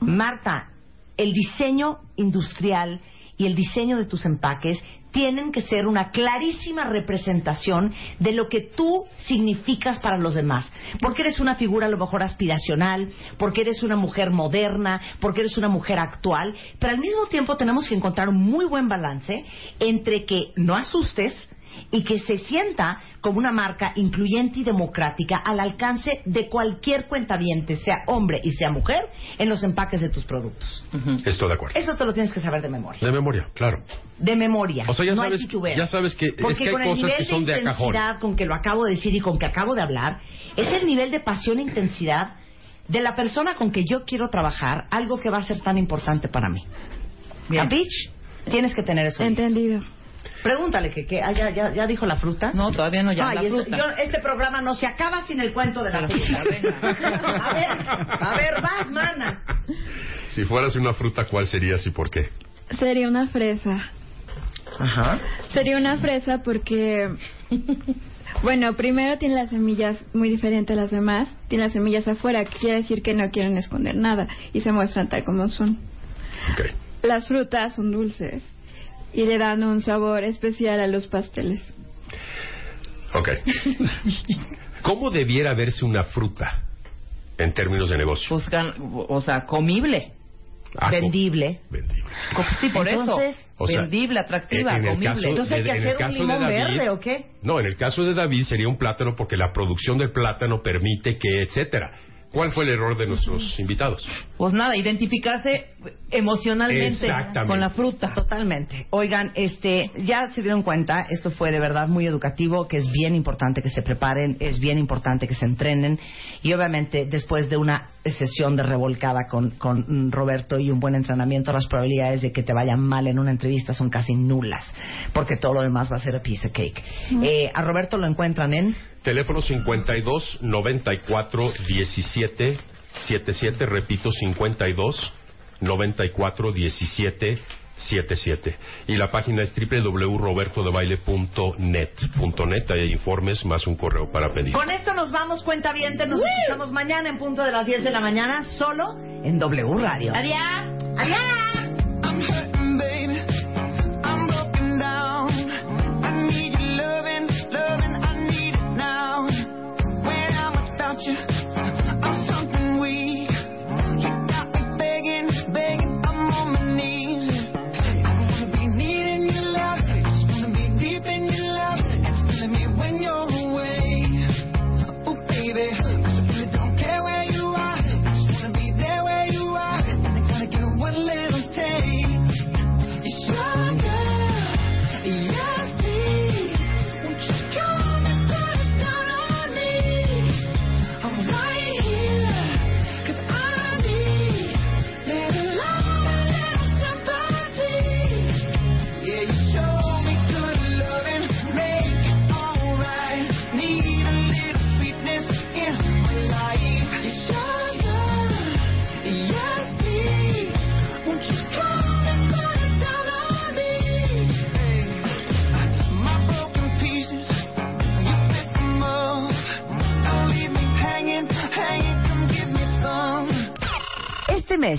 S3: Marta, el diseño industrial y el diseño de tus empaques tienen que ser una clarísima representación de lo que tú significas para los demás. Porque eres una figura a lo mejor aspiracional, porque eres una mujer moderna, porque eres una mujer actual, pero al mismo tiempo tenemos que encontrar un muy buen balance entre que no asustes, y que se sienta como una marca incluyente y democrática al alcance de cualquier cuentaviente, sea hombre y sea mujer, en los empaques de tus productos.
S12: Estoy de acuerdo.
S3: Eso te lo tienes que saber de memoria.
S12: De memoria, claro.
S3: De memoria.
S12: O sea, ya
S3: no
S12: sabes-
S3: hay titubeo.
S12: ya sabes que- es
S3: Porque
S12: que hay
S3: con el
S12: cosas
S3: nivel
S12: que son de a
S3: intensidad
S12: cajón.
S3: con que lo acabo de decir y con que acabo de hablar, es el nivel de pasión e intensidad de la persona con que yo quiero trabajar algo que va a ser tan importante para mí. ¿A pitch? Tienes que tener eso.
S16: Entendido.
S3: Pregúntale que, que ah, ya, ya- ya dijo la fruta. No,
S4: todavía no ya
S3: Ay,
S4: la
S3: eso-
S4: fruta.
S3: yo- este programa no se acaba sin el cuento de la fruta. A ver, a ver, vas, mana.
S12: Si fueras una fruta, ¿cuál serías y por qué?
S16: Sería una fresa.
S12: Ajá.
S16: Sería una fresa porque, bueno, primero tiene las semillas muy diferentes a las demás. Tiene las semillas afuera, que quiere decir que no quieren esconder nada y se muestran tal como son. Las frutas son dulces y le dan un sabor especial a los pasteles.
S12: Ok. ¿Cómo debiera verse una fruta en términos de negocio?
S4: Buscan, Pues o sea, comible.
S12: Ah, com-
S4: vendible. Sí, por
S3: Entonces,
S4: eso.
S12: O sea,
S4: vendible, atractiva,
S12: en el
S4: comible.
S12: caso Entonces hay de- que en el hacer un caso de limón David- verde, ¿o
S3: qué?
S12: No, en el caso de David sería un plátano porque la producción del plátano permite que, etcétera. ¿Cuál fue el error de nuestros invitados?
S4: Pues nada, identificarse emocionalmente
S12: Exactamente.
S4: con la fruta.
S3: Totalmente. Oigan, este, ya se dieron cuenta, esto fue de verdad muy educativo, que es bien importante que se preparen, es bien importante que se entrenen y obviamente después de una sesión de revolcada con, con mm, Roberto y un buen entrenamiento, las probabilidades de que te vayan mal en una entrevista son casi nulas, porque todo lo demás va a ser a piece of cake. Eh, a Roberto lo encuentran en
S12: Teléfono 52 94 17 77, repito, 52 94 17 77. Y la página es www.robertodebaile.net. punto net, ahí hay informes más un correo para pedir.
S3: Con esto nos vamos, cuenta bien, nos escuchamos mañana en punto de las 10 de la mañana, solo en W Radio.
S4: Adiós.
S3: Adiós.
S11: I'm hurting, baby. I'm broken down. I need your loving, loving. I need it now. When I'm without you, I'm something weak. You got me begging, begging. I'm on my knees. I wanna be needing your love. I just wanna be deep in your love. It's killing me when you're away. Oh, baby, I really don't care where you are. I just wanna be there where you are. And I gotta get one little taste. You're sugar, yes, please. Won't you come and put it down on me? I'm right here, 'cause I need little love and little sympathy. Yeah, you show me good loving, make it alright. Need a little sweetness in my life. You sugar, yes please. Won't you come and put it down on me? My broken pieces, you pick 'em up. Don't leave me hanging, hanging. Come give me some.
S3: Este mes,